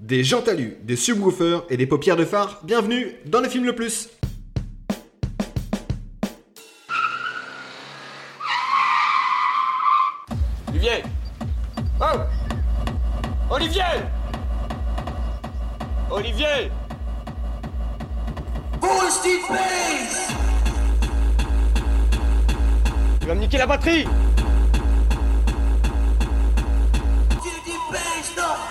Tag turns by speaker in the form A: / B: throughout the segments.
A: des gens talus, des subwoofers et des paupières de phare, bienvenue dans le film le plus
B: Olivier Oh Olivier Olivier Tu vas me niquer la batterie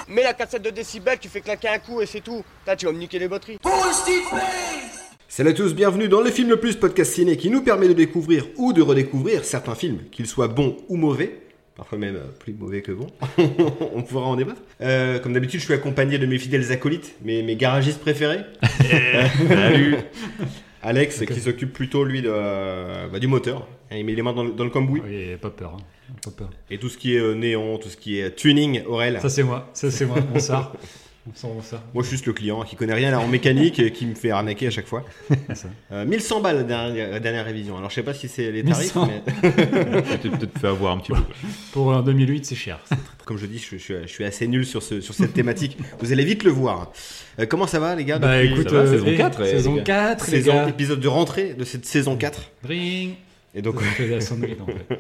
B: Mets la cassette de décibels, tu fais claquer un coup et c'est tout. Putain, tu vas me niquer les batteries.
A: Salut à tous, bienvenue dans le film le plus podcast ciné qui nous permet de découvrir ou de redécouvrir certains films, qu'ils soient bons ou mauvais, parfois même euh, plus mauvais que bons, on pourra en débattre. Euh, comme d'habitude, je suis accompagné de mes fidèles acolytes, mes, mes garagistes préférés. Salut Alex, qui s'occupe plutôt, lui, de, euh, bah, du moteur. Il met les mains dans le, dans le cambouis.
C: Oui, pas peur, hein. pas peur.
A: Et tout ce qui est euh, néon, tout ce qui est tuning, Aurel.
C: Ça c'est moi, ça c'est moi, on sort. On sort, on sort.
A: Moi, je suis juste le client qui connaît rien en mécanique et qui me fait arnaquer à chaque fois.
C: ça.
A: Euh, 1100 balles la dernière, la dernière révision. Alors, je sais pas si c'est les tarifs,
C: 1100.
A: mais
D: Tu t'es peut-être fait avoir un petit peu.
C: Pour un 2008, c'est cher.
A: comme je dis, je, je- je suis assez nul sur, ce- sur cette thématique. Vous allez vite le voir. Euh, comment ça va, les gars
C: Bah
A: depuis
C: écoute,
D: va, saison
C: eh,
D: 4, eh, les
C: saison
D: gars.
C: 4, les
A: saison,
C: gars.
A: épisode de rentrée de cette saison 4.
C: Ring.
A: Et donc,
C: Ça fait la sonnerie, en fait.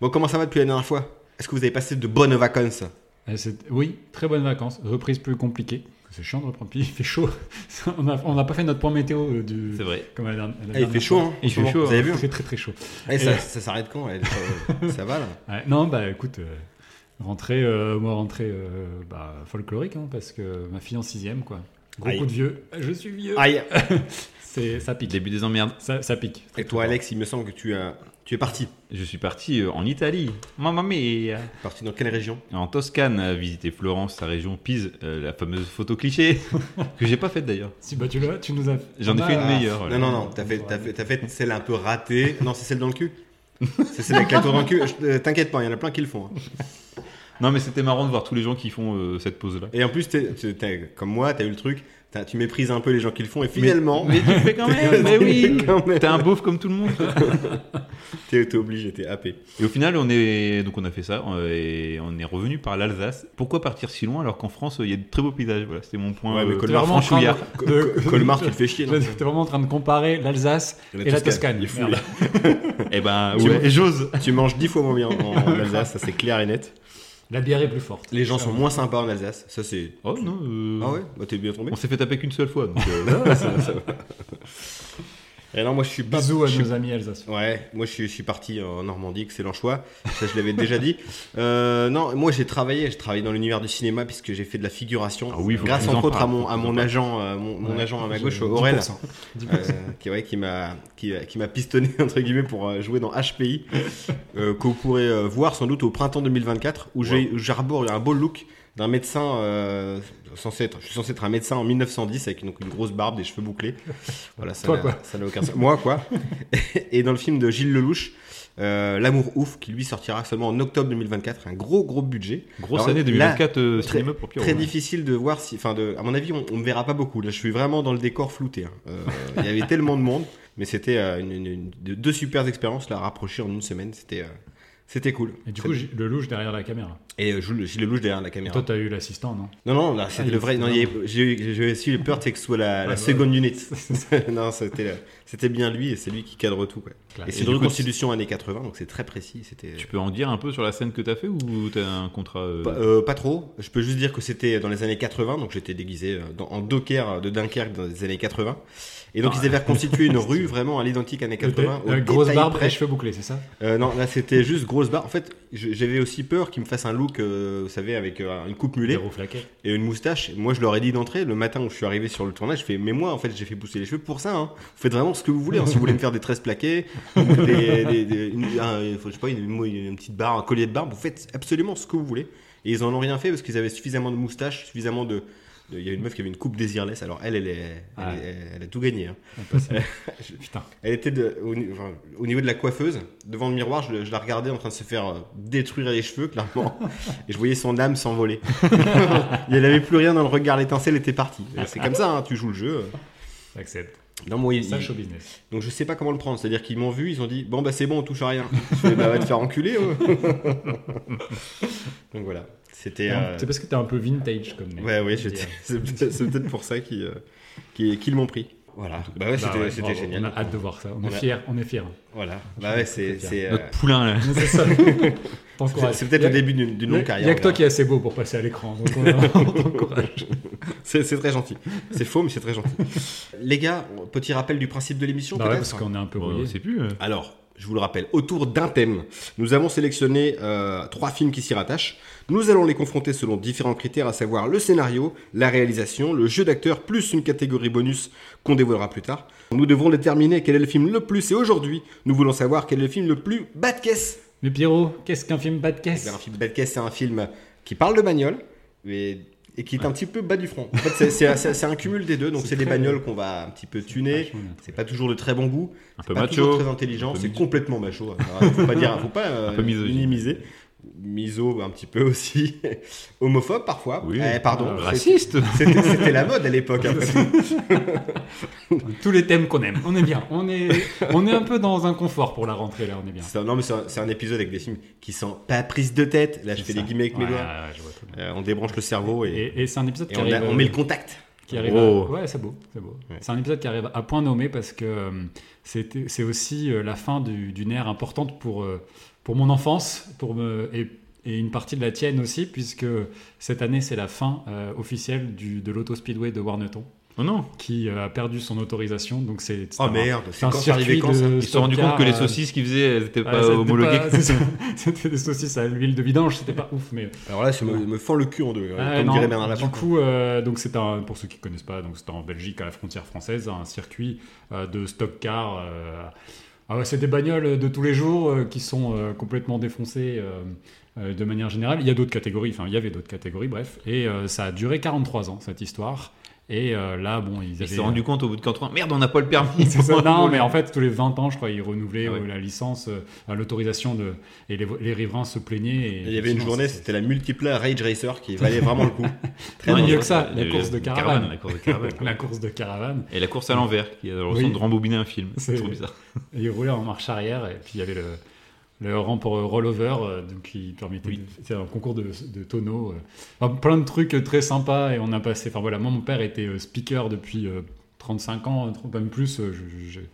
A: bon, comment ça va depuis la dernière fois Est-ce que vous avez passé de bonnes vacances
C: Euh, c'est- Oui, très bonnes vacances. Reprise plus compliquée. C'est chiant de reprendre. Puis il fait chaud. on n'a on n'a pas fait notre point météo euh, du.
D: C'est vrai.
C: Comme à la dernière- la
A: Ah, Il
C: dernière
A: fait
C: fois.
A: chaud, hein en
D: Il
A: ce
D: fait
A: moment.
D: chaud,
A: Vous avez
D: hein.
A: vu
C: Très très très chaud.
A: Eh, ça, ça s'arrête quand eh, ça, ça va, là
C: Ouais, non, bah écoute, euh, rentrée, euh, moi rentrée euh, bah, folklorique, hein, parce que ma fille en sixième, quoi. Gros
A: Aïe.
C: coup de vieux. Je suis vieux.
A: Aïe
C: C'est, ça pique.
D: Début des emmerdes.
C: Ça, ça pique.
A: Et toi, Alex, il me semble que tu, as- tu es parti.
D: Je suis parti euh, en Italie. Mamma mia.
A: Parti dans quelle région
D: En Toscane, à visiter Florence, sa région Pise, euh, la fameuse photo cliché, que j'ai pas faite d'ailleurs.
C: Si bah tu l'as, tu nous as.
D: J'en ai
C: Ah,
D: fait une meilleure. voilà.
A: Non, non, non, t'as fait, t'as fait, t'as fait celle un peu ratée. Non, c'est celle dans le cul. C'est celle avec la tour dans le cul. Je- euh, T'inquiète pas, il y en a plein qui le font. hein.
D: Non, mais c'était marrant de voir tous les gens qui font euh, cette pose-là.
A: Et en plus, t'es- t'es- t'es- comme moi, t'as eu le truc. t'as- Tu méprises un peu les gens qui le font et finalement,
D: Mais tu le fais quand même, mais oui T'es un beauf comme tout le monde. quoi.
A: t'es t'es obligé, t'es happé.
D: Et au final, on est donc on a fait ça euh, et on est revenu par l'Alsace. Pourquoi partir si loin alors qu'en France, euh, il y a de très beaux paysages. Voilà, c'était mon point.
A: Ouais, mais
D: euh,
C: t'es
A: Colmar,
C: vraiment en train
D: franchouillard.
C: de-
A: Co-
C: de-
A: co- Colmar, tu le fais chier, non
C: T'es vraiment en train de comparer l'Alsace et la Toscane.
A: hein. il est fou,
C: Merde.
D: Eh ben,
A: Tu
D: ouais,
A: vois.
D: et j'ose.
A: Tu manges dix fois moins bien en, en Alsace, ça c'est clair et net.
C: La bière est plus forte.
A: Les gens sont moins sympas en Alsace, ça c'est.
D: Oh non. euh,
A: Ah ouais, bah t'es bien tombé.
D: On s'est fait taper qu'une seule fois. donc, euh,
A: Et non, moi je suis pas.
C: Bisous à
A: je suis-
C: nos amis alsaciens.
A: Ouais, moi je suis, je suis parti en Normandie, excellent choix. Ça, je l'avais déjà dit. Euh, non, moi j'ai travaillé, j'ai travaillé dans l'univers du cinéma puisque j'ai fait de la figuration.
D: Ah oui, faut que
A: grâce
D: tu nous
A: entre
D: en
A: autres à
D: parles,
A: mon,
D: faut que
A: à
D: tu nous
A: mon
D: en parles.
A: agent, euh, mon, mon
C: Ouais,
A: agent à ma
C: je-
A: gauche,
C: 10%.
A: Aurel,
C: 10%.
A: euh, qui, ouais, qui m'a, qui, qui m'a pistonné entre guillemets pour euh, jouer dans HPI, euh, que vous pourrez euh, voir sans doute au printemps 2024 où j'ai, où j'arbore un beau look d'un médecin euh, censé être, je suis censé être un médecin en 1910 avec donc une grosse barbe, des cheveux bouclés. Voilà, ça
C: Toi,
A: n'a-
C: quoi.
A: ça n'a aucun sens. Moi quoi. Et dans le film de Gilles Lelouch, euh, L'amour ouf, qui lui sortira seulement en octobre 2024, un gros gros budget.
D: Grosse
A: Alors,
D: année
A: là,
D: 2024 euh,
A: très-
D: cinéma pour Pierre.
A: Très
D: Roland.
A: difficile de voir si, enfin, de, à mon avis, on on ne verra pas beaucoup. Là, je suis vraiment dans le décor flouté. hein. Euh, Il y avait tellement de monde, mais c'était euh, une- une- une- de- deux super expériences là rapprochées en une semaine. C'était, euh, c'était cool.
C: Et du coup, j'ai- le louche derrière la caméra.
A: et euh, Jules, Gilles Lelouch derrière la caméra.
C: Toi, t'as eu l'assistant, non
A: Non, non, là, c'était
C: Ah, il
A: le vrai.
C: était
A: Non, il y avait- j'ai eu- j'ai aussi eu peur que ce soit la, la
C: ouais.
A: seconde unit. non, c'était, la- c'était bien lui et c'est lui qui cadre tout. quoi.
C: Classe.
A: Et c'est
D: Et
A: une
D: du coup,
A: reconstitution années 80, donc c'est très précis. C'était.
D: Tu peux en dire un peu sur la scène que t'as fait ou t'as un contrat euh,
A: Pas, euh, pas trop. Je peux juste dire que c'était dans les années 80, donc j'étais déguisé euh, dans- en docker euh, de Dunkerque dans les années 80. Et donc ils
C: Ah.
A: avaient reconstitué une rue vraiment à l'identique années 80. au
C: Avec grosse
A: détail
C: barbe
A: près.
C: et cheveux bouclés, c'est ça
A: Euh, non, là c'était juste grosse barbe. En fait, je- j'avais aussi peur qu'il me fasse un look, euh, vous savez, avec euh, une coupe
C: Des
A: mulet
C: roues flaquées.
A: et une moustache. Moi, je leur ai dit d'entrer le matin où je suis arrivé sur le tournage. Je fais, mais moi, en fait, j'ai fait pousser les cheveux pour ça. hein. Vous faites vraiment ce que vous voulez. hein. Si vous voulez me faire des tresses plaquées, ou des, des- des- une, un- faut- je sais pas, une, une- une petite barre, un collier de barbe, vous faites absolument ce que vous voulez. Et ils en ont rien fait parce qu'ils avaient suffisamment de moustaches, suffisamment de. de- Il y a une meuf qui avait une coupe désirless. Alors elle, elle, est, elle,
C: Ouais.
A: est- elle a tout gagné. hein.
C: On passe à- Putain.
A: Elle était de- au, ni- enfin, au niveau de la coiffeuse, devant le miroir, je, le- je la regardais en train de se faire euh, détruire les cheveux, clairement, et je voyais son âme s'envoler. Il n'avait plus rien dans le regard, l'étincelle était partie. Et C'est comme ça, hein, tu joues le jeu.
C: J'accepte.
A: Non, bon, ils-
C: Ça,
A: ils-
C: show business.
A: donc je sais pas comment le prendre, c'est-à-dire qu'ils m'ont vu, ils ont dit bon bah c'est bon, on touche à rien. Je fais, bah va te faire enculer. ouais. donc voilà, C'était.
C: Non,
A: euh,
C: C'est parce que t'es un peu vintage comme mec.
A: Ouais, oui,
C: Je veux dire.
A: c'est peut-être c'est peut-être pour ça qu'ils euh, qu'ils- qu'ils m'ont pris. Voilà. Bah ouais,
C: Bah
A: c'était
C: ouais,
A: c'était
C: bravo,
A: génial.
C: On a hâte de voir ça. On est
A: Ouais.
C: fiers. On est fiers.
A: Voilà. Bah ouais, c'est
C: Notre
A: c'est, euh,
D: Notre poulain, là.
C: C'est ça.
A: c'est-
C: T'encourages.
A: c'est peut-être
C: Y a-
A: le début d'une d'une
C: y a-
A: longue carrière.
C: Y a que toi
A: on
C: qui est assez beau pour passer à l'écran. Donc on on t'encourage.
A: verra. C'est c'est très gentil. C'est faux, mais c'est très gentil. Les gars, petit rappel du principe de l'émission.
C: Bah ouais,
A: peut-être
C: parce qu'on est un peu
D: Bon, on
C: brouillé.
D: sait plus. euh.
A: Alors, je vous le rappelle, autour d'un thème, nous avons sélectionné euh, trois films qui s'y rattachent. Nous allons les confronter selon différents critères, à savoir le scénario, la réalisation, le jeu d'acteur, plus une catégorie bonus qu'on dévoilera plus tard. Nous devrons déterminer quel est le film le plus, et aujourd'hui, nous voulons savoir quel est le film le plus bas de caisse.
C: Mais Pierrot, qu'est-ce qu'un film pas de
A: Eh
C: caisse
A: bien, Un film bas de caisse, c'est un film qui parle de bagnole, mais et qui est un petit peu bas du front. En fait, c'est- c'est c'est- c'est un cumul des deux, donc
C: C'est
A: c'est des
C: très-
A: bagnoles qu'on va un petit peu tuner.
C: Vachement bien.
A: C'est pas toujours de très bon goût.
D: Un
A: C'est
D: peu
A: pas toujours
D: macho.
A: très intelligent,
D: un peu
A: c'est
D: miso-
A: complètement macho. Alors, faut pas dire, faut pas euh,
D: Un peu misogyne.
A: minimiser. Miso un petit peu aussi, homophobe parfois.
D: Oui.
A: Eh, pardon.
D: Euh,
A: C'était-
D: Raciste.
A: C'était c'était la mode à l'époque. hein. après.
C: Tous les thèmes qu'on aime. On est bien. On est, on est un peu dans un confort pour la rentrée là. On est bien.
A: C'est un- non mais c'est un, c'est un épisode avec des films qui sont pas prises de tête. Là je fais
C: C'est ça.
A: des guillemets avec mes
C: Ouais,
A: doigts.
C: ouais, ouais, je vois tout bien.
A: Euh, on débranche le cerveau et,
C: Et, et c'est un épisode
A: et
C: qui
A: on, a-
C: arrive. euh,
A: on met le contact.
C: qui arrive
D: Oh.
C: à- ouais c'est beau c'est beau
A: Ouais.
C: c'est un épisode qui arrive à point nommé parce que euh, c'était- c'est aussi euh, la fin du- d'une ère importante pour euh, pour mon enfance pour me et, et une partie de la tienne aussi puisque cette année c'est la fin euh, officielle du de l'auto speedway de Warneton
D: Oh non.
C: qui euh, a perdu son autorisation donc c'est c'est
A: Oh
C: un-
A: merde, c'est
C: c'est un
A: quand c'est arrivé
C: circuit
A: quand ça
C: de
D: Ils se sont rendus compte que les
C: stock-car, euh,
D: saucisses qu'ils faisaient, elles
C: ouais,
D: n'étaient pas
C: c'était pas-
D: homologuées.
C: c'est ça. C'était des saucisses à l'huile de vidange, c'était pas ouf, mais
A: Alors là je me, me fends le cul en deux.
C: ah,
A: comme
C: non.
A: dirait Bernard
C: du
A: Laporte.
C: coup, euh, donc c'est un, pour ceux qui connaissent pas, donc c'est en Belgique à la frontière française, un circuit euh, de stock car. euh, ah ouais, c'est des bagnoles de tous les jours euh, qui sont euh, complètement défoncées euh, euh, de manière générale. Il y a d'autres catégories, enfin il y avait d'autres catégories, bref. Et euh, ça a duré 43 ans cette histoire. Et euh, là, bon, ils
D: Ils se
C: avaient.
D: sont rendus compte au bout de 40 ans. Merde, on n'a pas le permis.
C: C'est ça. Non, mais en fait, tous les 20 ans, je crois, ils renouvelaient
D: Ah ouais.
C: euh, la licence, euh, l'autorisation de. Et les, les riverains se plaignaient. et
A: Il y avait une
C: effectivement,
A: journée,
C: c'est-
A: c'était la multiple Rage Racer qui valait vraiment le coup. Très
C: Non, il y a
A: dangereux.
C: que ça, la
D: Il y a
C: course
D: eu
C: de
D: la
C: caravane.
D: La course de caravane.
C: la course de caravane.
D: Et la course à l'envers, qui a l'impression
C: Oui.
D: de rembobiner un film. C'est
C: C'est-
D: trop bizarre.
C: Et il roulait en marche arrière, et puis il y avait le, le ramp euh, rollover euh, donc, qui permettait. de- C'était un concours de, de tonneaux. euh. Enfin, plein de trucs euh, très sympas, et on a passé. Enfin voilà, moi, mon père était euh, speaker depuis euh, 35 ans, euh, même plus, euh, je, je- je-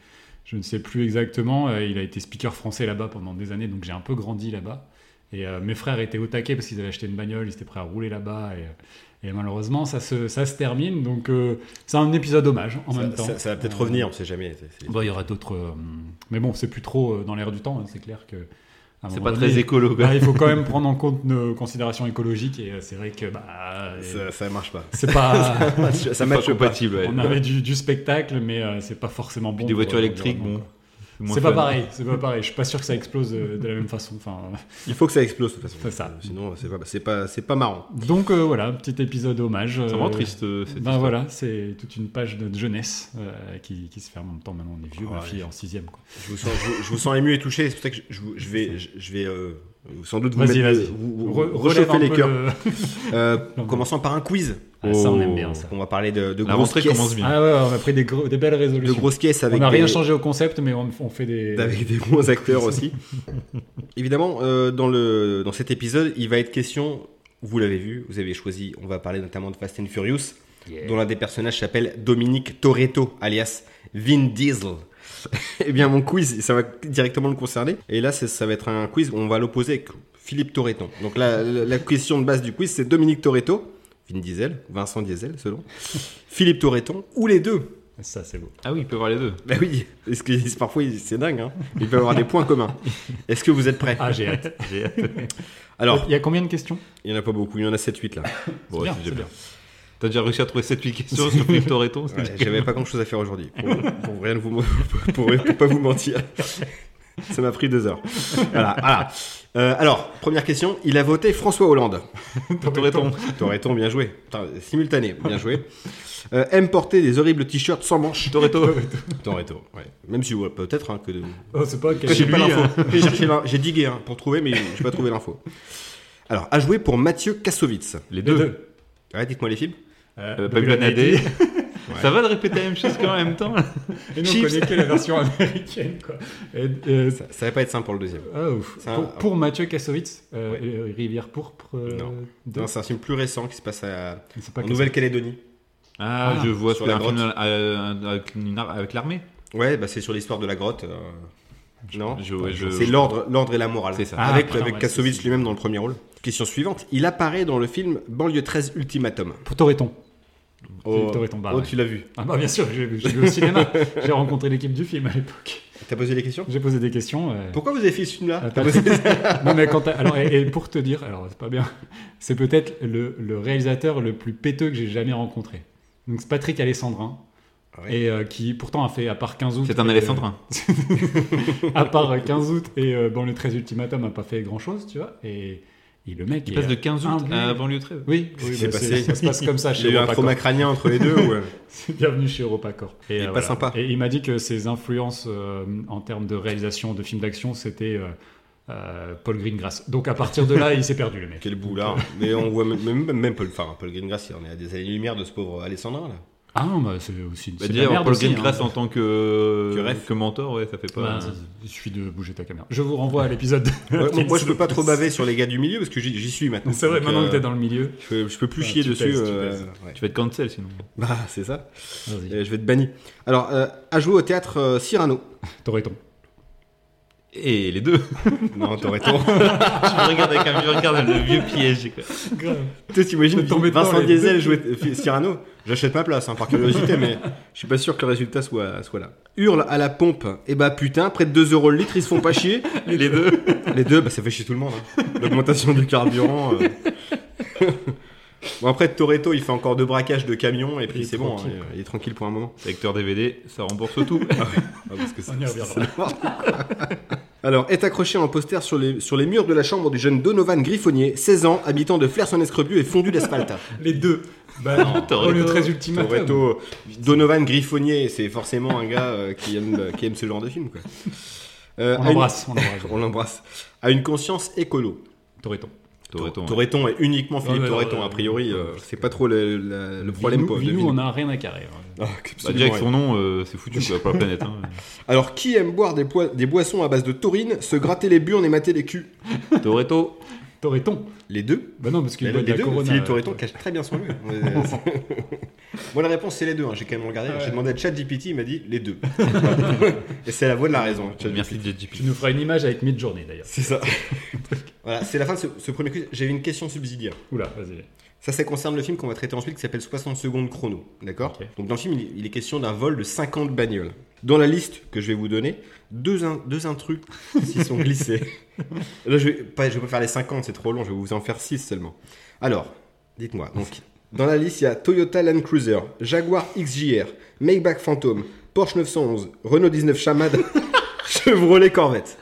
C: je ne sais plus exactement. Euh, Il a été speaker français là-bas pendant des années, donc j'ai un peu grandi là-bas. Et euh, mes frères étaient au taquet parce qu'ils avaient acheté une bagnole, ils étaient prêts à rouler là-bas. Et, et malheureusement, ça se, ça se termine. Donc, euh, c'est un épisode hommage en
A: ça,
C: même temps.
A: ça- ça va peut-être
C: Euh,
A: revenir, on sait jamais. C'est- c'est-
D: Bah,
C: Bon, il y aura d'autres. euh, mais bon, c'est plus trop euh, dans l'air du temps. hein, c'est clair que. à un
D: C'est
C: moment
D: pas
C: donné,
D: très écolo. quoi.
C: bah, il faut quand même prendre en compte nos considérations écologiques et euh, c'est vrai que bah, euh,
A: Ça, ça marche pas.
C: c'est pas.
A: ça
D: C'est pas
A: matche pas.
D: compatible. ouais.
C: on avait du, du spectacle, mais euh, c'est pas forcément bon.
D: Puis des
C: pour,
D: voitures
C: euh,
D: électriques, bon.
C: l'environnement, quoi.
D: moins
C: C'est pas
D: fun.
C: pareil. C'est pas pareil. Je suis pas sûr que ça explose euh, de la même façon. Enfin, euh,
A: Il faut que ça explose de toute façon. Euh,
C: C'est ça.
A: Sinon, c'est pas, c'est pas, c'est pas marrant.
C: donc euh, voilà, petit épisode hommage.
D: C'est
C: euh,
D: vraiment triste. euh, cette
C: Ben
D: histoire.
C: voilà, c'est toute une page de notre jeunesse euh, qui, qui se ferme en même temps. Maintenant, on est vieux. ma
A: Ouais.
C: fille est en sixième. quoi.
A: Je vous sens, je vous, je vous sens ému et touché. C'est pour ça que je, je vous- je vais, je, je vais euh, sans doute vous,
C: Vas-y,
A: mettre-
C: vas-y.
A: vous- vous-
C: Re- relève
A: réchauffer
C: un
A: les
C: peu
A: cœurs.
C: le-
A: Euh,
C: Non.
A: commençons par un quiz.
C: Ah, ça, on
D: Oh.
C: aime bien, ça.
A: On va parler de, de
D: La
A: grosses
D: rentrée
A: caisses.
D: commence bien.
C: Ah ouais, on a pris des, gros- des belles
A: De
C: résolutions.
A: grosses caisses
C: on
A: avec
C: n'a rien
A: des-
C: changé au concept, mais on, on fait des.
A: avec des bons acteurs aussi. Évidemment, euh, dans, le, dans cet épisode, il va être question, vous l'avez vu, vous avez choisi, on va parler notamment de Fast and Furious, dont l'un des personnages s'appelle Dominique Toretto, alias Vin Diesel. Eh bien, mon quiz, ça va directement le concerner. Et là, c'est- ça va être un quiz où on va l'opposer avec Philippe Toretto. Donc la, la- la question de base du quiz, c'est Dominique Toretto, Vin Diesel, Vincent Diesel selon, Philippe Toretto, ou les deux
C: Ça, c'est beau.
D: Ah oui, il peut y avoir les deux.
A: bah oui, parce que parfois ils- c'est dingue, hein. il peut y avoir des points communs. Est-ce que vous êtes prêts
C: Ah, j'ai hâte.
A: Alors,
C: Il y a combien de questions
A: il n'y en a pas beaucoup, il y en a 7-8 là.
D: Bon,
C: bien,
D: c'est
C: c'est
D: déjà
C: bien.
D: bien. T'as déjà réussi à trouver 7 questions sur Philippe Toretto c'est
A: Ouais,
D: déjà-
A: J'avais pas grand chose à faire aujourd'hui, pour, pour rien vous, pour, pour pas vous mentir. Ça m'a pris deux heures. Voilà, voilà. Euh, alors, première question, il a voté François Hollande.
D: Toretto.
A: T'aurait-on bien joué Putain, Simultané, bien joué. Euh, aime porter des horribles t-shirts sans manches.
D: Toretto.
A: Toretto, ouais. Même si, ouais, peut-être hein, que... de-
C: Oh, c'est pas
A: J'ai
D: Chez
A: pas
D: lui,
A: l'info. J'ai cherché l'in- J'ai digué hein, pour trouver, mais j'ai pas trouvé l'info. Alors, à jouer pour Mathieu Kassovitz.
D: Les
C: Les
D: deux.
C: deux.
A: Ouais, dites-moi les films.
C: Euh,
D: Euh,
C: Babylone
D: Babylone AD.
C: AD.
D: Ça va de répéter la même chose qu'en même temps là
C: Et nous, on
D: Chips.
C: connaît que la version américaine, quoi. Et, euh,
A: Ça, ça va pas être simple pour le deuxième.
C: ah, ouf.
A: ça-
C: pour, pour Mathieu Kassovitz, euh,
A: Ouais.
C: et, euh, Rivière Pourpre. euh,
A: Non.
C: deux.
A: Non, C'est un film plus récent qui se passe à,
C: Mais c'est
A: en
C: pas Kassovitz.
A: Nouvelle-Calédonie.
D: Ah, je vois,
A: Sur
D: c'est
A: la
D: un film
A: grotte.
D: euh, avec, une ar- avec l'armée.
A: Ouais, bah, c'est sur l'histoire de la grotte. euh, Non
D: Je- ouais, je-
A: C'est l'ordre, l'ordre et la morale.
D: C'est ça.
C: Ah,
A: avec
C: putain,
A: avec
C: ouais,
A: Kassovitz
C: c'est- c'est-
A: lui-même dans le premier rôle. Question suivante. Il apparaît dans le film Banlieue 13 Ultimatum.
C: Pour Toreton.
A: Oh,
C: Toreton Bar,
A: oh,
C: ouais.
A: tu l'as vu.
C: Ah bah bien sûr, j'ai j'ai vu au cinéma. j'ai rencontré l'équipe du film à l'époque.
A: T'as posé des questions
C: J'ai posé des questions. euh,
A: Pourquoi vous avez fait ce film-là
C: Ah,
A: T'as
C: pas-
A: posé-
C: non mais quand t'as- alors et, et pour te dire, alors c'est pas bien. C'est peut-être le, le réalisateur le plus péteux que j'ai jamais rencontré. Donc c'est Patrick Alessandrin.
A: Ouais.
C: Et euh, qui pourtant a fait à part 15 août.
D: C'est un
C: et, euh,
D: Alessandrin.
C: à part euh, 15 août et euh, bon le 13 ultimatum a pas fait grand chose, tu vois. Et, et le mec.
D: Il
C: est-
D: passe de 15 août
C: Ah,
D: à
C: oui.
D: banlieue 13.
C: Oui,
A: Qu'est-ce
C: oui
A: qui s'est
C: bah, c'est-
A: passé
C: ça se passe comme ça
A: Il y
C: chez
A: a eu un
C: Europacorp.
A: trauma crânien entre les deux. euh, ouais.
C: C'est bienvenu chez EuropaCorp.
A: Il est pas sympa.
C: Et il m'a dit que ses influences euh, en termes de réalisation de films d'action, c'était euh, euh, Paul Greengrass. Donc à partir de là, il s'est perdu, le mec.
A: Quel boulard. Mais on voit même, même, même Paul, enfin, Paul Greengrass, il en est à des années-lumière de ce pauvre Alessandrin. Là.
C: Ah non, bah, c'est aussi une
D: Bah,
C: c'est de la
D: déjà,
C: merde
D: avoir Paul
C: aussi,
D: Greengrass
C: hein.
D: en tant que, euh,
A: Que ref.
D: que mentor, ouais, ça fait pas.
C: Bah, Il suffit de bouger ta caméra. Je vous renvoie à l'épisode. de-
A: Ouais, moi, moi, je peux pas trop baver sur les gars du milieu parce que j'y j'y suis maintenant.
C: C'est vrai,
A: Donc,
C: maintenant
A: euh,
C: que t'es dans le milieu.
A: Je peux, je peux plus
C: Ah,
A: chier
C: tu
A: dessus.
C: pèses, tu
A: euh,
C: pèses.
A: ouais.
D: Tu vas être cancel sinon.
A: Bah, c'est ça.
C: Vas-y,
A: Euh, je vais te banni. Alors, euh, à jouer au théâtre euh, Cyrano.
C: Toreton.
D: Et les deux.
A: Non, t'aurais tort.
D: tu me regardes avec un vieux regard, le vieux piège. quoi.
A: Tu t'imagines
C: T'es tombé dedans,
A: Vincent
C: les
A: Diesel
C: deux.
A: jouer euh, Cyrano J'achète ma place, hein, par curiosité, mais je suis pas sûr que le résultat soit, soit là. Hurle à la pompe. Et bah putain, près de 2 euros le litre, ils se font pas chier.
D: Et les deux.
A: Les deux, bah, ça fait chier tout le monde. hein. L'augmentation du carburant. euh. bon, après, Toretto, il fait encore deux braquages de camions et puis
C: Il est
A: c'est bon,
C: tranquille,
A: hein, il est tranquille pour un moment.
D: Lecteur DVD, ça rembourse tout.
A: Ah, parce que c'est-
C: On y reviendra.
A: c'est n'importe quoi. Alors, est accroché en poster sur les, sur les murs de la chambre du jeune Donovan Griffonnier, 16 ans, habitant de Flers-en-Escrebieux et fondu d'asphalte.
C: Les deux. Bah non,
D: Toretto.
C: Toreton. Le 13 ultimatum.
A: Toretto, Donovan Griffonnier, c'est forcément un gars euh, qui, aime, qui aime ce genre de film. Quoi. Euh,
C: On
A: à une-
C: embrasse, on embrasse.
A: on l'embrasse. À une conscience écolo.
C: Toreton.
D: Toreton.
A: Toreton est uniquement Philippe
C: Ouais, mais alors,
A: Toreton, a
C: euh,
A: priori, euh, c'est pas trop le, la- le problème
C: nous,
A: pour de
C: nous, on
A: Ville.
C: a rien à carrer. hein.
A: Ah,
D: Bah,
A: absolument,
D: déjà avec
A: ouais.
D: son nom, euh, c'est foutu quoi, pour la planète. hein.
A: Alors, qui aime boire des, poi- des boissons à base de taurine, se gratter les burnes et mater les culs
D: Toretto.
C: Toreton.
A: Les deux
C: Bah non, parce qu'il
A: Les
C: doit de la
A: deux
C: Corona.
A: Philippe Toreton cache très bien son nom. Moi, la réponse, c'est les deux. hein. J'ai quand même regardé.
C: Ouais.
A: J'ai demandé à ChatGPT, il m'a dit les deux. et c'est la voix de la raison. ChatGPT.
D: Merci
C: Tu
D: JGP.
C: nous feras une image avec mid-journée d'ailleurs.
A: C'est ça. voilà, c'est la fin de ce, ce premier quiz. J'avais une question subsidiaire.
C: Oula, vas-y.
A: Ça, ça concerne le film qu'on va traiter ensuite qui s'appelle 60 secondes chrono. D'accord
C: Ok.
A: Donc, dans le film, il, il est question d'un vol de 50 bagnoles. Dans la liste que je vais vous donner, deux, in- deux intrus s'y sont glissés. Là, je vais pas, je vais pas faire les 50, c'est trop long, je vais vous en faire 6 seulement. Alors, dites-moi. Donc, dans la liste, il y a Toyota Land Cruiser, Jaguar XJR, Maybach Phantom, Porsche 911, Renault 19 Chamade, Chevrolet Corvette.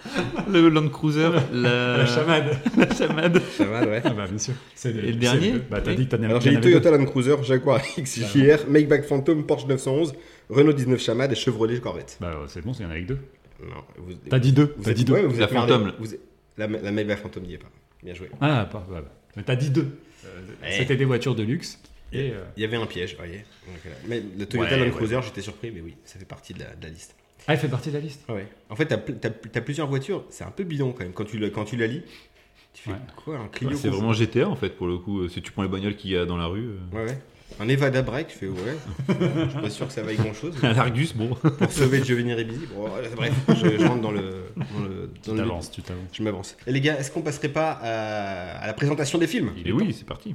D: Le Land Cruiser, la,
C: La chamade.
D: la chamade.
A: Chamade, ouais.
C: Ah bah bien sûr. C'est
D: Et le
C: c'est
D: dernier
C: Bah t'as
D: Oui.
C: dit que t'en avais
A: Alors j'ai
C: t'en
A: dit
C: avais Ah
A: Toyota Land Cruiser, Jaguar XJR, Maybach Phantom, Porsche 911, Renault 19 Chamade et Chevrolet Corvette.
C: deux. Bah ouais, c'est bon, c'est y en a avec deux.
A: Non, vous,
C: T'as dit deux.
A: vous
C: T'as
A: êtes-
C: dit deux.
A: ouais, vous
D: La
A: êtes merdé.
D: Phantom, là.
A: Vous êtes- la, la Maybach Phantom n'y est pas. Bien joué.
C: Ah, pas, bah, bah. Mais t'as dit deux. Euh,
A: Ouais.
C: C'était des voitures de luxe. Et euh,
A: Il y avait un piège, voyez. Donc, voilà. Mais le Toyota
C: Ouais,
A: Land
C: ouais.
A: Cruiser, j'étais surpris, mais oui, ça fait partie de la, de la liste.
C: Ah, elle fait partie de la liste.
A: Ah ouais. En fait, t'as pl- t'as pl- t'as plusieurs voitures, c'est un peu bidon quand même. Quand tu, le- quand tu la lis, tu fais
C: Ouais.
A: quoi Un Clio
D: Ouais, Bah, C'est
A: Coupe-
D: vraiment GTA en fait pour le coup. euh, Si tu prends les bagnoles qu'il y a dans la rue. euh,
A: Ouais, ouais. Un Evada Break, tu fais ouais. je suis pas sûr que ça vaille grand chose.
D: À l'Argus, euh, bon.
A: Pour sauver Giovanni Ribisi. Bon, euh, bref, je, je rentre dans le. Dans le, dans
C: Tu
A: le
C: t'avances, tu t'avances.
A: Je m'avance. Et les gars, est-ce qu'on passerait pas à, à la présentation des films
D: Et oui, c'est parti.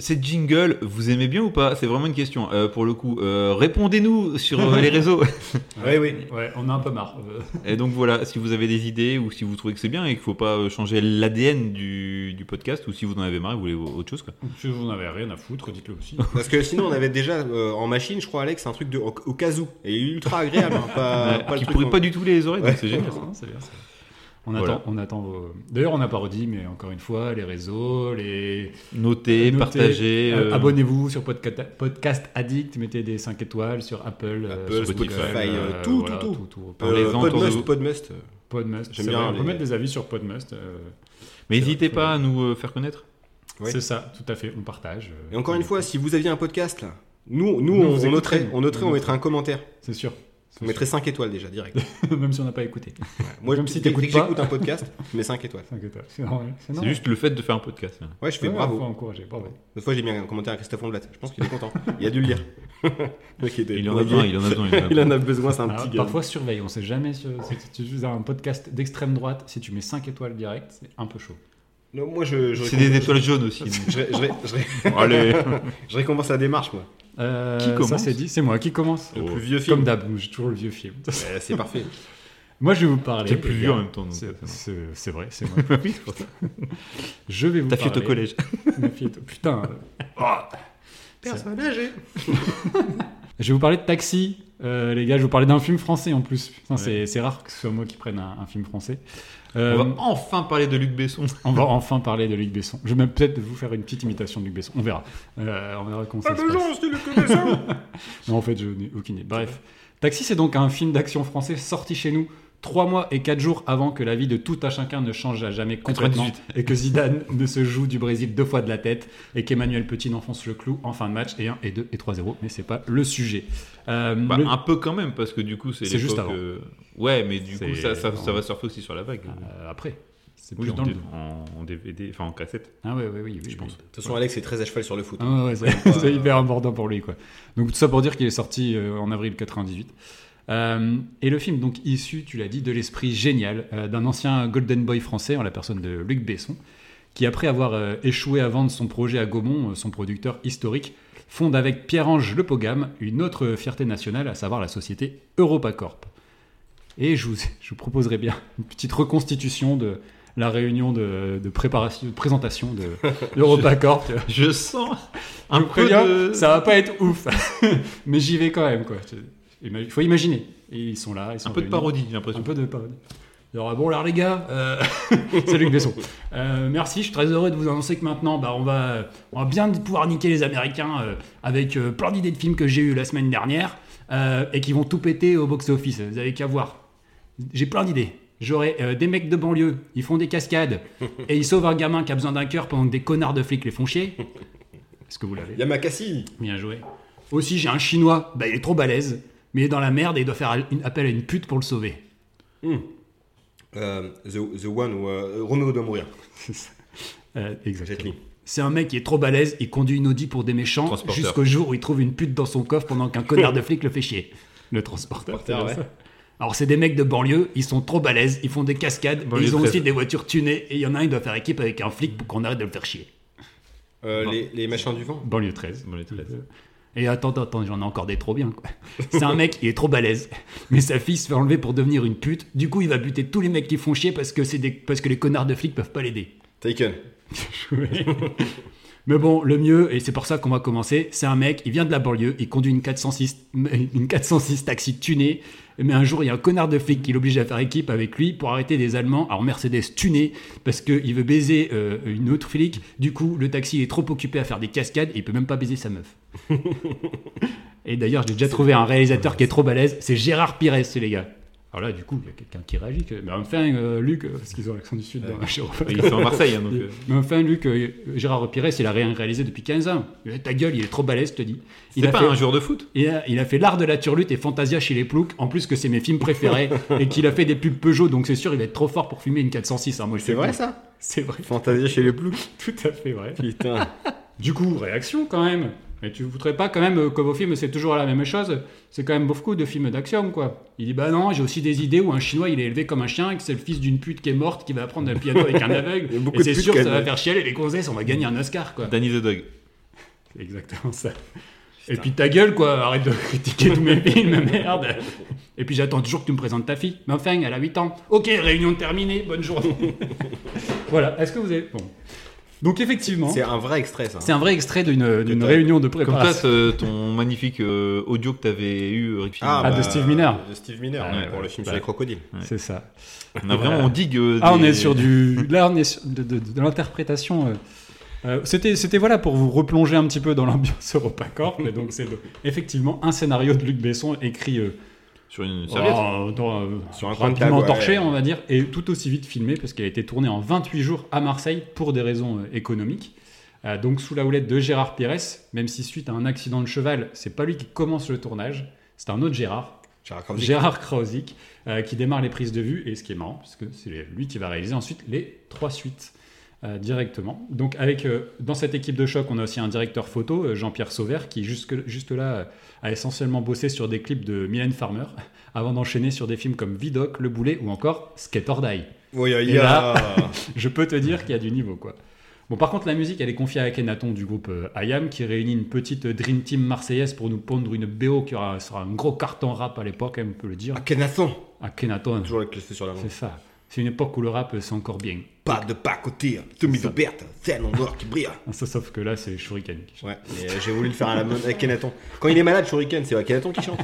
D: Cette jingle, vous aimez bien ou pas C'est vraiment une question. Euh, pour le coup, Euh, répondez-nous sur euh, les réseaux.
A: Oui, oui.
C: Ouais, on a un peu marre. Euh,
D: Et donc voilà, si vous avez des idées ou si vous trouvez que c'est bien et qu'il faut pas euh, changer l'ADN du, du podcast ou si vous en avez marre et vous voulez autre chose quoi.
C: Si vous en avez rien à foutre, dites-le aussi.
A: Parce que sinon, on avait déjà euh, en machine, je crois, Alex, un truc de, au, au cas où. Et ultra agréable, hein, pas,
D: Ouais,
A: pas le
C: Euh,
D: qui
A: truc
D: pourrait
A: en-
D: pas du tout les oreilles, donc c'est génial.
C: Non, c'est bien, c'est bien. On
D: Voilà.
C: attend, on attend vos... D'ailleurs, on n'a pas redit, mais encore une fois, les réseaux, les...
D: Notez,
C: Notez,
D: partagez.
C: euh,
D: euh,
C: Abonnez-vous sur Podca- Podcast Addict, mettez des 5 étoiles sur Apple, euh,
A: Apple,
C: sur
A: Spotify,
C: Google,
A: euh, tout, tout, tout.
C: Ah
D: Parlez-en
A: Euh,
D: autour de
A: Podmust,
D: vous.
A: Podmust. euh,
C: Podmust,
A: J'aime
C: c'est
A: bien
C: vrai, on peut
A: les-
C: mettre des avis sur Podmust. euh,
D: Mais
C: C'est
D: n'hésitez
C: vrai,
D: pas à nous euh, faire connaître.
A: Ouais.
C: C'est ça, tout à fait, on partage. euh,
A: Et encore une
C: on-
A: fois, si vous aviez un podcast, là, nous, nous,
C: Nous,
A: on,
C: vous
A: on noterait,
C: écouterez.
A: on noterait, on mettrait un commentaire.
C: C'est sûr.
A: On mettrait 5 étoles déjà, direct.
C: Même si on n'a pas écouté.
A: Moi,
C: Même
A: je-
C: si
A: dès- dès
C: t'écoutes
A: que
C: pas.
A: j'écoute un podcast, je mets 5 étoiles.
C: 5 étoiles. C'est normal.
D: C'est juste le fait de faire un podcast. hein.
A: Ouais, je fais
C: Ouais,
A: bravo.
C: Faut encourager, bravo.
A: L'autre fois, j'ai mis un commentaire à Christophe Ondelat. Je pense qu'il est content. Il a dû le lire. Le mec était
D: Il en a
A: drogué.
D: besoin, il en a besoin. Ah, il en a
A: Il
D: besoin.
A: en a besoin, c'est un
C: Alors,
A: petit gars.
C: parfois, surveille, on sait jamais. sur- Si tu fais un podcast d'extrême droite, si tu mets 5 étoiles direct, c'est un peu chaud.
A: Non, moi, je. je
D: C'est
A: récompense-
D: des étoiles jaunes aussi. donc.
A: Je, ré- je ré- je ré-
D: Allez.
A: je récompense la démarche, moi.
C: Euh,
D: Qui commence
C: Ça, c'est dit, c'est moi qui commence.
A: Le
D: Oh.
A: plus vieux
C: Comme
A: film.
C: d'hab, j'ai toujours le vieux film.
A: Ouais, Euh, c'est parfait.
C: moi, je vais vous parler.
D: T'es plus
C: les
D: vieux
C: gars.
D: en même temps. donc.
C: C'est- C'est c'est vrai, c'est moi.
D: Oui.
C: Je vais vous
D: T'as
C: parler.
D: fait au collège. Ah.
C: Ma fille est au- Putain. euh, oh.
A: Personne âgée.
C: Je vais vous parler de Taxi, euh, les gars. Je vais vous parler d'un film français en plus. Putain, c'est- C'est rare que ce soit moi qui prenne un, un film français. Euh,
D: On va enfin parler de Luc Besson.
C: On va enfin parler de Luc Besson. Je vais même peut-être vous faire une petite imitation de Luc Besson. On verra. Euh, on verra comment ça se passe.
A: c'est le connais ça.
C: Non, en fait, je n'ai aucune idée. Bref. Taxi, c'est donc un film d'action français sorti chez nous trois mois et quatre jours avant que la vie de tout à chacun ne change à jamais complètement
D: 98.
C: et que Zidane ne se joue du Brésil deux fois de la tête et qu'Emmanuel Petit n'enfonce le clou en fin de match et 1 et 2 et 3-0. Mais c'est pas le sujet. Euh,
D: Bah,
C: le-
D: Un peu quand même, parce que du coup, c'est
C: C'est juste
D: l'époque,
C: avant.
D: euh, Ouais, mais du coup,
C: C'est-
D: ça, ça, ça
C: en-
D: va surfer aussi sur la vague.
C: Euh, après. C'est
D: Oui,
C: plus dans
D: en,
C: le...
D: en- en DVD, enfin en cassette.
C: Ah ouais, ouais, oui, oui, oui,
D: Je pense.
A: De toute façon, Alex est très à cheval sur le foot.
C: Ah ouais, ouais, c'est c'est hyper important pour lui. Quoi. Donc tout ça pour dire qu'il est sorti euh, en avril 98. Euh, et le film, donc issu, tu l'as dit, de l'esprit génial euh, d'un ancien Golden Boy français, en la personne de Luc Besson, qui après avoir euh, échoué à vendre son projet à Gaumont, euh, son producteur historique, fonde avec Pierre-Ange Le Pogam une autre fierté nationale, à savoir la société EuropaCorp. Et je vous, je vous proposerai bien une petite reconstitution de la réunion de, de préparation, de présentation de EuropaCorp.
D: Je sens un
C: Je vous
D: peu
C: préviens,
D: de...
C: ça va pas être ouf. Mais j'y vais quand même, quoi. Il faut imaginer. Et ils sont là, ils sont
D: un peu de
C: réunis.
D: parodie, j'ai
C: Un
D: l'impression.
C: peu de parodie. Il y aura, bon, alors les gars, euh, c'est Luc Besson. Euh, merci, je suis très heureux de vous annoncer que maintenant, bah, on, va, on va bien pouvoir niquer les Américains euh, avec euh, plein d'idées de films que j'ai eues la semaine dernière euh, et qui vont tout péter au box-office. Vous avez qu'à voir. J'ai plein d'idées. J'aurai euh, des mecs de banlieue, ils font des cascades et ils sauvent un gamin qui a besoin d'un cœur pendant que des connards de flics les font chier. Est-ce que vous l'avez
A: Yamakasi.
C: Bien joué. Aussi, j'ai un chinois, bah, il est trop balèze, mais il est dans la merde et il doit faire une- appel à une pute pour le sauver.
A: Euh, the, the One où euh, Roméo doit mourir.
C: Euh,
A: Jet
C: exactement.
A: Li.
C: C'est un mec qui est trop balèze, il conduit une Audi pour des méchants
D: Transporteur.
C: jusqu'au jour où il trouve une pute dans son coffre pendant qu'un connard de flic le fait chier. Le transporteur.
A: Transporteur,
C: c'est bien
A: ouais.
C: ça. Alors c'est des mecs de banlieue, ils sont trop balèzes, ils font des cascades,
D: Banlieue
C: et ils ont
D: 13.
C: aussi des voitures tunées et il y en a un qui doit faire équipe avec un flic pour qu'on arrête de le faire chier.
A: Euh, les, les machins du vent.
C: Banlieue 13.
D: Banlieue 13.
C: Et attends, attends, attends, j'en ai encore des trop bien. quoi. C'est un mec, il est trop balèze. Mais sa fille se fait enlever pour devenir une pute. Du coup, il va buter tous les mecs qui font chier parce que, c'est des, parce que les connards de flics peuvent pas l'aider.
A: Taken.
C: Ouais. Mais bon, le mieux, et c'est pour ça qu'on va commencer, c'est un mec, il vient de la banlieue, il conduit une 406, une 406 taxi tunée, mais un jour, il y a un connard de flic qui l'oblige à faire équipe avec lui pour arrêter des Allemands en Mercedes tunée, parce qu'il veut baiser euh, une autre flic. Du coup, le taxi est trop occupé à faire des cascades, et il peut même pas baiser sa meuf. et d'ailleurs, j'ai déjà trouvé un réalisateur qui est trop balèze, c'est Gérard Pires, c'est les gars. Alors là, du coup, il y a quelqu'un qui réagit. Que... Mais enfin, euh, Luc, euh, parce qu'ils ont l'accent du Sud, dans la Chérôme.
D: Il fait en Marseille, hein, donc... euh,
C: Mais enfin, Luc, euh, Gérard Pires, il a rien réalisé depuis 15 ans. Euh, Ta gueule, il est trop balèze, je te dis. Il
D: C'est
C: a,
D: pas
C: fait,
D: un joueur de foot
C: il, a, il a fait l'art de la turlute et Fantasia chez les ploucs, en plus que c'est mes films préférés, et qu'il a fait des pubs Peugeot, donc c'est sûr, il va être trop fort pour filmer une 406. hein, moi, je te
A: C'est
C: le
A: vrai
C: dis.
A: ça
C: C'est vrai,
A: Fantasia chez les ploucs.
C: tout à fait vrai.
A: Putain.
C: Du coup, réaction quand même. Mais tu voudrais pas quand même euh, que vos films, c'est toujours la même chose C'est quand même beaucoup de films d'action, quoi. Il dit Bah non, j'ai aussi des idées où un chinois il est élevé comme un chien et que c'est le fils d'une pute qui est morte qui va apprendre un piano avec un aveugle.
A: Il y a beaucoup de
C: Et c'est
A: putes
C: sûr
A: qui
C: que ça va
A: aiment.
C: faire chialer les gonzesses, on va gagner un Oscar, quoi.
D: Danny the Dog.
C: C'est exactement ça. Et puis ta gueule, quoi. Arrête de critiquer tous mes films, merde. Et puis j'attends toujours que tu me présentes ta fille. Mais enfin, elle a 8 ans. Ok, réunion terminée, bonne journée. voilà, est-ce que vous avez. Bon. Donc effectivement,
A: C'est un vrai extrait, ça.
C: c'est un vrai extrait d'une d'une
A: t'as-
C: réunion de
D: Comme ça,
C: préparation.
D: ce- ton magnifique euh, audio que t'avais eu, Rick Film,
C: Ah, de Steve Miner.
A: bah, De Steve Miner,
C: Ah,
A: ouais,
C: ouais,
A: pour le
C: ouais,
A: film
C: bah.
A: sur les crocodiles.
C: C'est ça.
D: on a vraiment, on digue. euh,
C: Ah, on
D: des-
C: est sur du. Là, on est sur de, de- de l'interprétation. euh. Euh, c'était, c'était voilà pour vous replonger un petit peu dans l'ambiance EuropaCorp. Et donc, c'est le- effectivement un scénario de Luc Besson écrit euh,
D: sur une serviette.
C: en- dans, euh,
A: Sur un coin de
C: rapidement
A: table, ouais.
C: torché, hein. on va dire, et tout aussi vite filmé parce qu'il a été tourné en 28 jours à Marseille pour des raisons euh, économiques. Euh, donc sous la houlette de Gérard Pires, même si suite à un accident de cheval, c'est pas lui qui commence le tournage, c'est un autre Gérard
A: Gérard Krause.
C: Gérard Krausick, euh, qui démarre les prises de vue, et ce qui est marrant, parce que c'est lui qui va réaliser ensuite les trois suites euh, directement. Donc avec, euh, dans cette équipe de choc, on a aussi un directeur photo, euh, Jean-Pierre Sauvert, qui jusque, juste là euh, a essentiellement bossé sur des clips de Mylène Farmer, avant d'enchaîner sur des films comme Vidoc, Le Boulet ou encore Skate or Die.
A: Oui, il y
C: Et
A: a-
C: Je peux te dire qu'il y a du niveau, quoi. Bon, par contre, la musique, elle est confiée à Akhenaton du groupe euh, IAM, qui réunit une petite euh, Dream Team marseillaise pour nous pondre une BO qui aura- sera un gros carton rap à l'époque, hein, on peut le dire.
A: Ah, Kenaton.
C: Akhenaton,
A: Toujours avec le C sur la langue.
C: c'est ça. C'est une époque où le rap, euh, c'est encore bien.
A: Pas hein. de pacotille, chemise
C: ça.
A: ouverte, scène en noir qui brille.
C: Ah, Ça, sauf que là, c'est Shuriken.
A: Ouais, mais, euh, j'ai voulu le faire à la mode avec Kenaton. Quand il est malade, Shuriken, c'est Kenaton qui chante.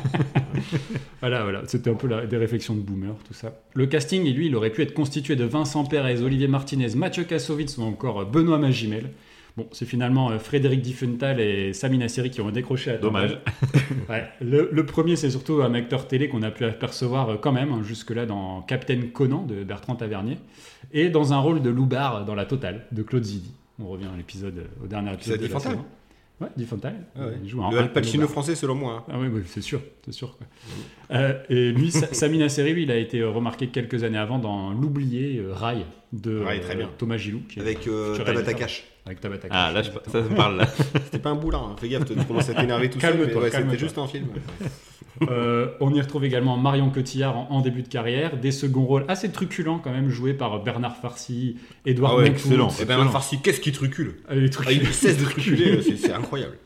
C: Voilà, voilà. C'était un peu la- des réflexions de boomer, tout ça. Le casting, et lui, il aurait pu être constitué de Vincent Perez, Olivier Martinez, Mathieu Kassovitz ou encore euh, Benoît Magimel. Bon, c'est finalement euh, Frédéric Diffenthal et Samina Seri qui ont décroché à temps
D: Dommage.
C: Ouais, le, le premier, c'est surtout un acteur télé qu'on a pu apercevoir euh, quand même, hein, jusque-là dans Captain Conan de Bertrand Tavernier, et dans un rôle de Loubard euh, dans La Totale de Claude Zidi. On revient à l'épisode, euh, au dernier épisode.
A: Épisode
C: de la
A: Diffenthal.
C: saison. Ouais, Diffenthal.
A: Ah ouais.
C: Il joue un
A: Le
C: Hulk
A: Al Pacino
C: Loubard.
A: français, selon moi. hein.
C: Ah oui, oui, c'est sûr, c'est sûr. quoi. Euh, et lui, Sa- Samina Seri, lui, il a été euh, remarqué quelques années avant dans L'oublié euh, Rail de
A: Rail, Ah très
C: euh,
A: bien.
C: Thomas Gilou, qui est-
A: Avec euh,
C: futur
A: Tabata
C: réalisateur.
A: Cash.
C: avec Tabata.
D: Ah, là, je- ça me parle. Là.
A: C'était pas un boulin, hein. fais gaffe, tu commences à t'énerver tout seul. mais
C: Calme-toi,
A: ouais, C'était
C: calme-toi.
A: juste un film.
C: Euh, on y retrouve également Marion Cotillard en, en début de carrière, des seconds rôles assez truculents quand même, joués par Bernard Farcy, Édouard
A: Ah ouais,
C: Montand.
D: excellent.
A: Et ben, Farsi, qu'est-ce qui trucule
C: Ah, les
A: Ah, Il
C: truculents.
A: cesse de reculer, c'est- c'est incroyable.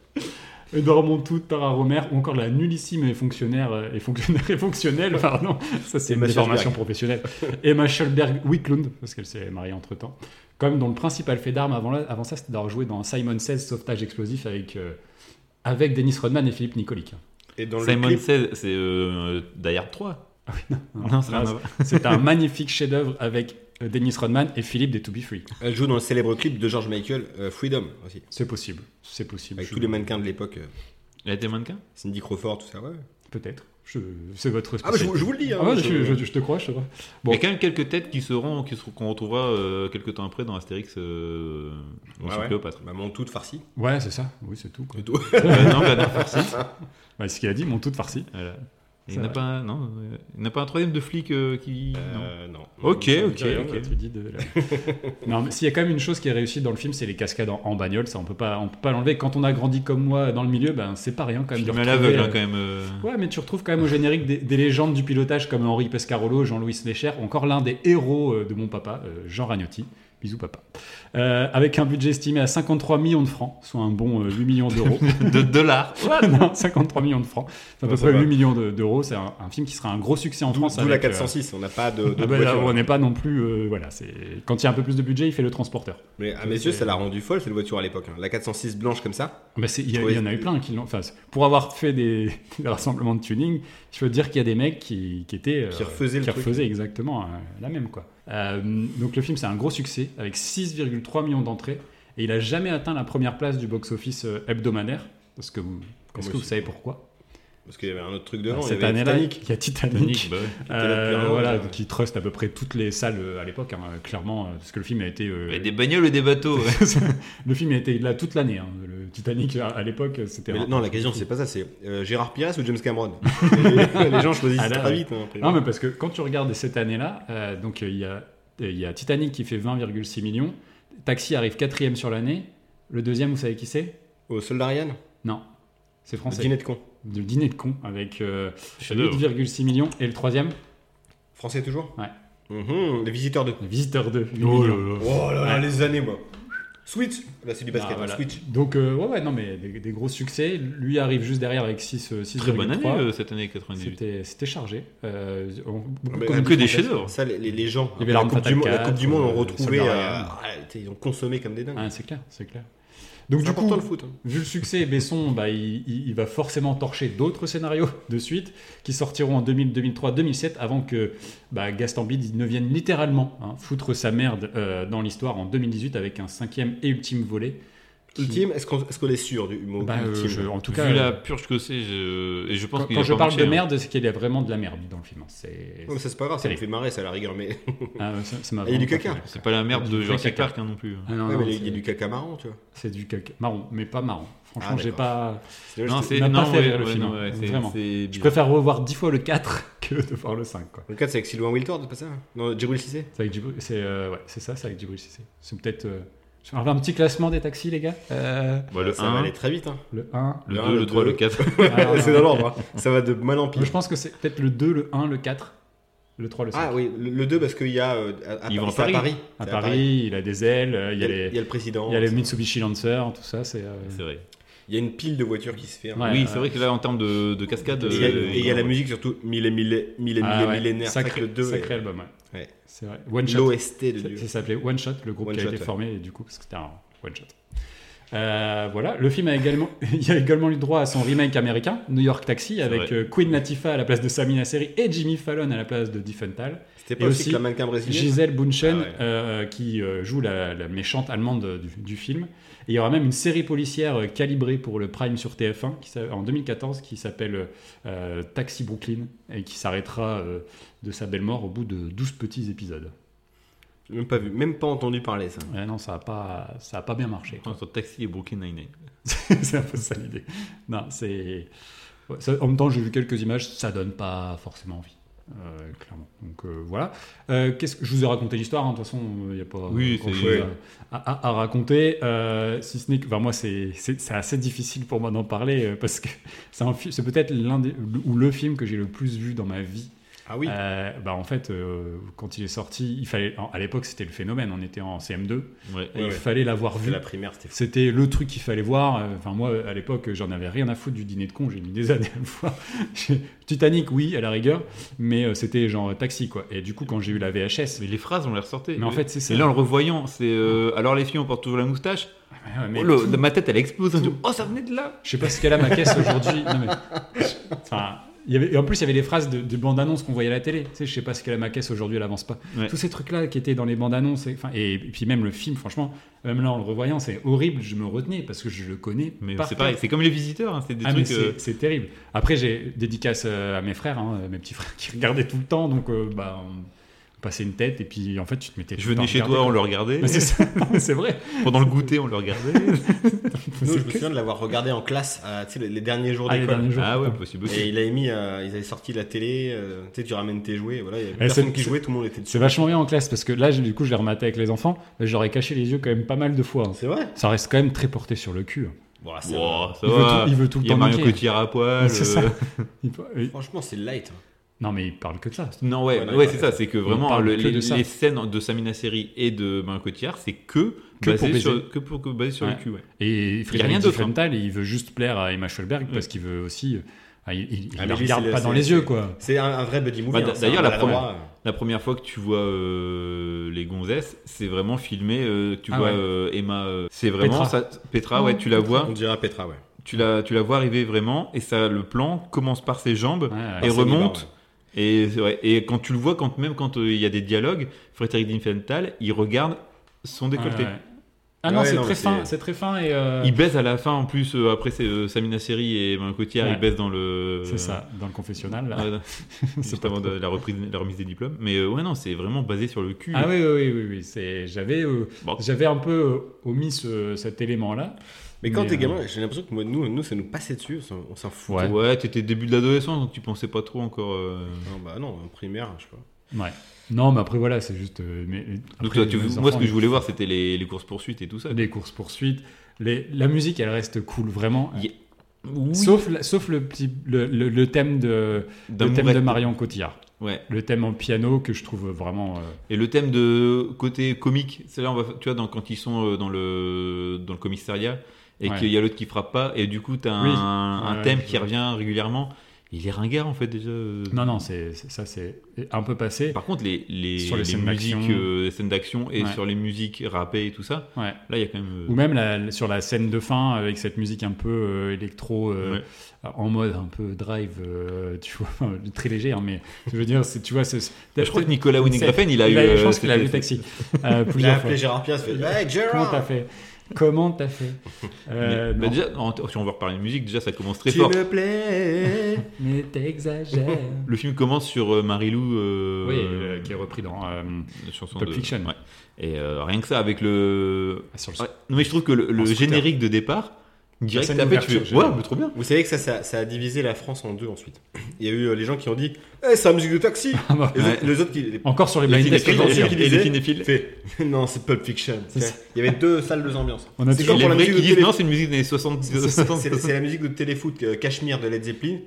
C: Édouard Montout, Tara Romer, ou encore la nullissime et fonctionnaire, euh, et fonctionnaire et fonctionnelle, pardon, ça c'est
A: Emma
C: une déformation
A: Schulberg.
C: professionnelle, Emma Schulberg Wiklund, parce qu'elle s'est mariée entre temps, comme dont le principal fait d'armes avant, là- avant ça c'était d'avoir joué dans Simon Says Sauvetage Explosif avec, euh, avec Dennis Rodman et Philippe Hein. Nicolic.
A: Et dans le
D: Simon
A: clip,
D: Says, c'est euh, Die Hard 3. Non, c'est
C: Là,
D: rien à voir.
C: Ah, c'est un magnifique chef-d'œuvre avec euh, Dennis Rodman et Philippe des To Be Free.
A: elle joue dans le célèbre clip de George Michael, euh, Freedom aussi.
C: C'est possible, c'est possible.
A: Avec
C: Je-
A: tous les mannequins de l'époque, euh,
D: Il a été mannequin
A: Cindy Crawford, tout ça, ouais.
C: Peut-être. Je- C'est votre
A: Ah, bah, je,
C: spécialité.
A: vous- je vous le dis. Hein,
C: Ah ouais,
A: je-
C: je, je- je te crois, je te crois. Bon.
D: Il y a quand même quelques têtes qui seront, qui seront- qu'on retrouvera euh, quelques temps après dans Astérix euh,
A: Ouais,
D: sur
A: ouais.
D: Cléopâtre.
A: Bah, mon tout de farci.
C: Ouais, c'est ça. Oui, c'est tout. quoi.
A: Et tout.
D: Euh, non, Bernard Farcy.
C: Bah, ce qu'il a dit, mon tout de farci.
D: Voilà. Et
C: C'est
D: Il n'y en a
C: vrai.
D: pas, un- non, euh, il n'y en a pas un troisième de flic euh, qui. non.
A: Euh, non.
D: Ok,
A: Ça me
D: ok,
A: dit rien,
D: ok.
A: ouais.
C: Tu dis de- non, mais s'il y a quand même une chose qui est réussie dans le film, c'est les cascades en, en bagnole. Ça, on peut pas, on peut pas l'enlever. Quand on a grandi comme moi dans le milieu, ben c'est pas rien quand même.
D: Je
C: de
D: mets à
C: retrouver,
D: l'aveugle hein,
C: euh,
D: quand même. euh.
C: Ouais, mais tu retrouves quand même au générique des, des légendes du pilotage comme Henri Pescarolo, Jean-Louis Slécher, ou encore l'un des héros euh, de mon papa, euh, Jean Ragnotti. Bisous papa. Euh, avec un budget estimé à 53 millions de francs, soit un bon euh, 8 millions d'euros.
D: De dollars.
C: Ouais, non, 53 millions de francs. C'est à
A: Ouais,
C: peu
A: ça
C: près
A: va.
C: 8 millions de- d'euros. C'est un, un film qui sera un gros succès en
A: D'où
C: France.
A: d'où la
C: avec, euh,
A: 406, on n'a pas de, de
C: ah ben là,
A: voiture.
C: on n'est pas non plus. euh, voilà, c'est quand il y a un peu plus de budget, il fait le transporteur.
A: Mais à mes yeux, ça l'a rendu folle cette voiture à l'époque. hein. La 406 blanche comme ça.
C: Mais Ah ben c'est- il y, a-
A: Oui.
C: il y en a eu plein qui l'ont. Enfin, c'est- pour avoir fait des, des rassemblements de tuning, je veux dire qu'il y a des mecs qui, qui étaient euh,
A: Qui refaisaient le truc.
C: refaisaient exactement euh, la même quoi. Euh, donc le film c'est un gros succès avec 6,3 millions d'entrées et il a jamais atteint la première place du box-office euh, hebdomadaire. Parce que vous,
A: Comme
C: est-ce que vous
A: aussi.
C: savez pourquoi Bah,
A: Parce qu'il y avait un autre truc devant. il y
C: Cette
A: avait
C: année-là, il
A: Titanic.
C: y a Titanic.
D: Nick, bah ouais.
A: était là depuis
C: Euh,
A: un an,
C: voilà,
A: ouais.
C: qui trust à peu près toutes les salles euh, à l'époque, hein, clairement, euh, parce que le film a été. euh,
D: Et Des bagnoles et des bateaux. ouais.
C: le film a été là toute l'année. hein. Le Titanic à, à l'époque, c'était.
A: Mais
C: un-
A: non, la question, c'est pas ça, c'est euh, Gérard Pires ou James Cameron les, les gens choisissent
C: Ah là,
A: très
C: ouais.
A: vite. hein, après.
C: Non, mais parce que quand tu regardes cette année-là, euh, donc euh, il y, a, euh, il y a Titanic qui fait 20,6 millions. Taxi arrive quatrième sur l'année. Le deuxième, vous savez qui c'est
A: Au soldat Ryan,
C: Non, Ah, c'est
A: le
C: français.
A: dîner de con.
C: Le dîner de con avec euh,
D: Chef-d'œuvre.
C: 8,6 millions. Et le troisième,
A: Français toujours
C: Ouais.
A: Mhm, les visiteurs de.
C: Visiteur 2. 8
D: Oh là
C: millions.
D: là.
A: Oh là là, les années, moi. Switch Là, c'est du
C: Ah,
A: basket, hein,
C: voilà.
A: Switch.
C: Donc, euh, ouais, ouais, non, mais des, des gros succès. Lui arrive juste derrière avec 6 6
D: Très bonne année euh, cette année 98.
C: C'était c'était chargé. Euh, on- beaucoup
A: mais
C: de comédies
D: Que des
C: françaises.
D: chefs-d'œuvre.
A: Ça, les, les- les gens,
C: Il y avait
A: la
C: l'arme
A: coupe, du, Monde- la
C: fatale
A: Coupe du Monde, ont
C: quatre, euh,
A: retrouvé.
C: Soldat
A: euh,
C: Ryan.
A: ah, ils ont consommé comme des dingues.
C: Ah, c'est clair, c'est clair. Donc,
A: c'est
C: du
A: important
C: coup,
A: le foot. hein.
C: vu le succès, Besson, bah, il, il- il va forcément torcher d'autres scénarios de suite qui sortiront en 2000, 2003, 2007 avant que bah, Gaston Bide ne vienne littéralement hein, foutre sa merde euh, dans l'histoire en 2018 avec un cinquième et ultime volet. qui-
A: Ultime, est-ce qu'on est, qu'on est sûr du mot
C: bah, euh,
A: ultime
C: je- en tout cas,
D: Vu
C: euh,
D: la purge que c'est, je... et je pense
C: quand,
D: qu'il
C: quand
D: a
C: je
D: pas
C: parle
D: manqué,
C: de
D: hein.
C: merde, c'est qu'il y a vraiment de la merde dans le film. hein. C'est
A: Non, mais ça, c'est pas grave, ça
C: c'est-
A: me fait marrer, ça, à la rigueur. Mais
C: ah, ça- ça m'a
A: Oh, Ah, il y a
C: vraiment
A: du
C: pas
A: caca.
C: fait rire.
D: C'est pas la merde
C: Du
D: de
C: vrai
D: Jurassic
C: caca.
D: Park hein, non plus.
C: Ah, non,
A: Ouais,
C: non,
A: mais il y a
C: c'est-
A: du caca marrant, tu vois.
C: C'est du caca marron, mais pas marron. Franchement,
A: Ah,
C: j'ai pas.
A: C'est dommage,
D: Non,
A: c'est-
D: c'est
C: m'a pas
D: non,
C: fait
D: ouais,
C: rire, le
D: ouais,
C: film,
D: non, ouais,
C: hein.
D: c'est-
C: Vraiment.
D: c'est
C: Je
D: bizarre.
C: préfère revoir dix fois le 4 que de voir le 5. quoi.
A: Le 4, c'est avec Sylvain Wiltord, c'est pas ça Non, Djibril Cissé
C: C'est avec Djibril- c'est euh, ouais, c'est ça, c'est avec Djibril Cissé. C'est peut-être. euh, je vais faire un petit classement des taxis, les gars. Euh,
D: Bah, le
A: Ça va
D: 1,
A: aller très vite. hein.
C: le 1.
D: le
A: le
D: 2,
A: un,
D: le
A: le
D: 3,
A: deux.
D: le 4.
A: c'est dans l'ordre. hein. Ça va de mal en pire.
C: je pense que c'est peut-être le 2, le 1, le 4, le 3, le 5.
A: Ah oui, le, 2 parce qu'il y a. euh, à, à-
D: Ils vont à
A: c'est
D: Paris.
C: à
A: C'est
C: Paris, il a des ailes, euh, il y a les,
A: il y a le président.
C: il y a les Mitsubishi Lancer, tout ça. C'est euh,
D: C'est vrai.
A: Il y a une pile de voitures qui se fait. hein.
C: Ouais,
D: oui,
C: ouais.
D: c'est vrai que là, en termes de, de cascade.
A: Et il y a-
D: euh,
A: et il y a la musique surtout, mille et mille, et- mille et
C: ah
A: mille et
C: ouais,
A: millénaires. C'est vrai que
C: sacré,
A: le 2
C: sacré
A: est-
C: album. ouais.
A: Ouais.
C: C'est vrai. One Shot.
A: l'OST de
C: Ça,
A: Dieu.
C: ça s'appelait One Shot, le groupe
A: One
C: qui
A: Shot,
C: a été
A: ouais.
C: formé, et du coup, parce que c'était un One Shot. Euh, voilà, le film a également, il a également eu droit à son remake américain, New York Taxi, avec
D: vrai.
C: euh, Queen Latifah à la place de Samina Seri et Jimmy Fallon à la place de Diffenthal.
A: C'était pas
C: Et
A: aussi
C: aussi,
A: que la mannequin brésilienne
C: Giselle Bunchen,
A: Ah ouais.
C: euh, qui euh, joue la, la méchante allemande du, du film. Et il y aura même une série policière euh, calibrée pour le Prime sur TF1 qui s'a- en 2014 qui s'appelle euh, Taxi Brooklyn et qui s'arrêtera euh, de sa belle mort au bout de 12 petits épisodes.
A: J'ai Même pas vu, même pas entendu parler ça.
C: Ouais, non, ça n'a pas, ça a pas bien marché.
D: Entre Taxi et Brooklyn Nine-Nine.
C: c'est un peu ça l'idée. Non, c'est. ouais, ça- en même temps, j'ai vu quelques images, ça donne pas forcément envie. euh, clairement. Donc euh, voilà. Euh, Qu'est-ce que je vous ai raconté l'histoire hein, De toute façon, il n'y a pas
D: Oui,
C: grand
D: c'est-
C: chose
A: oui.
C: à, à- à raconter. euh, si ce n'est que, enfin, moi, c'est c'est- c'est assez difficile pour moi d'en parler euh, parce que c'est un fi- c'est peut-être l'un des ou le film que j'ai le plus vu dans ma vie.
A: Ah oui,
C: Euh, bah, en fait, euh, quand il est sorti, il fallait. À l'époque, c'était le phénomène. On était en CM2.
D: Ouais.
C: et
A: Ouais,
C: il
A: ouais.
C: fallait l'avoir
A: c'est
C: vu.
A: la primaire, c'était fou.
C: C'était le truc qu'il fallait voir. Euh, Enfin, moi, à l'époque, j'en avais rien à foutre du dîner de con. J'ai mis des années à le voir. J'ai- Titanic, oui, à la rigueur, mais euh, c'était genre taxi, quoi. Et du coup, quand j'ai eu la VHS,
D: Mais les phrases, on les ressortait.
C: mais en fait, c'est ça.
D: Et là, en le revoyant, c'est. euh, alors, les filles, on porte toujours la moustache.
C: Ouais, ouais, ah, mais
D: Oh, le-
C: tout-
D: ma tête, elle explose.
C: tout-
D: Oh, ça venait de là
C: je sais pas ce qu'elle a ma caisse aujourd'hui. Non, mais- Enfin, il y avait... et en plus, il y avait les phrases de, de bandes-annonces qu'on voyait à la télé. Tu sais, je sais pas ce qu'elle a ma caisse aujourd'hui, elle avance pas.
D: Ouais.
C: Tous ces trucs-là qui étaient dans les bandes-annonces. Et, enfin, et puis même le film, franchement, même là, en le revoyant, c'est horrible. Je me retenais parce que je le connais.
D: Mais
C: par
D: c'est
C: cœur.
D: pareil, c'est comme les visiteurs. hein, c'est des
C: Ah, mais
D: trucs.
C: c'est-
D: euh,
C: c'est terrible. Après, j'ai dédicace euh, à mes frères, hein, mes petits frères qui regardaient tout le temps, donc euh, bah, on passait une tête et puis en fait, tu te mettais. tout
D: Je
C: le temps à
D: venais chez
C: regarder,
D: toi, on
C: quoi.
D: le regardait.
C: Mais c'est ça, c'est vrai.
D: Pendant le goûter, on le regardait.
A: Nous, je me
C: que-
A: souviens de l'avoir regardé en classe, à, tu sais, les, les derniers jours
C: Ah, les derniers
A: d'école.
C: jours.
D: Ah ouais, possible aussi.
A: Et il avait mis, euh, ils avaient sorti la télé, euh, tu sais, tu ramènes tes jouets, voilà, il y avait
C: Eh,
A: personne
C: c'est-
A: qui jouait, tout le monde était dessus.
C: C'est vachement bien en classe parce que là, j'ai- du coup, je l'ai rematé avec les enfants. J'aurais caché les yeux quand même pas mal de fois. hein.
A: C'est vrai
C: Ça reste quand même très porté sur le cul. hein.
A: Bon, ah, c'est
D: Wow,
A: vrai.
D: ça
C: Il veut
D: va.
C: tout- il veut tout le
D: y a
C: temps
D: Marion
C: niquer.
D: Cotillard à poil.
C: C'est ça.
D: euh,
C: Il faut- euh,
A: Franchement, c'est light. hein.
C: Non, mais il parle que de ça.
D: Non, ouais,
A: Ouais,
D: ouais,
A: ouais,
D: c'est
A: ouais.
D: ça. C'est que vraiment,
C: parle
D: le-
C: que
D: les,
C: de ça.
D: les scènes de Samina Seri et de Marion Cotillard, c'est que,
C: Que pour
D: basé
C: baiser.
D: sur, que pour, que basé sur
C: Ouais.
D: le cul. Ouais.
C: Et
D: Il y a rien
C: Frédéric
D: d'autre, hein.
C: Diffenthal, il veut juste plaire à Emma Schulberg parce qu'il veut aussi. euh, ah, il il- il
A: Ah, mais
C: la
A: lui,
C: regarde
A: c'est le-
C: pas dans
A: c'est-
C: les yeux, quoi.
A: C'est un, un vrai euh, buddy movie.
D: Bah,
A: hein,
D: d-
A: c'est
D: d'ailleurs,
A: un
D: la
A: maladroit,
D: La première fois que tu vois euh, les gonzesses, c'est vraiment filmé. euh, tu
C: Ah
D: vois
C: ouais.
D: euh, Emma, euh, c'est
C: Petra.
D: vraiment ça. Petra, ouais, tu la
A: euh,
D: vois,
A: On dirait Petra, ouais.
D: tu la, tu la vois arriver vraiment, et ça, le plan commence par ses jambes
C: Ouais, ouais.
D: et
A: Par ses
D: remonte.
A: bras,
D: Et, c'est vrai. et quand tu le vois, quand même quand euh, il y a des dialogues, Frédéric Dinfenthal, il regarde son décolleté.
C: Ouais, ouais. Ah non,
A: Ouais,
C: c'est
A: non,
C: très
A: mais
C: fin,
A: c'est-
C: c'est très fin et euh,
D: Il baise à la fin en plus, euh, après c'est euh, Samina Seri et Marion Cotillard,
C: Ouais.
D: ils baissent dans le.
C: c'est ça dans le confessionnal. Là.
D: Euh, Ouais, non,
C: C'est
D: juste
C: pas
D: avant
C: trop.
D: de la, reprise, la remise des diplômes. Mais euh, ouais, non, c'est vraiment basé sur le cul.
C: Ah oui, oui, oui, oui, oui, c'est j'avais euh,
D: Bon.
C: j'avais un peu euh, omis ce- cet élément là.
A: Mais quand
C: Mais,
A: t'es
C: euh,
A: gamin, j'ai l'impression que moi, nous, nous, ça nous passait dessus, on s'en- on s'en fout.
C: Ouais.
D: Ouais, t'étais début de l'adolescence, donc tu pensais pas trop encore. euh,
A: Non, bah non, en primaire, je sais pas.
C: Ouais. Non, mais après voilà, c'est juste euh, mais euh,
D: donc,
C: après,
D: toi, tu-
C: les
D: moi, ce
C: enfants,
D: que je voulais voir, c'était les, les courses-poursuites et tout ça.
C: les courses poursuites, les la musique elle reste cool vraiment.
D: Il y a- Oui,
C: Sauf la- sauf le petit le, le- le thème de le
D: d'amour
C: thème de
D: et-
C: Marion Cotillard.
D: Ouais.
C: Le thème en piano que je trouve vraiment. euh,
D: Et le thème de côté comique, c'est là on va, tu vois, dans, quand ils sont euh, dans le dans le commissariat et
C: Ouais.
D: qu'il y a l'autre qui frappe pas, et du coup t'as un,
C: Oui.
D: un
C: Ouais,
D: thème
C: je
D: qui
C: vois.
D: revient régulièrement. Il est ringard en fait déjà. euh.
C: Non, non, c'est c'est- ça, c'est un peu passé.
D: Par contre les les,
C: Sur les scènes
D: musiques,
C: d'action.
D: euh, les scènes d'action et
C: Ouais.
D: sur les musiques rappées et tout ça,
C: Ouais.
D: là il y a quand même. euh,
C: Ou même la- sur la scène de fin euh, avec cette musique un peu euh, électro, euh,
D: Ouais.
C: en mode un peu drive, euh, tu vois, très léger, hein, mais je veux dire, c'est- tu vois, c'est-
D: Bah, je crois que Nicolas Winning Refn, il a eu.
C: Je
D: euh,
C: pense qu'il a
D: c'était-
C: eu taxi euh,
A: Il a
C: plusieurs fois.
A: appelé Gérard Pias, fait Hey,
C: Comment
A: Gérard
C: t'as fait Comment t'as fait
D: Mais-
C: Euh,
D: bah,
C: non.
D: déjà, en- si on veut reparler de musique, déjà ça commence très
A: Tu
D: fort.
A: me plais
C: Mais t'exagères.
D: Le film commence sur euh, Marilou. euh,
C: oui, euh, qui est repris dans. euh,
D: la chanson
C: Pulp
D: de-
C: Fiction.
D: ouais. Et euh, rien que ça, avec le.
C: sur le-
D: Ouais, Non, mais je trouve que le, le
C: En scooter.
D: générique de départ, direct
C: scène
D: après, tu
C: d'ouverture,
D: fais. Ouais,
C: génial.
D: mais trop bien.
A: Vous savez que ça, ça, ça a divisé la France en deux ensuite. Il y a eu euh, les gens qui ont dit Eh, c'est la musique de taxi
C: Ah bah,
A: Les,
D: Ouais.
A: autres, les autres qui. les-
C: Encore sur les blind
A: filles
C: tests
A: des filles,
C: aujourd'hui.
A: les
C: hein.
A: filles
D: Et
A: disaient-
D: les cinéphiles.
A: fait Non, c'est Pulp Fiction.
C: C'est ça.
A: Il y avait deux salles, deux ambiances.
C: On a
A: C'est
D: Et
C: toujours
A: comme
D: les
A: pour la
D: vrais
A: musique
D: qui
A: de
D: disent
A: télé.
D: non, c'est une musique des années 60.
A: C'est c'est la musique de téléfoot, euh, Cachemire de Led Zeppelin.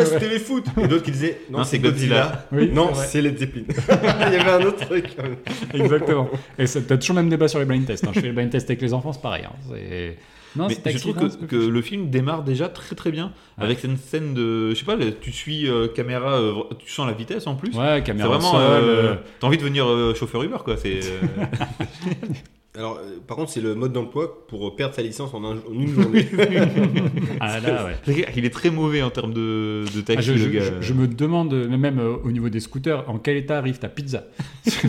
A: Eh, c'est téléfoot Et d'autres qui disaient Non,
D: Non,
A: c'est
D: c'est
A: Godzilla.
C: Oui,
A: non,
C: c'est vrai.
A: c'est Led Zeppelin. Il y avait un autre truc.
C: Exactement. Et ça- t'as toujours le même débat sur les blind tests. hein. Je fais les blind tests avec les enfants, c'est pareil. hein. C'est- Non,
D: Mais
C: c'est
D: je
C: taxi,
D: trouve
C: non, c'est
D: que,
C: Pulp
D: que le film démarre déjà très très bien avec cette scène de. Je sais pas, le- tu suis euh, caméra, euh, tu sens la vitesse en plus.
C: Fiction. Ouais,
D: C'est
C: caméra
D: vraiment.
C: au sol,
D: euh,
C: euh,
D: T'as envie de venir euh, chauffeur Uber quoi. C'est. euh,
A: Alors, euh, par contre, c'est le mode d'emploi pour euh, perdre sa licence en, un- en une journée.
C: Ah là, ouais.
D: Il est très mauvais en termes de, de
C: Ah,
D: taxi,
C: je,
D: le
C: je-
D: gars.
C: je- je me demande, mais même euh, au niveau des scooters, en quel état arrive ta pizza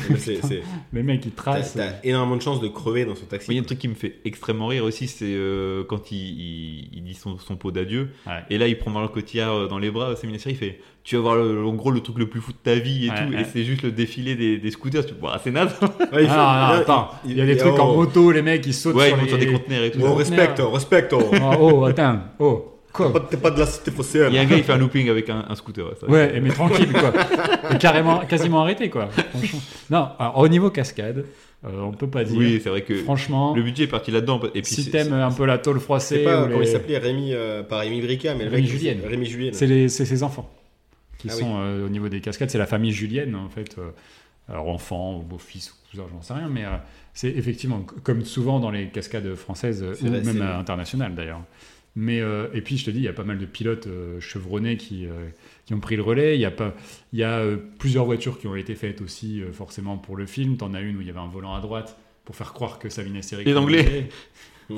A: Mais c'est- c'est-
C: Les mecs, ils
A: T'as
C: tracent.
A: t'as énormément de chances de crever dans son
D: Moi, Il y
A: taxi.
D: a un truc qui me fait extrêmement rire aussi, c'est euh, quand il, il- il dit son, son pot d'adieu.
C: Ouais.
D: Et là, il prend Marion Cotillard euh, dans les bras. C'est une série, il fait Tu vas voir le- en gros le truc le plus fou de ta vie et
C: Ouais,
D: tout.
C: ouais.
D: Et c'est juste le défilé des, des scooters. Tu vois, bah, c'est naze.
A: Ouais, il fait-
C: Ah, non,
A: il-
C: attends.
A: il-
C: Il y a des
A: il-
C: trucs en
A: oh.
C: moto, les mecs, ils sautent
D: ouais,
C: sur
D: ils montent sur
C: les-
D: des conteneurs et tout.
A: Oh, respecte, respecte. oh.
C: Oh, oh, attends. Oh, quoi
A: Pas- T'es pas de la cité
D: Il y a un
A: phocéenne.
D: gars, il fait un looping avec un, un scooter. ça.
C: Ouais, eh, mais tranquille, quoi. Et carrément, quasiment arrêté, quoi. Franchement. Non, alors, au niveau cascade, euh, on peut pas dire.
D: Oui, c'est vrai que
C: Franchement,
D: le budget est parti là-dedans. Et puis,
C: si
D: c'est-
C: t'aimes un peu la tôle
A: C'est
C: froissée,
A: pas
C: ou
A: comment il
C: les-
A: s'appelait Rémi, euh, pas Rémi Brica, mais le
C: Rémi
A: mec,
C: Julienne.
A: Rémi Julienne.
C: c'est les- c'est ses enfants qui
A: Ah oui.
C: sont euh, au niveau des cascades. C'est la famille Julienne, en fait. euh, alors, enfant, ou beau-fils, ou cousin, j'en sais rien, mais euh, c'est effectivement, c- comme souvent dans les cascades françaises, euh,
A: C'est
C: ou
A: vrai,
C: même
A: c'est-
C: euh, internationales d'ailleurs. Mais, euh, et puis, je te dis, il y a pas mal de pilotes euh, chevronnés qui, euh, qui ont pris le relais. Il y a, pas, il y a euh, plusieurs voitures qui ont été faites aussi, euh, forcément, pour le film. T'en as une où il y avait un volant à droite pour faire croire que Sabine Estéric.
D: Les Anglais.
A: Ah,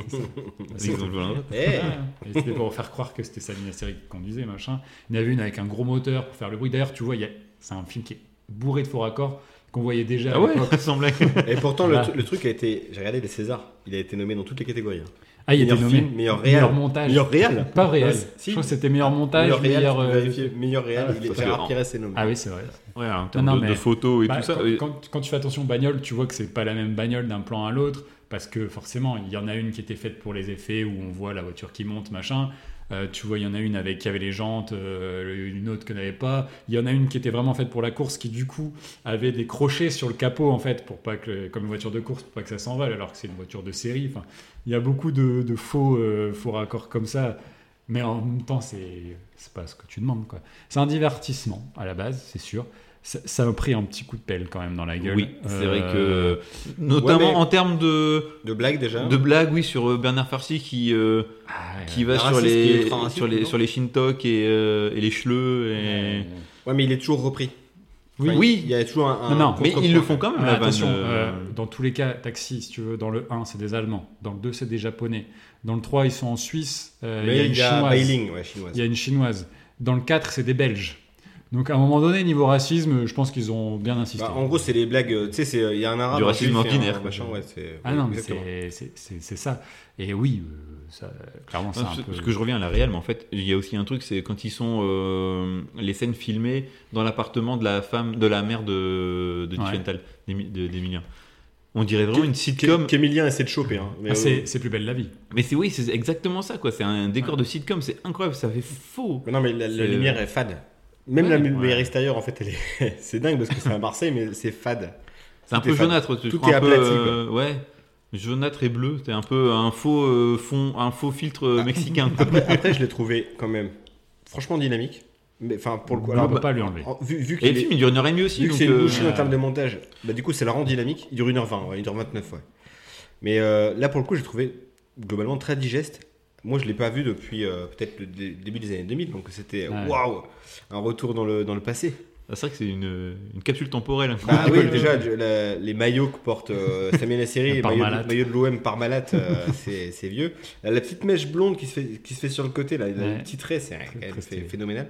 C: C'est
D: Ils ont le volant à droite.
A: Eh,
C: Ah. et c'était pour faire croire que c'était Sabine Astérix qui conduisait, machin. Il y en avait une avec un gros moteur pour faire le bruit. D'ailleurs, tu vois, il y a- c'est un film qui est bourré de faux raccords qu'on voyait déjà.
D: Ah
C: à
D: ouais,
C: l'époque.
D: semble.
A: Eh. Et pourtant, le,
C: Voilà.
A: tru- le truc a été. J'ai regardé les Césars. Il a été nommé dans toutes les catégories. hein.
C: Ah, il était
A: meilleur
C: nommé
A: film, meilleur réel.
C: meilleur montage.
A: Meilleur réel
C: Pas réel.
A: Ouais, si.
C: Je crois que c'était meilleur montage,
A: Meilleur
C: meilleur.
A: réel. tu peux
C: euh,
A: vérifier, meilleur réel.
C: ah,
A: il est
D: parce que
A: Gérard
D: en-
A: Pires est nommé.
C: Ah oui, c'est vrai.
D: Ouais, en termes
C: Non,
D: de,
C: mais-
D: de photos et
C: Bah,
D: tout ça.
C: quand,
D: euh,
C: quand- quand tu fais attention aux bagnoles, tu vois que c'est pas la même bagnole d'un plan à l'autre, parce que forcément, il y en a une qui était faite pour les effets, où on voit la voiture qui monte, machin. Euh, tu vois, il y en a une avec qui avait les jantes, euh, une autre que n'avait pas. Il y en a une qui était vraiment faite pour la course, qui du coup avait des crochets sur le capot en fait, pour pas que, comme une voiture de course, pour pas que ça s'envole, alors que c'est une voiture de série. Enfin, il y a beaucoup de, de faux, euh, faux raccords comme ça. Mais en même temps, c'est c'est pas ce que tu demandes quoi. C'est un divertissement à la base, c'est sûr. Ça, ça a pris un petit coup de pelle quand même dans la gueule.
D: Oui, c'est vrai
C: Euh,
D: que. Notamment
A: mais-
D: en termes de,
A: De blague déjà.
D: de blagues, oui, sur euh, Bernard Farcy qui. euh,
C: ah,
D: qui
C: euh,
D: va
A: Le
D: sur
A: racisme qui est
D: les,
A: ultra raciste,
D: sur les
A: non
D: sur les Shintok et, euh, et les Chleux et...
A: Ouais, mais il est toujours repris.
C: Oui.
A: Enfin, Il y a toujours un. un
C: Non, non,
D: mais ils
A: contre-point.
D: le font quand même
C: Mais
D: la vanne,
C: Ah, attention, euh,
D: euh,
C: dans tous les cas, taxi, si tu veux, dans le 1, c'est des Allemands. Dans le 2, c'est des Japonais. Dans le 3, ils sont en Suisse. euh, il y a
A: Mais
C: une
A: il y a
C: Chinoise.
A: Bailing, ouais, chinoise.
C: Il y a une Chinoise. Dans le 4, c'est des Belges. Donc à un moment donné, niveau racisme, je pense qu'ils ont bien insisté.
A: Bah, en gros, c'est les blagues. euh, Tu sais, c'est, euh, il y a un arabe.
D: Du
A: un
D: racisme
A: juif et un
D: ordinaire,
A: machin,
D: quoi.
A: ouais, c'est-
C: ah
A: ouais,
C: non, mais
A: exactement.
C: c'est- c'est c'est- c'est ça. Et oui, euh, ça, clairement, c'est
D: Parce
C: un peu. Ah,
D: parce que je reviens à la réelle, mais en fait, il y a aussi un truc, c'est quand ils sont euh, les scènes filmées dans l'appartement de la femme, de la mère de, de
C: Ouais.
D: Diffenthal, d'Emi- de- d'Emilien. On dirait vraiment une sitcom.
A: Qu'E- Qu'Emilien essaie de choper. hein, mais,
C: Ah,
A: euh,
C: c'est c'est plus belle la vie.
D: Mais c'est oui, c'est exactement ça, quoi. C'est un décor de sitcom, c'est incroyable, ça fait faux.
A: mais non, mais la, la
D: C'est-
A: lumière est fade. Même
D: Ouais,
A: la
D: ouais.
A: lumière extérieure, en fait, elle est. c'est dingue parce que c'est à Marseille, mais c'est fade.
D: C'est un
A: Tout
D: peu
A: est fade.
D: jaunâtre, tu
A: Tout
D: crois
A: est
D: un peu,
A: aplati,
D: euh, ouais, jaunâtre et bleu. C'est un peu un faux
A: Ah.
D: euh, fond, un faux filtre euh, mexicain.
A: Après, après, je l'ai trouvé quand même franchement dynamique. Mais enfin, pour le coup,
C: on
A: alors,
C: ne peut
A: bah,
C: pas lui enlever.
A: en- vu, vu
D: Et
A: qu'il
D: le
A: est-
D: film, il dure une heure et demie aussi.
A: vu que
D: donc,
A: c'est une
D: euh,
A: bouchée en termes de montage, bah, du coup, c'est la rend dynamique. Il dure 1h20, ouais, 1h29, ouais. Mais euh, là, pour le coup, j'ai trouvé globalement très digeste. Moi, je l'ai pas vu depuis euh, peut-être le dé- début des années 2000, donc c'était
C: Ouais.
A: waouh, un retour dans le, dans le passé.
D: ah, c'est vrai que c'est une, une capsule temporelle.
A: Ah
D: Un peu
A: oui,
D: le-
A: déjà, je- la- les maillots que porte euh, Samuel Nasseri, les maillots,
C: Parmalat.
A: de- maillots de l'OM par malade, euh, c'est c'est vieux. La, la petite mèche blonde qui se fait, qui se fait sur le côté, là,
C: Ouais.
A: le petit trait, c'est quand même
C: très stylé.
A: phé- phénoménal.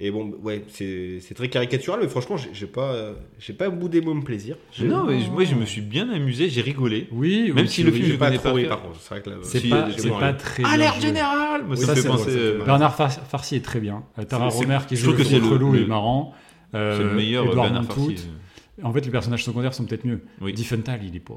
A: Et bon, ouais, c'est c'est très caricatural, mais franchement, j'ai- j'ai pas, euh, j'ai pas boudé mon plaisir. J'ai-
D: Non, mais je- moi, je me suis bien amusé, j'ai rigolé.
C: Oui,
D: Même
C: oui,
D: si le
C: oui.
D: film,
A: j'ai
D: je
A: pas
D: connais
A: trop
D: par
A: ri,
D: cœur.
A: par contre. C'est vrai que là,
C: c'est
A: si,
C: pas,
A: j'ai
C: c'est
A: moins
C: pas
A: ri.
C: très. bien
D: Alerte
C: joué.
D: générale Moi,
A: Oui, ça,
D: ça me fait
A: c'est drôle,
D: penser.
A: ça, c'est
D: euh,
A: marrant.
C: Bernard Far- Farcy est très bien. Euh, Tara
D: C'est- c'est-
C: Romer qui
D: je
C: joue
D: trouve que c'est
C: le
D: le-
C: relou
D: le-
C: et marrant.
D: C'est le
C: Euh,
D: meilleur
C: Édouard
D: Bernard
C: Montout.
D: Farsi.
C: En fait, les personnages secondaires sont peut-être mieux.
D: Oui.
C: Diffenthal, il est pas.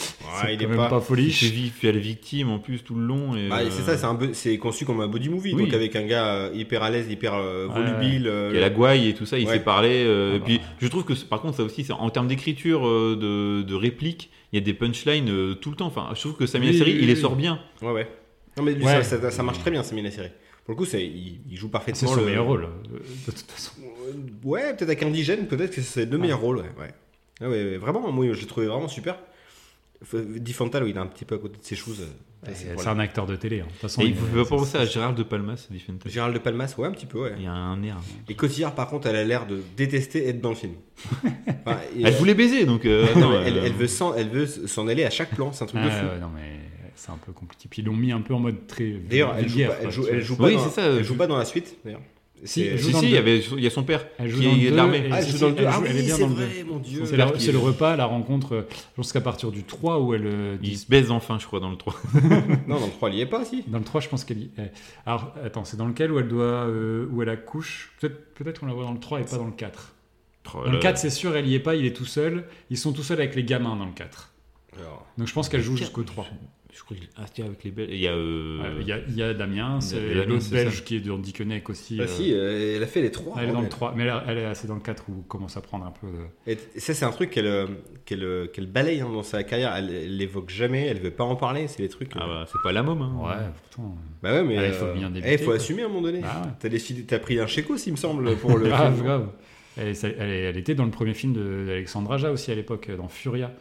A: Ouais,
C: c'est
A: il
C: quand
A: est
C: même
A: pas.
C: pas,
D: Il
C: foliche.
D: fait vivre, puis elle est victime en plus tout le long. et,
A: Ah,
D: euh,
A: c'est ça, c'est un peu- c'est conçu comme un body movie,
D: Oui.
A: donc avec un gars euh, hyper à l'aise, hyper euh,
C: Ouais,
A: volubile. euh,
D: Il y a la gouaille et tout ça, il
A: Ouais.
D: s'est parlé. euh,
C: Ah
D: et
C: bah.
D: puis, je trouve que, c'est- par contre, ça aussi, c'est- en termes d'écriture, euh, de, de répliques, il y a des punchlines euh, tout le temps. Enfin, je trouve que Samuel
C: Oui,
D: Seri,
C: oui,
D: il les
C: oui.
D: sort bien.
A: Ouais, ouais. Non, mais lui,
C: Ouais.
A: Ça, ça- ça marche très bien, Samir Nasseri. Pour le coup, c'est- il, il joue
C: C'est
A: parfaitement
C: son
A: le.
C: meilleur rôle, euh, de toute façon.
A: Ouais, peut-être avec Indigène, peut-être que c'est le meilleur rôle. Ouais, ouais. Ah ouais, ouais, vraiment, moi, je l'ai trouvé vraiment super. F- Difantal, oui, il est un petit peu à côté de ses choses. euh,
C: C'est
A: voilà.
C: c'est un acteur de télé. hein. De toute façon,
D: Et il
C: il-
D: ne
C: euh,
D: peut pas
C: c'est-
D: penser à Gérald de Palmas, dit Fenton.
A: Gérald de Palmas, ouais, un petit peu, ouais.
D: Il y a un air.
A: Et Cotillard, par contre, elle a l'air de détester être dans le film. Enfin, et,
D: Elle
A: euh,
D: voulait baiser, donc. euh,
A: non,
D: attends,
A: elle,
D: euh,
A: elle veut s'en, elle veut s'en aller à chaque plan, c'est un truc
C: Ah,
A: de fou.
C: ouais, non, mais c'est un peu compliqué. Puis ils l'ont mis un peu en mode très.
A: D'ailleurs, elle joue,
C: vulgaire,
A: pas, elle
C: quoi,
A: joue,
C: tu
A: elle
C: vois.
A: joue pas
D: Oui,
A: dans,
D: c'est ça,
A: elle
D: je-
A: joue pas dans la suite, d'ailleurs.
C: Si,
A: C'est-
C: elle joue
D: Si,
C: dans
D: si,
C: le
D: il y,
C: deux.
D: avait, il y a son père
C: Elle joue
D: qui
C: dans le
D: est de
C: deux,
D: l'armée.
C: et-
A: Ah, elle joue dans le
C: elle
A: deux. Ah
C: joue- elle est
A: oui,
C: bien
A: c'est
C: dans le
A: vrai,
C: deux.
A: mon dieu. Ah
C: C'est la- c'est le repas, la rencontre. euh, Je pense qu'à partir du 3 où elle. euh,
D: Il
C: dit-
D: se baise enfin, je crois, dans le 3.
A: Non, dans le 3, il y est pas, si.
C: Dans le 3, je pense qu'elle y est. Alors, attends, c'est dans lequel où elle doit. euh, où elle accouche Peut-être peut qu'on la voit dans le 3 et pas dans le 4. Dans le
D: Euh.
C: 4, c'est sûr, elle y est pas, il est tout seul. Ils sont tout seuls avec les gamins dans le 4.
A: Alors,
C: Donc je pense qu'elle joue jusqu'au 3.
D: Je crois qu'il ah, c'était avec les Belges. Il y a. euh,
C: Ouais, Il y, a, il y a Damien,
D: il y a
C: et
D: Damien,
C: l'autre
D: c'est
C: belge
D: ça.
C: qui est dans Dickeneck aussi.
A: bah,
C: euh,
A: si, euh, elle a fait les 3.
C: elle est dans le 3, mais elle, elle est assez dans le 4 où commence à prendre un peu de.
A: Et ça, c'est un truc qu'elle euh, qu'elle euh, qu'elle balaye hein, dans sa carrière. Elle elle l'évoque jamais, elle veut pas en parler. C'est des trucs. euh,
D: Ah bah, c'est pas la môme. Hein.
C: Ouais, pourtant.
A: Bah ouais, mais.
C: Ah, il faut
A: euh,
C: bien
A: eh,
C: débuter,
A: faut
C: quoi.
A: assumer à un moment donné.
C: Bah ouais. Ah,
A: T'as décidé, t'as pris un chèque aussi, il me semble, pour le.
C: Grave,
A: film.
C: grave. Elle, ça- elle- elle était dans le premier film de- d'Alexandre Aja aussi à l'époque, euh, dans Furia,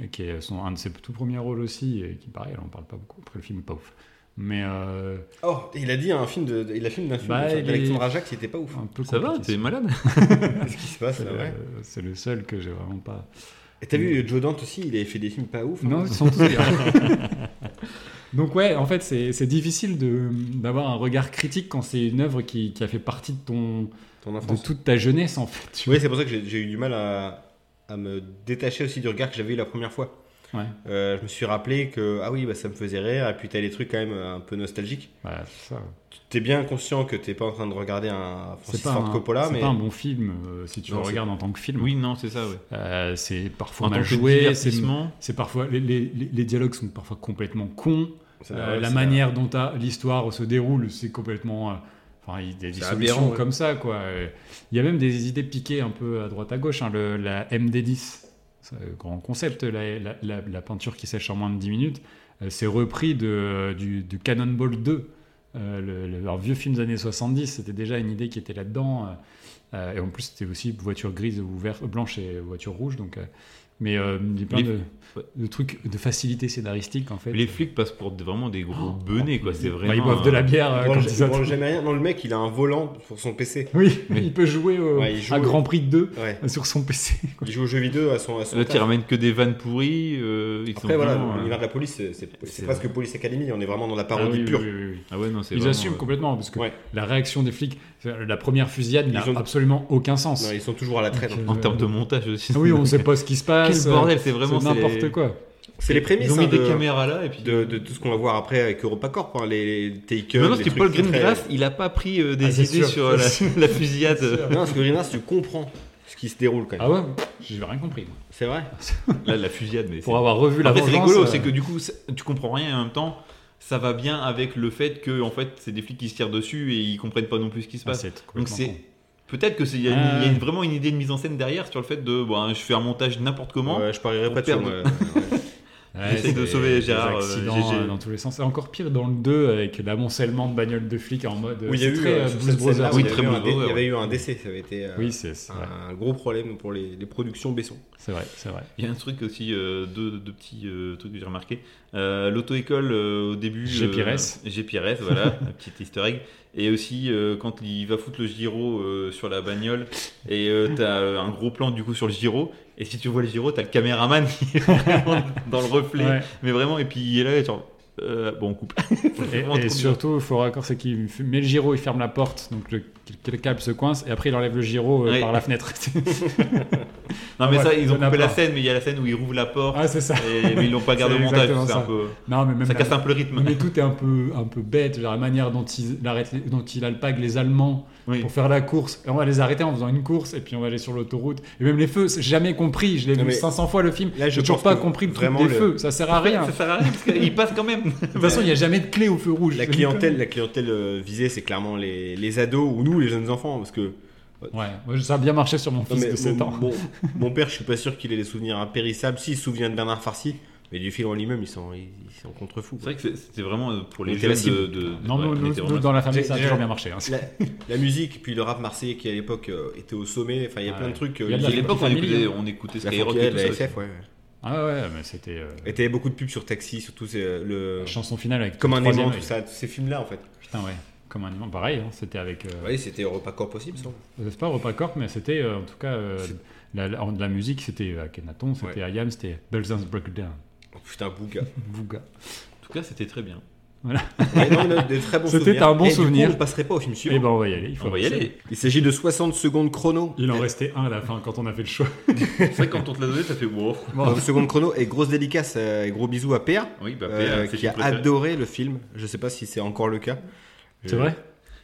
C: euh, qui est son, un de ses tout premiers rôles aussi, et qui pareil, elle en parle pas beaucoup. Après, le film est pas ouf. Mais euh,
A: Oh, il a dit un film de, il a filmé un film
C: Bah, il est-
A: d'Alexandre Aja qui était pas ouf.
C: un peu
D: Ça va,
C: compliqué,
D: t'es malade
A: Qu'est-ce qui se passe
C: c'est
A: là, ouais.
C: le- c'est le seul que j'ai vraiment pas.
A: Et t'as vu Joe Dante aussi, il avait fait des films pas ouf. hein.
C: Non, ils sont tous bien. Donc ouais, en fait, c'est c'est difficile de- d'avoir un regard critique quand c'est une œuvre qui, qui a fait partie de ton,
A: Ton
C: de
A: enfance.
C: toute ta jeunesse en fait. tu
A: Oui, c'est pour ça que j'ai j'ai eu du mal à, à me détacher aussi du regard que j'avais eu la première fois.
C: vois. Ouais.
A: Euh, je me suis rappelé que ah oui, bah, ça me faisait rire. Et puis t'as les trucs quand même un peu nostalgiques.
C: Bah, c'est ça.
A: T'es bien conscient que t'es pas en train de regarder un
C: C'est
A: Francis
C: pas,
A: Ford
C: un-
A: Coppola,
C: c'est
A: mais
C: pas un bon film euh, si tu
A: Non,
C: le
A: c'est-
C: regardes en tant que film.
D: Oui, non, c'est ça, ouais.
C: Euh, c'est parfois
D: En tant
C: mal
D: que
C: joué, c'est
D: divertissement.
C: c'est parfois les, les- les- les dialogues sont parfois complètement cons.
A: ça-
C: Euh,
A: ouais,
C: la
A: ça-
C: manière dont t'as- l'histoire se déroule, c'est complètement. euh, Enfin, il y a des
A: C'est
C: solutions
A: aberrant, ouais.
C: comme ça, quoi. Euh, Il y a même des idées piquées un peu à droite à gauche. hein, le- la MD10, c'est un grand concept, la, la- la- la peinture qui sèche en moins de 10 minutes, euh, c'est repris de, du, du Cannonball 2. euh, le, le- leur vieux film des années 70, c'était déjà une idée qui était là-dedans. euh, euh, et en plus, c'était aussi voiture grise ou verte, blanche et voiture rouge. Donc, euh, mais euh, il y a plein
D: Les-
C: de,
D: ouais.
C: de trucs de facilité scénaristique, en fait.
D: Les flics passent pour des- vraiment des gros
C: Oh,
D: benets, quoi. C'est
C: Bah,
D: vraiment.
C: ils boivent de la bière
A: Il
C: euh,
A: branle-
C: quand ils
A: il branle
C: attendent.
A: jamais rien. Non, le mec, il a un volant pour son PC.
C: Oui,
D: Oui.
C: il peut jouer au-
A: Ouais, il joue
C: à
A: au-
C: Grand Prix 2
A: Ouais.
C: sur son PC.
A: Il joue aux jeux vidéo à son. À son
D: Là, tu
A: taf.
D: ramènes que des vannes pourries. euh, ils sont
A: Après, voilà,
D: vraiment, euh,
A: l'univers de la police, c'est- c'est c'est
D: c'est
A: presque Police Academy. On est vraiment dans
C: Ah
A: la parodie pure.
D: Ah ouais, non, c'est
C: Ils
D: vraiment,
C: assument
D: euh,
C: complètement parce que
A: Ouais.
C: la réaction des flics, euh, la première fusillade n'a
A: Ils ont-
C: absolument aucun sens.
A: Non, ils sont toujours à la traîne. hein.
C: Ok.
D: En termes de montage aussi.
C: Ah Oui, on sait pas ce qui se passe. euh,
D: Quel bordel, c'est
C: C'est
D: vraiment c'est
C: n'importe
D: les-
C: quoi.
A: C'est les prémices
D: Ils ont
A: hein,
D: mis
A: de,
D: des caméras là et puis.
A: de, de tout ce qu'on va voir après avec EuropaCorp, hein, les, les takers.
D: Non, non,
A: les
D: c'était
A: trucs
D: Paul
A: très-
D: Greengrass, il a pas pris euh, des
C: Ah, c'est
D: idées
C: sûr,
D: sur la,
C: c'est
D: la fusillade.
C: sûr.
A: Non, parce que Greengrass, tu comprends ce qui se déroule quand même.
C: Ah ouais, j'ai rien compris.
D: Ah.
C: moi.
A: C'est vrai
D: Là, la fusillade, mais c'est-
C: Pour avoir revu la
D: En fait, c'est
C: vengeance,
D: rigolo,
C: euh,
D: c'est que du coup, c'est- tu comprends rien et en même temps, ça va bien avec le fait que en fait, c'est des flics qui se tirent dessus et ils comprennent pas non plus ce qui se
C: ah,
D: passe.
C: c'est
D: Donc
C: complètement
D: c'est
C: con.
D: peut-être que c'est il y a, une-
C: Ah.
D: il y a une- vraiment une idée de mise en scène derrière sur le fait de bon, je fais un montage n'importe comment.
A: Ouais, Je parierais
D: On
A: pas dessus.
D: perd.
A: moi. Ouais.
C: Ouais,
D: J'essaie de
C: c'est
D: sauver
C: des
D: Gérard, euh,
C: accidents
D: GG.
C: euh, dans tous les sens. Et encore pire dans le 2 avec l'amoncellement de bagnoles de flics en mode.
A: Oui, il y a
C: c'est
A: eu
C: très,
A: euh,
C: euh,
A: sur
C: Blues
A: cette scène-là,
C: Brothers.
D: oui,
A: il y
D: très
A: avait eu
D: Blues
A: un dé-
D: Brothers,
A: Il y avait
D: ouais.
A: eu un décès, ça avait été euh,
C: Oui, c'est c'est vrai.
A: un gros problème pour les, les productions Besson.
C: C'est vrai, c'est vrai.
D: Il y a un truc aussi, euh, deux, deux petits euh, trucs que j'ai remarqué. Euh, L'auto-école euh, au début.
C: GPRS.
D: Euh, GPRS, voilà, un petit easter egg. Et aussi euh, quand il va foutre le gyro euh, sur la bagnole et euh, t'as euh, un gros plan du coup sur le gyro. Et si tu vois le gyro, t'as le caméraman qui est vraiment dans le reflet.
C: Ouais.
D: Mais vraiment, et puis il est là, genre. euh, bon, on coupe.
C: Et,
D: Vraiment
C: et
D: trop bien.
C: surtout, il faut raccord, c'est qu'il f- met le gyro, il ferme la porte, donc le, le câble se coince, et après il enlève le gyro euh,
D: Ouais.
C: par la fenêtre.
D: Non, mais
C: Ouais,
D: ça, ils ont
C: il y en a
D: coupé la
C: pas.
D: scène, mais il y a la scène où ils rouvrent la porte.
C: ah, c'est ça.
D: et- mais ils l'ont pas gardé au
C: C'est
D: montage.
C: exactement
D: c'est un
C: ça.
D: peu-
C: Non, mais même
D: ça
C: la-
D: casse un peu le rythme.
C: mais tout est un peu, un peu bête, genre la manière dont il, arrête, les- dont il alpague les Allemands
D: Oui.
C: pour faire la course. Et on va les arrêter en faisant une course, et puis on va aller sur l'autoroute. Et même les feux, c'est jamais compris. Je l'ai
A: Non,
C: vu
A: mais
C: 500 fois le film.
A: là, je
C: J'ai toujours
A: pense
C: pas
A: que
C: compris le truc
A: vraiment
C: des
A: le-
C: feux. Ça sert à rien.
D: Ça
C: De
D: sert à rien, parce qu'il passe quand même.
C: toute façon, il n'y a jamais de clé au feu rouge.
A: La
C: C'est
A: clientèle, la clientèle euh, visée, c'est clairement les, les ados ou nous, les jeunes enfants, parce que
C: une connerie. Ouais, moi, ça a bien marché sur mon
A: Non,
C: fils
A: mais
C: de 7
A: mon,
C: ans.
A: mon- mon père, je suis pas sûr qu'il ait des souvenirs impérissables. S'il se souvient de Bernard Farcy, mais du film en lui-même, ils sont, ils, ils sont contrefous.
D: C'est vrai que c'est- c'était vraiment euh, pour les
A: On était la
D: jeunes
A: cible.
D: de, de-
C: Non,
D: ouais,
C: nous,
D: on
C: nous,
D: était
C: nous,
D: vraiment-
C: dans la famille,
A: J'ai-
C: ça a
A: j'ai-
C: toujours bien marché. hein.
A: La, la musique, puis le rap marseillais qui à l'époque euh, était au sommet. Enfin, il y a
C: Ouais.
A: plein de trucs. euh,
C: Il y a de la-
D: À
A: la,
D: l'époque, on
C: famille,
D: écoutait,
C: hein.
D: on écoutait
A: la,
D: Skyrock
A: funky,
D: et tout
A: la
D: ça.
A: SF, ouais.
C: Ah ouais, mais c'était euh,
A: Et t'avais beaucoup de pubs sur Taxi, surtout c'est, euh, le
C: la chanson finale avec
A: comme
C: le
A: un
C: troisième
A: aimant, tout
C: œil.
A: ça, tous ces films-là en fait.
C: Putain ouais, comme un aimant. Pareil, hein, c'était avec. euh,
A: Oui, c'était EuropaCorp possible, ça.
C: euh, C'est pas Repacorp, mais c'était euh, en tout cas euh, la, la- de la musique, c'était euh, Akhenaton, c'était Ayam, c'était Belzance Breakdown,
A: Oh, putain, Bouga.
C: Bouga.
D: En tout cas, c'était très bien.
A: Mais non, non, de très bons
C: C'était
A: souvenirs.
C: un bon
A: Et du coup,
C: souvenir.
A: on passerait pas au film
C: Et
A: suivant.
C: ben on va y aller, il faut
D: On va y
C: avancer.
D: aller.
A: Il s'agit de 60 secondes chrono.
C: Il en restait un à la fin quand on a fait le choix.
D: C'est vrai que quand on te l'a donné, ça fait wow. Ah
C: Bon.
A: 60 secondes chrono et grosse dédicace euh, et gros bisous à Pierre.
D: Oui, bah,
A: Euh,
D: c'est
A: qui a
D: ton préféré.
A: adoré le film. Je sais pas si c'est encore le cas. Euh,
C: C'est vrai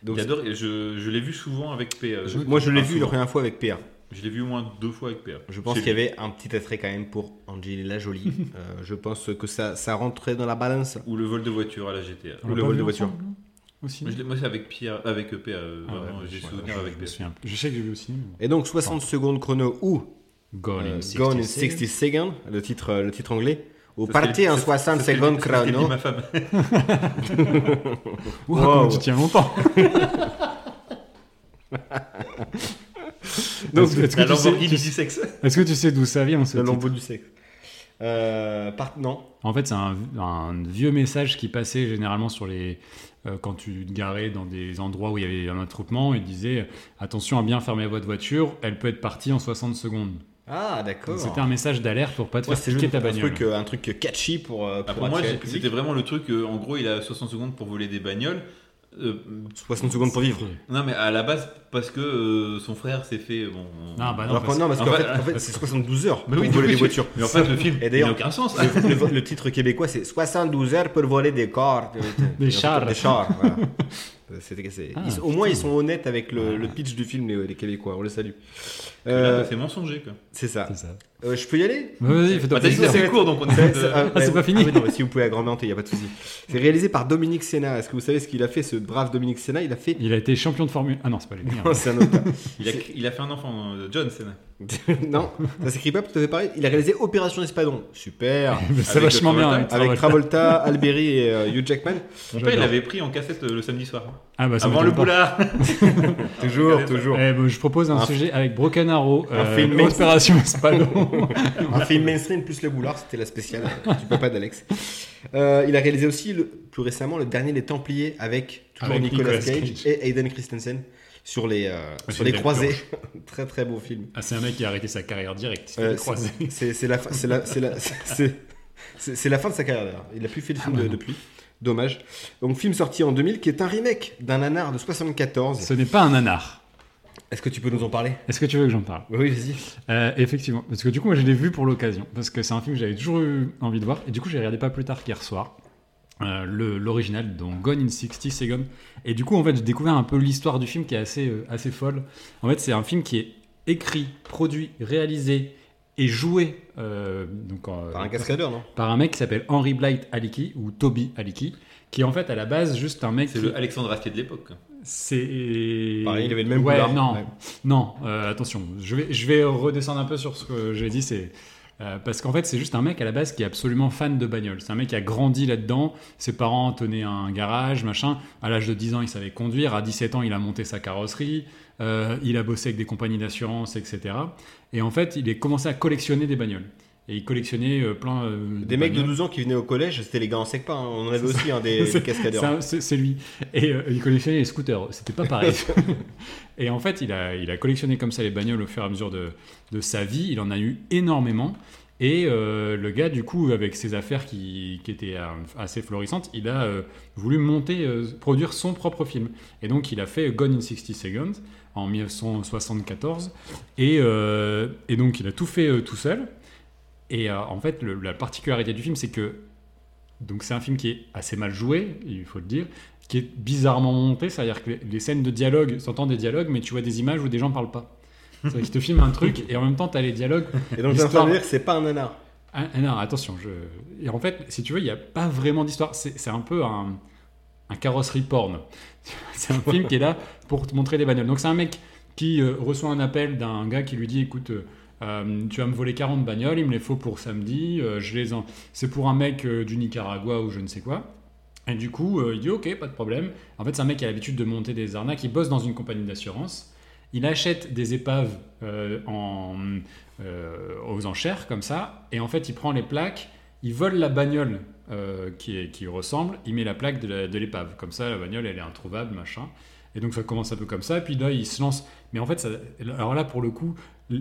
A: Donc,
D: Il adore, et je, je l'ai vu souvent avec PA.
A: je- moi, je l'ai vu la
D: souvent.
A: première fois avec Pierre.
D: Je l'ai vu au moins deux fois avec PA.
A: Je pense
D: C'est
A: qu'il y avait un petit attrait quand même pour Angelina Jolie. Euh, je pense que ça, ça rentrait dans la balance.
D: Ou le vol de voiture à la GTA.
C: On
A: Ou
C: l'a
A: le
C: pas
A: vol
C: vu
A: de voiture.
C: ensemble, non Au
D: Moi,
C: cinéma
D: je l'ai- moi, c'est avec Pierre, avec euh, PA. euh,
C: Ah ouais,
D: vraiment, j'ai
C: je-
D: souvenir
C: je-
D: avec
C: je me
D: PA.
C: souviens plus. Je sais que j'ai vu au cinéma.
A: Et donc 60 secondes chrono ou
C: Gone
A: euh, Gone in 60 Seconds, le titre, euh, le titre anglais. Ou Parti en 60 secondes
D: C'était
A: chrono.
D: ma femme.
C: Wow,
A: Wow.
C: comme tu tiens longtemps.
A: Donc,
C: Est-ce que- est-ce que
D: La
C: tu sais-
D: Lamborghini du sexe.
C: Est-ce que tu sais d'où ça vient ce
A: Le
C: titre
A: lambeau du sexe. Euh, par- Non.
C: En fait, c'est un, un vieux message qui passait généralement sur les. euh, quand tu te garais dans des endroits où il y avait un attroupement, il disait attention à bien fermer votre voiture, elle peut être partie en 60 secondes.
A: Ah,
C: Donc,
A: d'accord.
C: C'était un message d'alerte pour pas te
A: Ouais,
C: faire
A: c'est
C: piquer
A: juste
C: ta
A: un
C: bagnole.
A: truc, euh, un truc catchy pour, euh,
D: Ah,
A: pour
D: pour moi,
A: attirer
D: j'ai-
A: le public.
D: c'était vraiment le truc. euh, En gros, il a 60 secondes pour voler des bagnoles. Euh,
A: 60 secondes pour vivre.
D: Non, mais à la base, parce que euh, son frère s'est fait. Bon, on-
C: Non, bah non,
A: Alors,
C: parce-
A: que- non, parce
D: en
A: qu'en
D: fait-
A: fait, en fait, c'est 72 heures
D: Ah, Mais
A: pour
D: oui,
A: voler des
D: oui, je-
A: voitures.
D: Mais en fait, le film
A: Et
D: il n'a
A: d'ailleurs-
D: aucun sens.
A: le, le titre québécois, c'est 72 heures pour voler des corps.
C: Des chars.
A: Des chars, voilà. C'est- c'est-
C: Ah,
A: ils- au moins,
C: putain.
A: ils sont honnêtes avec le, le pitch du film, les, les Québécois. On le salue. Euh,
D: Là, C'est mensonger. quoi.
A: c'est ça.
C: C'est ça.
A: Euh, je peux y aller
C: Bah, Vas-y, fais-toi
D: Bah, t'as dit que
C: plaisir.
D: c'était court, donc on
A: Ça-
D: essaie
A: ça-
D: de.
C: Ah, c'est
A: ouais.
C: pas fini.
A: oui, non, mais si vous pouvez agrandir, il n'y a pas de souci. C'est réalisé par Dominique Sénat. Est-ce que vous savez ce qu'il a fait, ce brave Dominique Sénat Il a fait.
C: Il a été champion de Formule. Ah non, c'est pas les meilleurs.
A: Non, c'est un autre.
D: Il a, il a fait un enfant, euh, John Cena.
A: non, ça s'écrit pas tout à fait pareil. Il a réalisé Opération Espadon. Super.
C: Mais C'est
D: Avec
C: vachement bien. hein,
D: Travolta.
A: Avec Travolta, Alberi et euh, Hugh Jackman.
D: Mon
C: J'adore.
D: père, il l'avait pris en cassette euh, le samedi soir.
C: Ah bah ça
D: Avant le
C: m'étonne pas.
D: boulard
A: Toujours, toujours.
C: Eh, bah, je propose un,
A: Un-
C: sujet avec Broken Arrow,
A: Un
C: euh,
A: film-
C: Opération Espadon.
A: Un film mainstream plus le boulard, c'était la spéciale euh, du papa d'Alex. Euh, il a réalisé aussi le, plus récemment le dernier des Templiers avec toujours
C: Avec
A: Nicolas,
C: Nicolas
A: Cage,
C: Cage.
A: et Hayden Christensen sur les, euh,
C: Ah,
A: sur
C: c'est
A: les
C: une
A: croisés. très très beau film.
C: ah, c'est un mec qui a arrêté sa carrière directe.
A: Euh,
C: Il croisé.
A: c'est- c'est c'est la, fin- c'est la, c'est la, c'est- c'est- c'est la fin de sa carrière d'ailleurs. Il n'a plus fait de
C: Ah,
A: film de- depuis. Dommage. Donc film sorti en 2000 qui est un remake d'un nanar de 74.
C: Ce n'est pas un anard.
A: Est-ce que tu peux nous en parler
C: Est-ce que tu veux que j'en parle
A: Oui, vas-y.
C: Euh, effectivement, parce que du coup, moi, je l'ai vu pour l'occasion, parce que c'est un film que j'avais toujours eu envie de voir, et du coup, j'ai regardé pas plus tard qu'hier soir. euh, le- l'original donc Gone in 60 Seconds et du coup en fait j'ai découvert un peu l'histoire du film qui est assez euh, assez folle en fait c'est un film qui est écrit produit réalisé et joué euh, donc en-
A: Par un cascadeur, non
C: par un mec qui s'appelle Henry Blight Aliki ou Toby Aliki qui est en fait à la base juste un mec
D: C'est
C: qui-
D: le Alexandre Astier de l'époque. quoi.
C: c'est. euh,
A: Pareil, il avait le même
C: ouais,
A: boulard.
C: Non,
A: Ouais.
C: non euh, attention, je vais, je vais redescendre un peu sur ce que j'ai dit. C'est. Euh, parce qu'en fait, c'est juste un mec à la base qui est absolument fan de bagnole. C'est un mec qui a grandi là-dedans. Ses parents tenaient un garage, machin. À l'âge de 10 ans, il savait conduire. À 17 ans, il a monté sa carrosserie. Euh, il a bossé avec des compagnies d'assurance, etc. Et en fait, il est commencé à collectionner des bagnoles. Et il collectionnait euh, plein. euh,
A: Des mecs de
C: bagnoles.
A: 12 ans qui venaient au collège, c'était les gars en sec pas. hein. On en avait aussi hein, des,
C: C'est-
A: des cascadeurs.
C: c'est un- C'est c'est lui. Et euh, il collectionnait les scooters. C'était pas pareil. et en fait, il a, il a collectionné comme ça les bagnoles au fur et à mesure de, de sa vie. Il en a eu énormément. Et euh, le gars, du coup, avec ses affaires qui, qui étaient euh, assez florissantes, il a euh, voulu monter, euh, produire son propre film. Et donc, il a fait Gone in 60 Seconds en 1974. Et, euh, et donc, il a tout fait euh, tout seul. Et euh, en fait, le- la particularité du film, c'est que donc c'est un film qui est assez mal joué, il faut le dire, qui est bizarrement monté, c'est-à-dire que les- les scènes de dialogue, t'entends des dialogues, mais tu vois des images où des gens parlent pas. C'est-à-dire qu'ils te filment un truc et en même temps t'as les dialogues.
A: Et donc, j'ai
C: L'histoire-
A: envie de dire que c'est pas un nanar.
C: Ah, ah non, attention, je... et en fait, si tu veux, il n'y a pas vraiment d'histoire. C'est c'est un peu un, un carrosserie porn. C'est un film qui est là pour te montrer des bagnoles. Donc c'est un mec qui euh, reçoit un appel d'un gars qui lui dit, écoute, euh, euh, tu vas me voler 40 bagnoles, il me les faut pour samedi, euh, je les en... c'est pour un mec euh, du Nicaragua ou je ne sais quoi. Et du coup, euh, il dit, ok, pas de problème. En fait, c'est un mec qui a l'habitude de monter des arnaques, il bosse dans une compagnie d'assurance. Il achète des épaves euh, en, euh, aux enchères comme ça, et en fait il prend les plaques, il vole la bagnole euh, qui, est- qui ressemble, il met la plaque de la- de l'épave, comme ça la bagnole elle est introuvable, machin. Et donc ça commence un peu comme ça, et puis là il se lance. Mais en fait, ça- alors là pour le coup,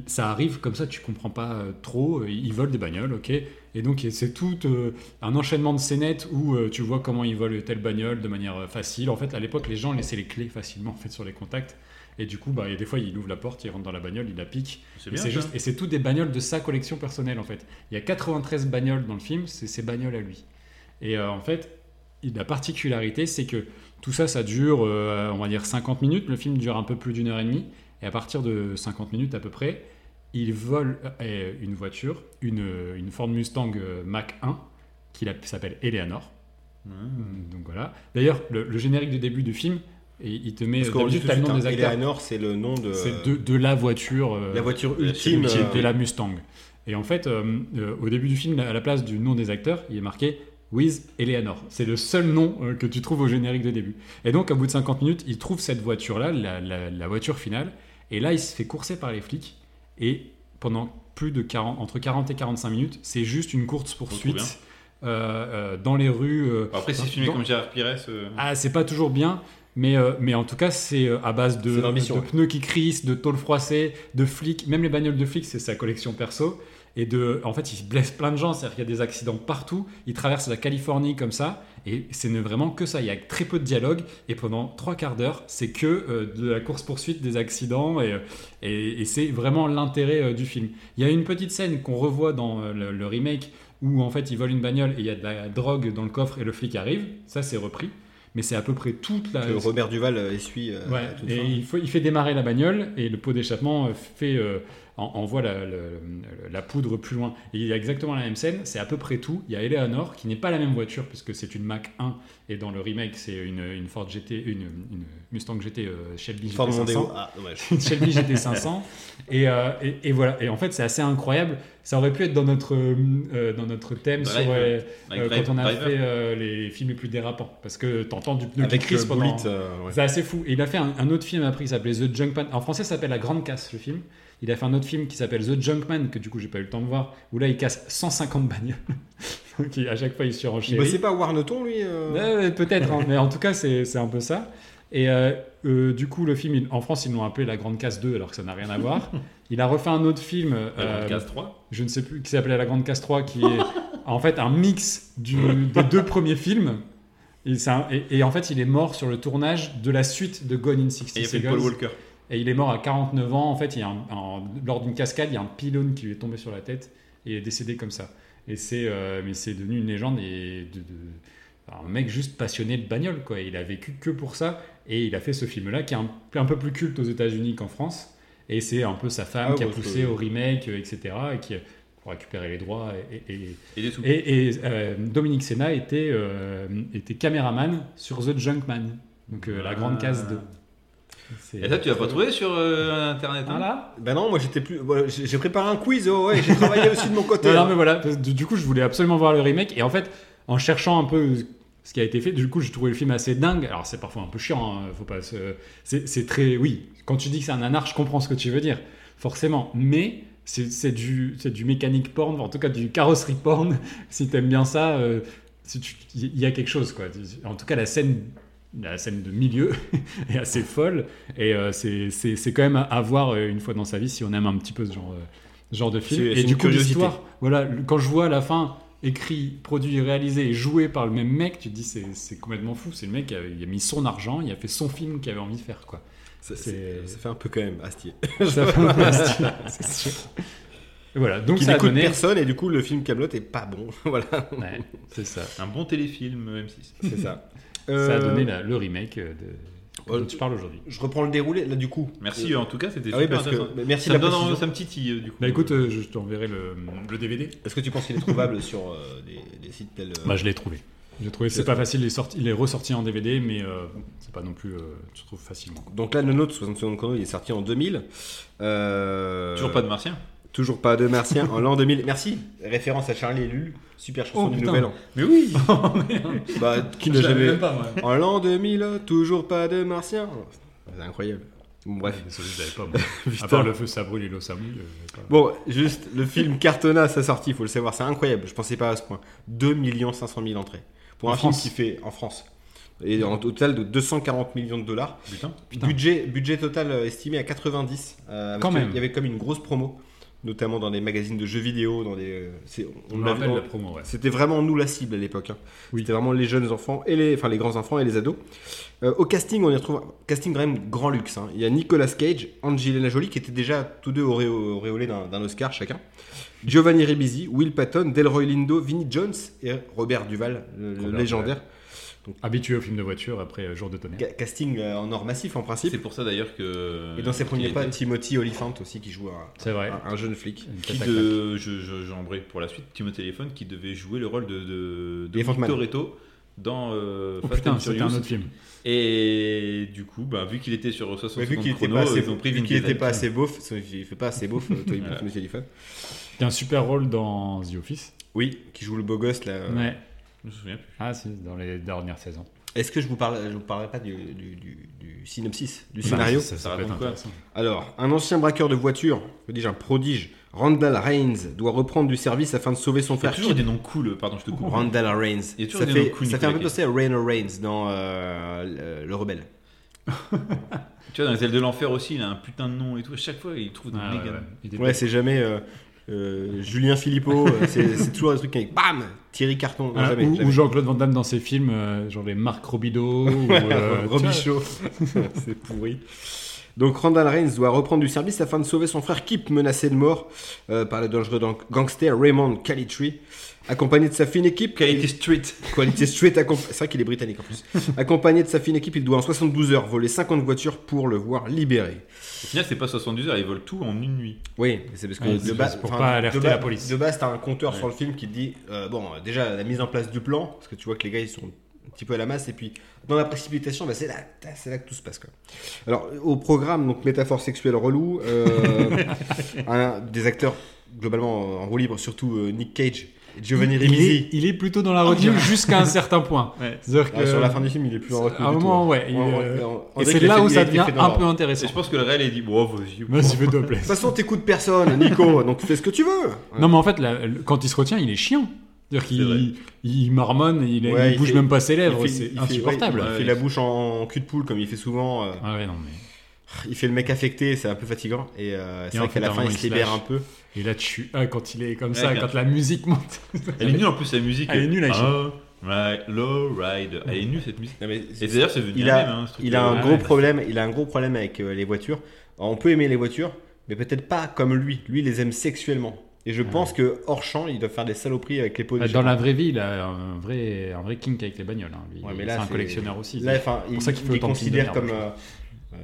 C: ça arrive comme ça, tu comprends pas euh, trop, il vole des bagnoles, ok. Et donc c'est tout euh, un enchaînement de scénettes où euh, tu vois comment ils volent telle bagnole de manière euh, facile. En fait, à l'époque, les gens laissaient les clés facilement en fait, sur les contacts. Et du coup, bah, et des fois, il ouvre la porte, il rentre dans la bagnole, il la pique.
D: C'est
C: Et
D: bien.
C: c'est
D: ça.
C: juste- et c'est toutes des bagnoles de sa collection personnelle en fait. Il y a 93 bagnoles dans le film, c'est ses bagnoles à lui. Et euh, en fait, il- la particularité, c'est que tout ça, ça dure, euh, on va dire 50 minutes. Le film dure un peu plus d'une heure et demie. Et à partir de 50 minutes à peu près, il vole euh, une voiture, une, une Ford Mustang euh, Mach 1, qui l'a- s'appelle Eleanor.
D: Ouais.
C: Donc voilà. D'ailleurs, le, le générique de début du film, et il te met
A: Parce qu'on dit
C: d'habitude,
A: tout
C: t'as
A: de
C: le
A: suite,
C: nom
A: hein,
C: des acteurs.
A: Eleanor, c'est le nom de.
C: C'est de, de la voiture. euh,
A: euh, La voiture
D: la
A: ultime.
D: ultime,
A: euh,
C: de la Mustang. Et en fait, euh, euh, au début du film, à la place du nom des acteurs, il est marqué With Eleanor. C'est le seul nom euh, que tu trouves au générique de début. Et donc, au bout de 50 minutes, il trouve cette voiture-là, la, la- la voiture finale. Et là, il se fait courser par les flics. Et pendant plus de 40, entre 40 et 45 minutes, c'est juste une course
D: Oh, bien.
C: poursuite euh, euh, dans les rues. euh,
D: Après, c'est
C: dans-
D: filmé
C: dans-
D: comme Gérard Pires. euh,
C: ah, c'est pas toujours bien, mais, euh, mais en tout cas, c'est euh, à base de,
A: C'est l'ambition,
C: de
A: ouais.
C: pneus qui crissent, de tôles froissées, de flics. Même les bagnoles de flics, c'est sa collection perso. Et de, en fait, il blesse plein de gens. C'est-à-dire qu'il y a des accidents partout. Il traverse la Californie comme ça. Et c'est ne- vraiment que ça. Il y a très peu de dialogue. Et pendant trois quarts d'heure, c'est que euh, de la course-poursuite, des accidents. Et, euh, et, et c'est vraiment l'intérêt euh, du film. Il y a une petite scène qu'on revoit dans euh, le, le remake où en fait ils volent une bagnole et il y a de la drogue dans le coffre et le flic arrive. Ça c'est repris, mais c'est à peu près toute la.
A: que Robert Duval euh, essuie. euh,
C: Ouais,
A: à toute
C: et
A: fin.
C: il, faut, il fait démarrer la bagnole et le pot d'échappement euh, fait euh, en- envoie la, la- la poudre plus loin. Et il y a exactement la même scène, c'est à peu près tout. Il y a Eleanor qui n'est pas la même voiture puisque c'est une Mac 1 et dans le remake c'est une, une Ford GT, une, une Mustang GT euh, Shelby GT
A: Ford
C: 500
A: Mondeo. Ah, dommage.
C: une Shelby GT500. Et, euh, et, et voilà. Et en fait, c'est assez incroyable. Ça aurait pu être dans notre, euh, euh, dans notre thème
D: Drive,
C: sur, euh,
D: avec
C: euh,
D: Drive-
C: quand on a
D: Driver.
C: fait euh, les films les plus dérapants. Parce que t'entends du pneu qui
A: Avec
C: crisse
A: Chris
C: pendant...
A: Bullitt. euh, ouais.
C: C'est assez fou. Et il a fait un, un autre film après qui s'appelait The Junkman. En français, ça s'appelle La Grande Casse, le film. Il a fait un autre film qui s'appelle The Junkman, que du coup, j'ai pas eu le temps de voir, où là, il casse 150 bagnoles. Donc, il- à chaque fois, il
A: Il
C: surenchérit.
A: bossait Bah, pas à Warneton, lui euh
C: Euh, Peut-être, hein, mais en tout cas, c'est c'est un peu ça. Et euh, euh, du coup, le film, il- en France, ils l'ont appelé La Grande Casse 2, alors que ça n'a rien à voir. Il a refait un autre film,
D: La
C: euh,
D: grande case 3.
C: je ne sais plus, qui s'appelait La Grande Casse 3, qui est en fait un mix du- des deux premiers films. Et, c'est un- et- et en fait, il est mort sur le tournage de la suite de Gone in 60
D: Et il y a fait
C: Seconds.
D: Paul Walker.
C: Et il est mort à 49 ans. En fait, il y a un- un- lors d'une cascade, il y a un pylône qui lui est tombé sur la tête et il est décédé comme ça. Et c'est, euh, mais c'est devenu une légende et de, de- un mec juste passionné de bagnole quoi. Il a vécu que pour ça et il a fait ce film-là qui est un, un peu plus culte aux États-Unis qu'en France. Et c'est un peu sa femme
A: Ah,
C: qui a
A: ouais,
C: poussé
A: je-
C: au remake, euh, etc. Et qui pour récupérer les droits et- et- et
D: Et des sous.
C: et, et, euh, Dominique Senna était, euh, était caméraman sur The Junkman, donc euh, la grande case de.
D: Et ça, tu vas pas trouver sur euh, internet. hein.
C: Voilà.
A: Ben non, moi j'étais plus. voilà, j'ai j'ai préparé un quiz, oh ouais, j'ai travaillé aussi de mon côté.
C: Non, non, mais voilà. parce que Du du coup, je voulais absolument voir le remake. Et en fait, en cherchant un peu ce qui a été fait, du coup, j'ai trouvé le film assez dingue. Alors, c'est parfois un peu chiant. hein, faut pas se- C'est c'est très. Oui, quand tu dis que c'est un nanar, je comprends ce que tu veux dire. Forcément. Mais. C'est c'est du, c'est du mécanique porn, en tout cas du carrosserie porn. Si t'aimes bien ça, euh, si tu- il y a quelque chose quoi. En tout cas, la scène, la scène de milieu est assez folle et euh, c'est- c'est c'est quand même à- à voir euh, une fois dans sa vie si on aime un petit peu ce genre, euh, ce genre de film.
D: C'est-
C: Et
D: c'est
C: du
D: une
C: coup,
D: curiosité.
C: l'histoire, voilà, le- quand je vois à la fin écrit, produit, réalisé et joué par le même mec, tu te dis c'est c'est complètement fou. C'est le mec qui a, il a mis son argent, il a fait son film qu'il avait envie de faire quoi.
A: Ça,
C: C'est-
A: c'est- ça fait un peu quand même astier.
C: Ça fait un peu astuce, c'est sûr. Et Voilà, donc
A: Qui
C: ça a
A: n'écoute
C: donné-
A: personne et du coup le film Camelot est pas bon. voilà,
C: Ouais, c'est ça.
D: Un bon téléfilm euh, M6.
A: c'est ça.
C: Ça a
A: Euh,
C: donné la- le remake euh, de,
A: euh,
C: dont tu parles aujourd'hui.
A: Je reprends le déroulé là du coup.
D: Merci,
A: Euh,
D: euh, en tout cas, c'était
A: ah oui,
D: super
A: parce
D: intéressant.
A: que mais merci
D: Ça
A: de
D: me,
A: la
D: donne,
A: précision.
D: envie- ça me titille, euh, du coup.
C: Bah écoute, euh, je t'enverrai le, le DVD.
A: Est-ce que tu penses qu'il est trouvable sur euh, des, des sites tels euh,
C: Bah je l'ai trouvé. J'ai trouvé, c'est pas facile, il est, sorti- il est ressorti en DVD, mais euh, c'est pas non plus, euh, tu trouves facilement.
A: Donc là, le nôtre 60 secondes chrono, il est sorti en 2000. Euh,
D: Toujours pas de martien.
A: Toujours pas de Martien en l'an 2000. Merci. Référence à Charlie et Lulu. Super chanson
C: Oh,
A: du
C: putain.
A: Nouvel An.
D: Mais oui
A: Bah, qui n'a jamais. En l'an 2000, toujours pas de Martien. C'est incroyable. Bon, bref.
C: Ah, Désolé, je l'avais pas. moi. à part le feu, ça brûle et l'eau, ça mouille. euh, j'avais pas.
A: Bon, juste, le film cartonna à sa sortie, faut le savoir, c'est incroyable. Je pensais pas à ce point. 2 500 000 entrées. Pour
C: En
A: un
C: France.
A: film qui fait en France. Et en total de 240 millions de dollars.
D: Putain.
C: Putain.
A: Budget, budget total euh, estimé à 90. euh, avec-
C: Quand même.
A: Il y avait comme une grosse promo, notamment dans des magazines de jeux vidéo. Dans des, euh, c'est- on
C: On me
A: l'a-
C: rappelle
A: on-
C: la promo, ouais.
A: C'était vraiment nous la cible à l'époque. hein.
C: Oui.
A: C'était vraiment les jeunes enfants et les, enfin les grands enfants et les ados. Euh, au casting, on y retrouve casting quand même grand luxe. hein. Il y a Nicolas Cage, Angelina Jolie qui étaient déjà tous deux auréo- auréolés d'un d'un Oscar chacun. Giovanni Ribisi, Will Patton, Delroy Lindo, Vinnie Jones et Robert Duval, le, le
C: Robert
A: légendaire.
C: Habitué au film de voiture après euh, Jour de tonnerre.
A: Ca- Casting euh, en or massif en
D: C'est
A: principe.
D: pour ça d'ailleurs que.
A: Et dans ses premiers
D: qu'il
A: pas,
D: était-
A: Timothy Oliphant aussi qui joue un,
C: C'est vrai.
A: un- un jeune flic.
C: Une
D: Qui
C: cata-
D: de. Je, je, j'embraye pour la suite, Timo Téléphone, qui devait jouer le rôle de. de, de
A: Elephant Man.
D: Toretto dans euh,
C: Oh
D: Fast and
C: putain, c'était
D: Furious.
C: un autre film.
D: Et du coup, bah, vu qu'il était sur 60
A: Mais vu
D: secondes
A: qu'il était
D: chrono,
A: pas assez,
D: ils ont pris
A: vu
D: Vin
A: qu'il était
D: Diesel.
A: pas assez beauf, parce qu'il fait pas assez beauf, euh, toi, il prend
D: Voilà.
A: son téléphone.
C: C'était un super rôle dans The Office.
A: Oui, qui joue le beau gosse là.
C: Ouais.
D: Je me souviens plus.
C: Ah, c'est dans les dernières saisons.
A: Est-ce que je vous parle, je vous parlerai pas du, du- du- du synopsis, du scénario
C: ça, ça
D: Bah, Ça
C: peut être
D: raconte quoi
C: intéressant.
A: Alors, un ancien braqueur de voiture, je dis un prodige, Randall Reigns, doit reprendre du service afin de sauver son
D: Il y a
A: frère.
D: toujours
A: Chip.
D: des noms cool, pardon, je te coupe.
A: Randall Reigns.
D: Il y a toujours
A: Ça
D: des
A: fait,
D: noms cool,
A: ça fait un peu
D: Nicolas
A: penser à Reno Reigns dans euh, le, le Rebelle.
D: Tu vois, dans les ailes de l'enfer aussi, il a un putain de nom et tout. À chaque fois, il trouve des
C: Ah, ouais,
D: méga
C: ouais. Il est-
A: Ouais, c'est jamais euh, euh, Julien Philippot, euh, c'est c'est toujours des trucs avec BAM Thierry Carton, non,
C: Ah,
A: jamais.
C: ou
A: jamais.
C: ou Jean-Claude Van Damme dans ses films, euh, genre les Marc Robideau ou euh,
A: Robichaud. c'est pourri. Donc Randall Reigns doit reprendre du service afin de sauver son frère Kip, menacé de mort euh, par le dangereux dan- gangster Raymond Calitri, accompagné de sa fine équipe.
D: Qualité Street.
A: Quality Street, accomp- c'est vrai qu'il est britannique en plus. Accompagné de sa fine équipe, il doit en 72 heures voler 50 voitures pour le voir libéré.
D: Au final, c'est pas 72 heures, ils volent tout en une nuit.
A: Oui, c'est parce que
C: Ouais,
A: de
C: c'est
A: base,
C: juste pour
A: enfin,
C: pas
A: de
C: alerter
A: ba-
C: la police.
A: De base, t'as un compteur sur le film qui te dit euh, bon, euh, déjà la mise en place du plan, parce que tu vois que les gars ils sont un petit peu à la masse, et puis dans la précipitation, bah, c'est là, ta- c'est là que tout se passe. Quoi. Alors au programme, donc métaphore sexuelle relou, euh, un- des acteurs globalement euh, en roue libre, surtout euh, Nick Cage, et Giovanni Ah,
C: il, il est,
A: Ribisi.
C: il est plutôt dans la retenue jusqu'à un certain point.
D: Ouais.
C: C'est-à-dire
A: Ah,
C: que-
A: sur la fin du film, il est plus en retenue.
C: à un
A: du tout,
C: moment,
A: hein.
C: ouais, il,
A: On- on-
C: euh,
A: on- on
C: et
A: dirait
C: c'est
A: qu'il a
C: là
A: fait-
C: où
A: il a
C: ça
A: été
C: devient
A: fait dans
C: un
A: l'ordre.
C: peu
D: Et
C: intéressant.
D: je pense que le réel, il dit Bon, vas-y. bon.
C: Vas-y, fais-toi
A: De
C: plaisir.
A: toute façon, t'écoutes personne, Nico, donc fais ce que tu veux.
C: Non, mais en fait, la- le- quand il se retient, il est chiant. C'est-à-dire
D: vrai.
C: qu'il il marmonne, il, il
A: Ouais, il
C: bouge
A: fait-
C: même pas ses
A: Il
C: lèvres,
A: fait-
C: c'est
A: il fait-
C: insupportable.
A: ouais, il fait la bouche en, en cul de poule comme il fait souvent. euh,
C: Ah ouais, non, mais...
A: Il fait le mec affecté, c'est un peu fatigant. Et euh, c'est
C: Et en
A: vrai
C: fait,
A: qu'à la
C: à un
A: fin,
C: moment,
A: il
C: il
A: se
C: se
A: libère un
C: lâche.
A: peu.
C: Et là, tu... ah, quand il est comme
D: Ouais,
C: ça,
D: bien.
C: quand la musique monte.
D: Elle est nulle en plus, sa musique.
C: Elle est nulle, elle est
D: Ah, right, low ride. Elle est nulle, cette musique. Et d'ailleurs, c'est devenu
A: Il
D: un
A: a-
D: mème, hein, ce truc.
A: il, a un
C: Ah
A: gros
C: ouais.
A: problème, il a un gros problème avec euh, les voitures. Alors, on peut aimer les voitures, mais peut-être pas comme lui. Lui, il les aime sexuellement. Et je pense que hors champ, il doit faire des saloperies avec les pots de
C: Ah Bah, Dans la vraie vie, il a un vrai, un vrai kink avec les bagnoles. hein, lui.
A: Ouais, mais
C: C'est
A: là,
C: un
A: c'est-
C: collectionneur aussi.
A: Là, enfin, il,
C: pour ça qu'il fait
A: il les
C: autant de films
A: considère
C: de
A: comme
C: merde,
A: euh, euh,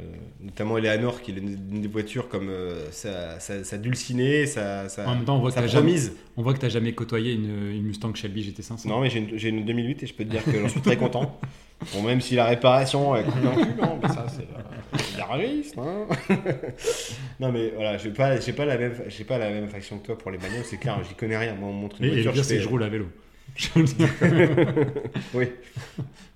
A: notamment Eleanor, qui est une des voitures comme euh, sa, sa- sa dulcinée, sa, sa,
C: En même temps, on voit
A: sa
C: que t'as jamais,
A: promise.
C: on voit que t'as jamais côtoyé une, une Mustang Shelby GT500.
A: Non, mais j'ai une, j'ai une 2008 et je peux te dire que j'en suis très content. Bon, même si la réparation est coûte un cul, non, mais ça, c'est euh, c'est la risque, hein. Non, mais voilà, j'ai pas, j'ai pas, la même- j'ai pas la même faction que toi pour les bagnoles, c'est clair, j'y connais rien. Moi, on me montre une
C: Et, et
A: voiture,
C: le pire, c'est
A: fais-
C: que je roule à vélo. Je veux dire.
A: Oui.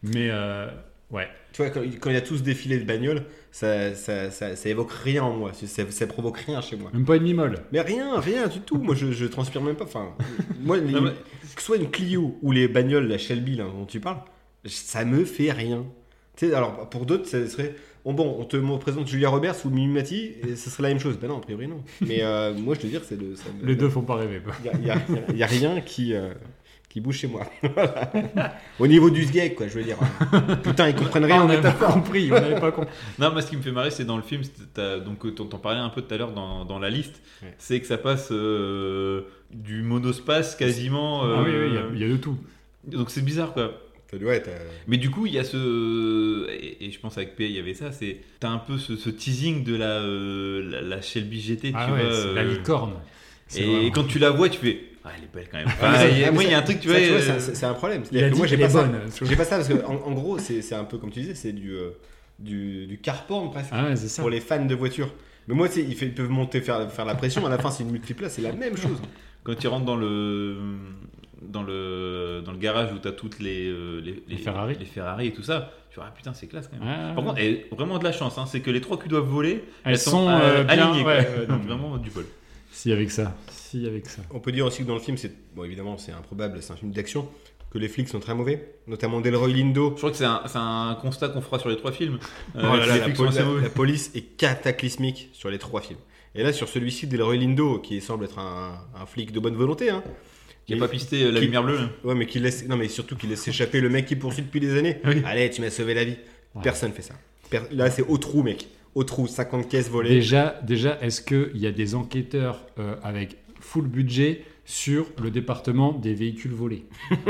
C: Mais euh, ouais.
A: Tu vois, quand, quand il y a tous défilé de bagnoles, ça, ça, ça, ça évoque rien en moi, ça, ça provoque rien chez moi.
C: Même pas une mimole.
A: Mais rien, rien du tout. Moi, je, je transpire même pas. Enfin, moi, les-
D: Non, mais-
A: que ce soit une Clio ou les bagnoles, la Shelby là, dont tu parles, je- ça me fait rien. Tu sais, alors pour d'autres, ça serait bon, bon, on te me présente Julia Roberts ou Mimimati, et ce serait la même chose. Ben non, a priori non. Mais euh, moi, je te dire, c'est le. ça me-
C: Les deux font pas rêver. quoi.
A: Il y a- il y a, il y a rien qui. euh, Qui bouge chez moi. Voilà. Au niveau du sgeg, quoi, je veux dire. Putain, ils comprennent rien
C: Ah,
A: en
C: on n'avait
A: métaphore.
C: pas compris. On n'avait pas compris.
D: Non, moi, ce qui me fait marrer, c'est dans le film, c'est- t'as- donc euh, t'en t'en parlais un peu tout à l'heure dans, dans la liste,
A: Ouais.
D: c'est que ça passe euh, du monospace quasiment.
C: Ah oui, oui, il y
D: euh,
C: a- il y, a de tout.
D: Donc c'est bizarre quoi.
A: Ça doit être, euh,
D: Mais du coup, il y a ce. Et, et je pense avec P, il y avait ça, c'est. T'as un peu ce, ce teasing de la, euh, la, la Shelby GT,
C: Ah
D: tu
C: ouais,
D: vois.
C: c'est la
D: euh,
C: licorne. C'est
D: Et
C: vraiment-
D: quand tu la vois, tu fais. Ah, elle est belle quand même.
A: Ah, mais
D: Ah,
A: ça-
D: il y a-
A: ah, mais
D: moi, il y a
A: ça-
D: un truc, tu
A: ça,
D: vois.
A: vois,
D: euh,
A: ça- c'est c'est un problème.
C: il a
A: C'est-à-dire que
C: dit
A: moi, j'ai
C: qu'elle
A: pas
C: est
A: ça.
C: bonne. tu vois.
A: J'ai pas ça parce que, en, en gros, c'est c'est un peu comme tu disais, c'est du, euh, du, du car porn presque
C: Ah ouais, c'est ça.
A: pour les fans de voitures. Mais moi, tu sais, ils, fait- ils peuvent monter, faire, faire la pression. À la fin, c'est une multiple, c'est la même chose.
D: quand tu rentres dans le dans le dans le garage où t'as toutes les euh, les,
C: Les Ferrari.
D: les Ferrari et tout ça tu vois ah putain c'est classe quand même
C: Ouais,
D: par contre et vraiment de la chance hein, c'est que les trois qui doivent voler
C: elles sont
D: euh,
C: euh, bien.
D: alignées quoi.
C: ouais, ouais, non,
D: Donc, vraiment du bol
C: Si avec ça. Si avec ça.
A: On peut dire aussi que dans le film, c'est bon, évidemment, c'est improbable, c'est un film d'action, que les flics sont très mauvais, notamment Delroy Lindo.
D: je crois que c'est un, c'est un constat qu'on fera sur les trois films Euh,
A: Oh là là,
D: les
A: la, poli-
D: flics sont assez
A: la-
D: mauvais.
A: la police est cataclysmique sur les trois films. Et là, sur celui-ci, Delroy Lindo, qui semble être un, un flic de bonne volonté, hein,
D: il
A: mais-
D: a pas pisté euh, la
A: qui-
D: lumière bleue hein.
A: Ouais, mais qui laisse. Non, mais surtout qu'il laisse échapper le mec qui poursuit depuis des années. Allez, tu m'as sauvé la vie.
C: Ouais.
A: Personne fait ça. Per- Là, c'est au trou, mec. Au trou, 50 caisses volées.
C: Déjà, déjà est-ce qu'il y a des enquêteurs euh, avec full budget sur le département des véhicules volés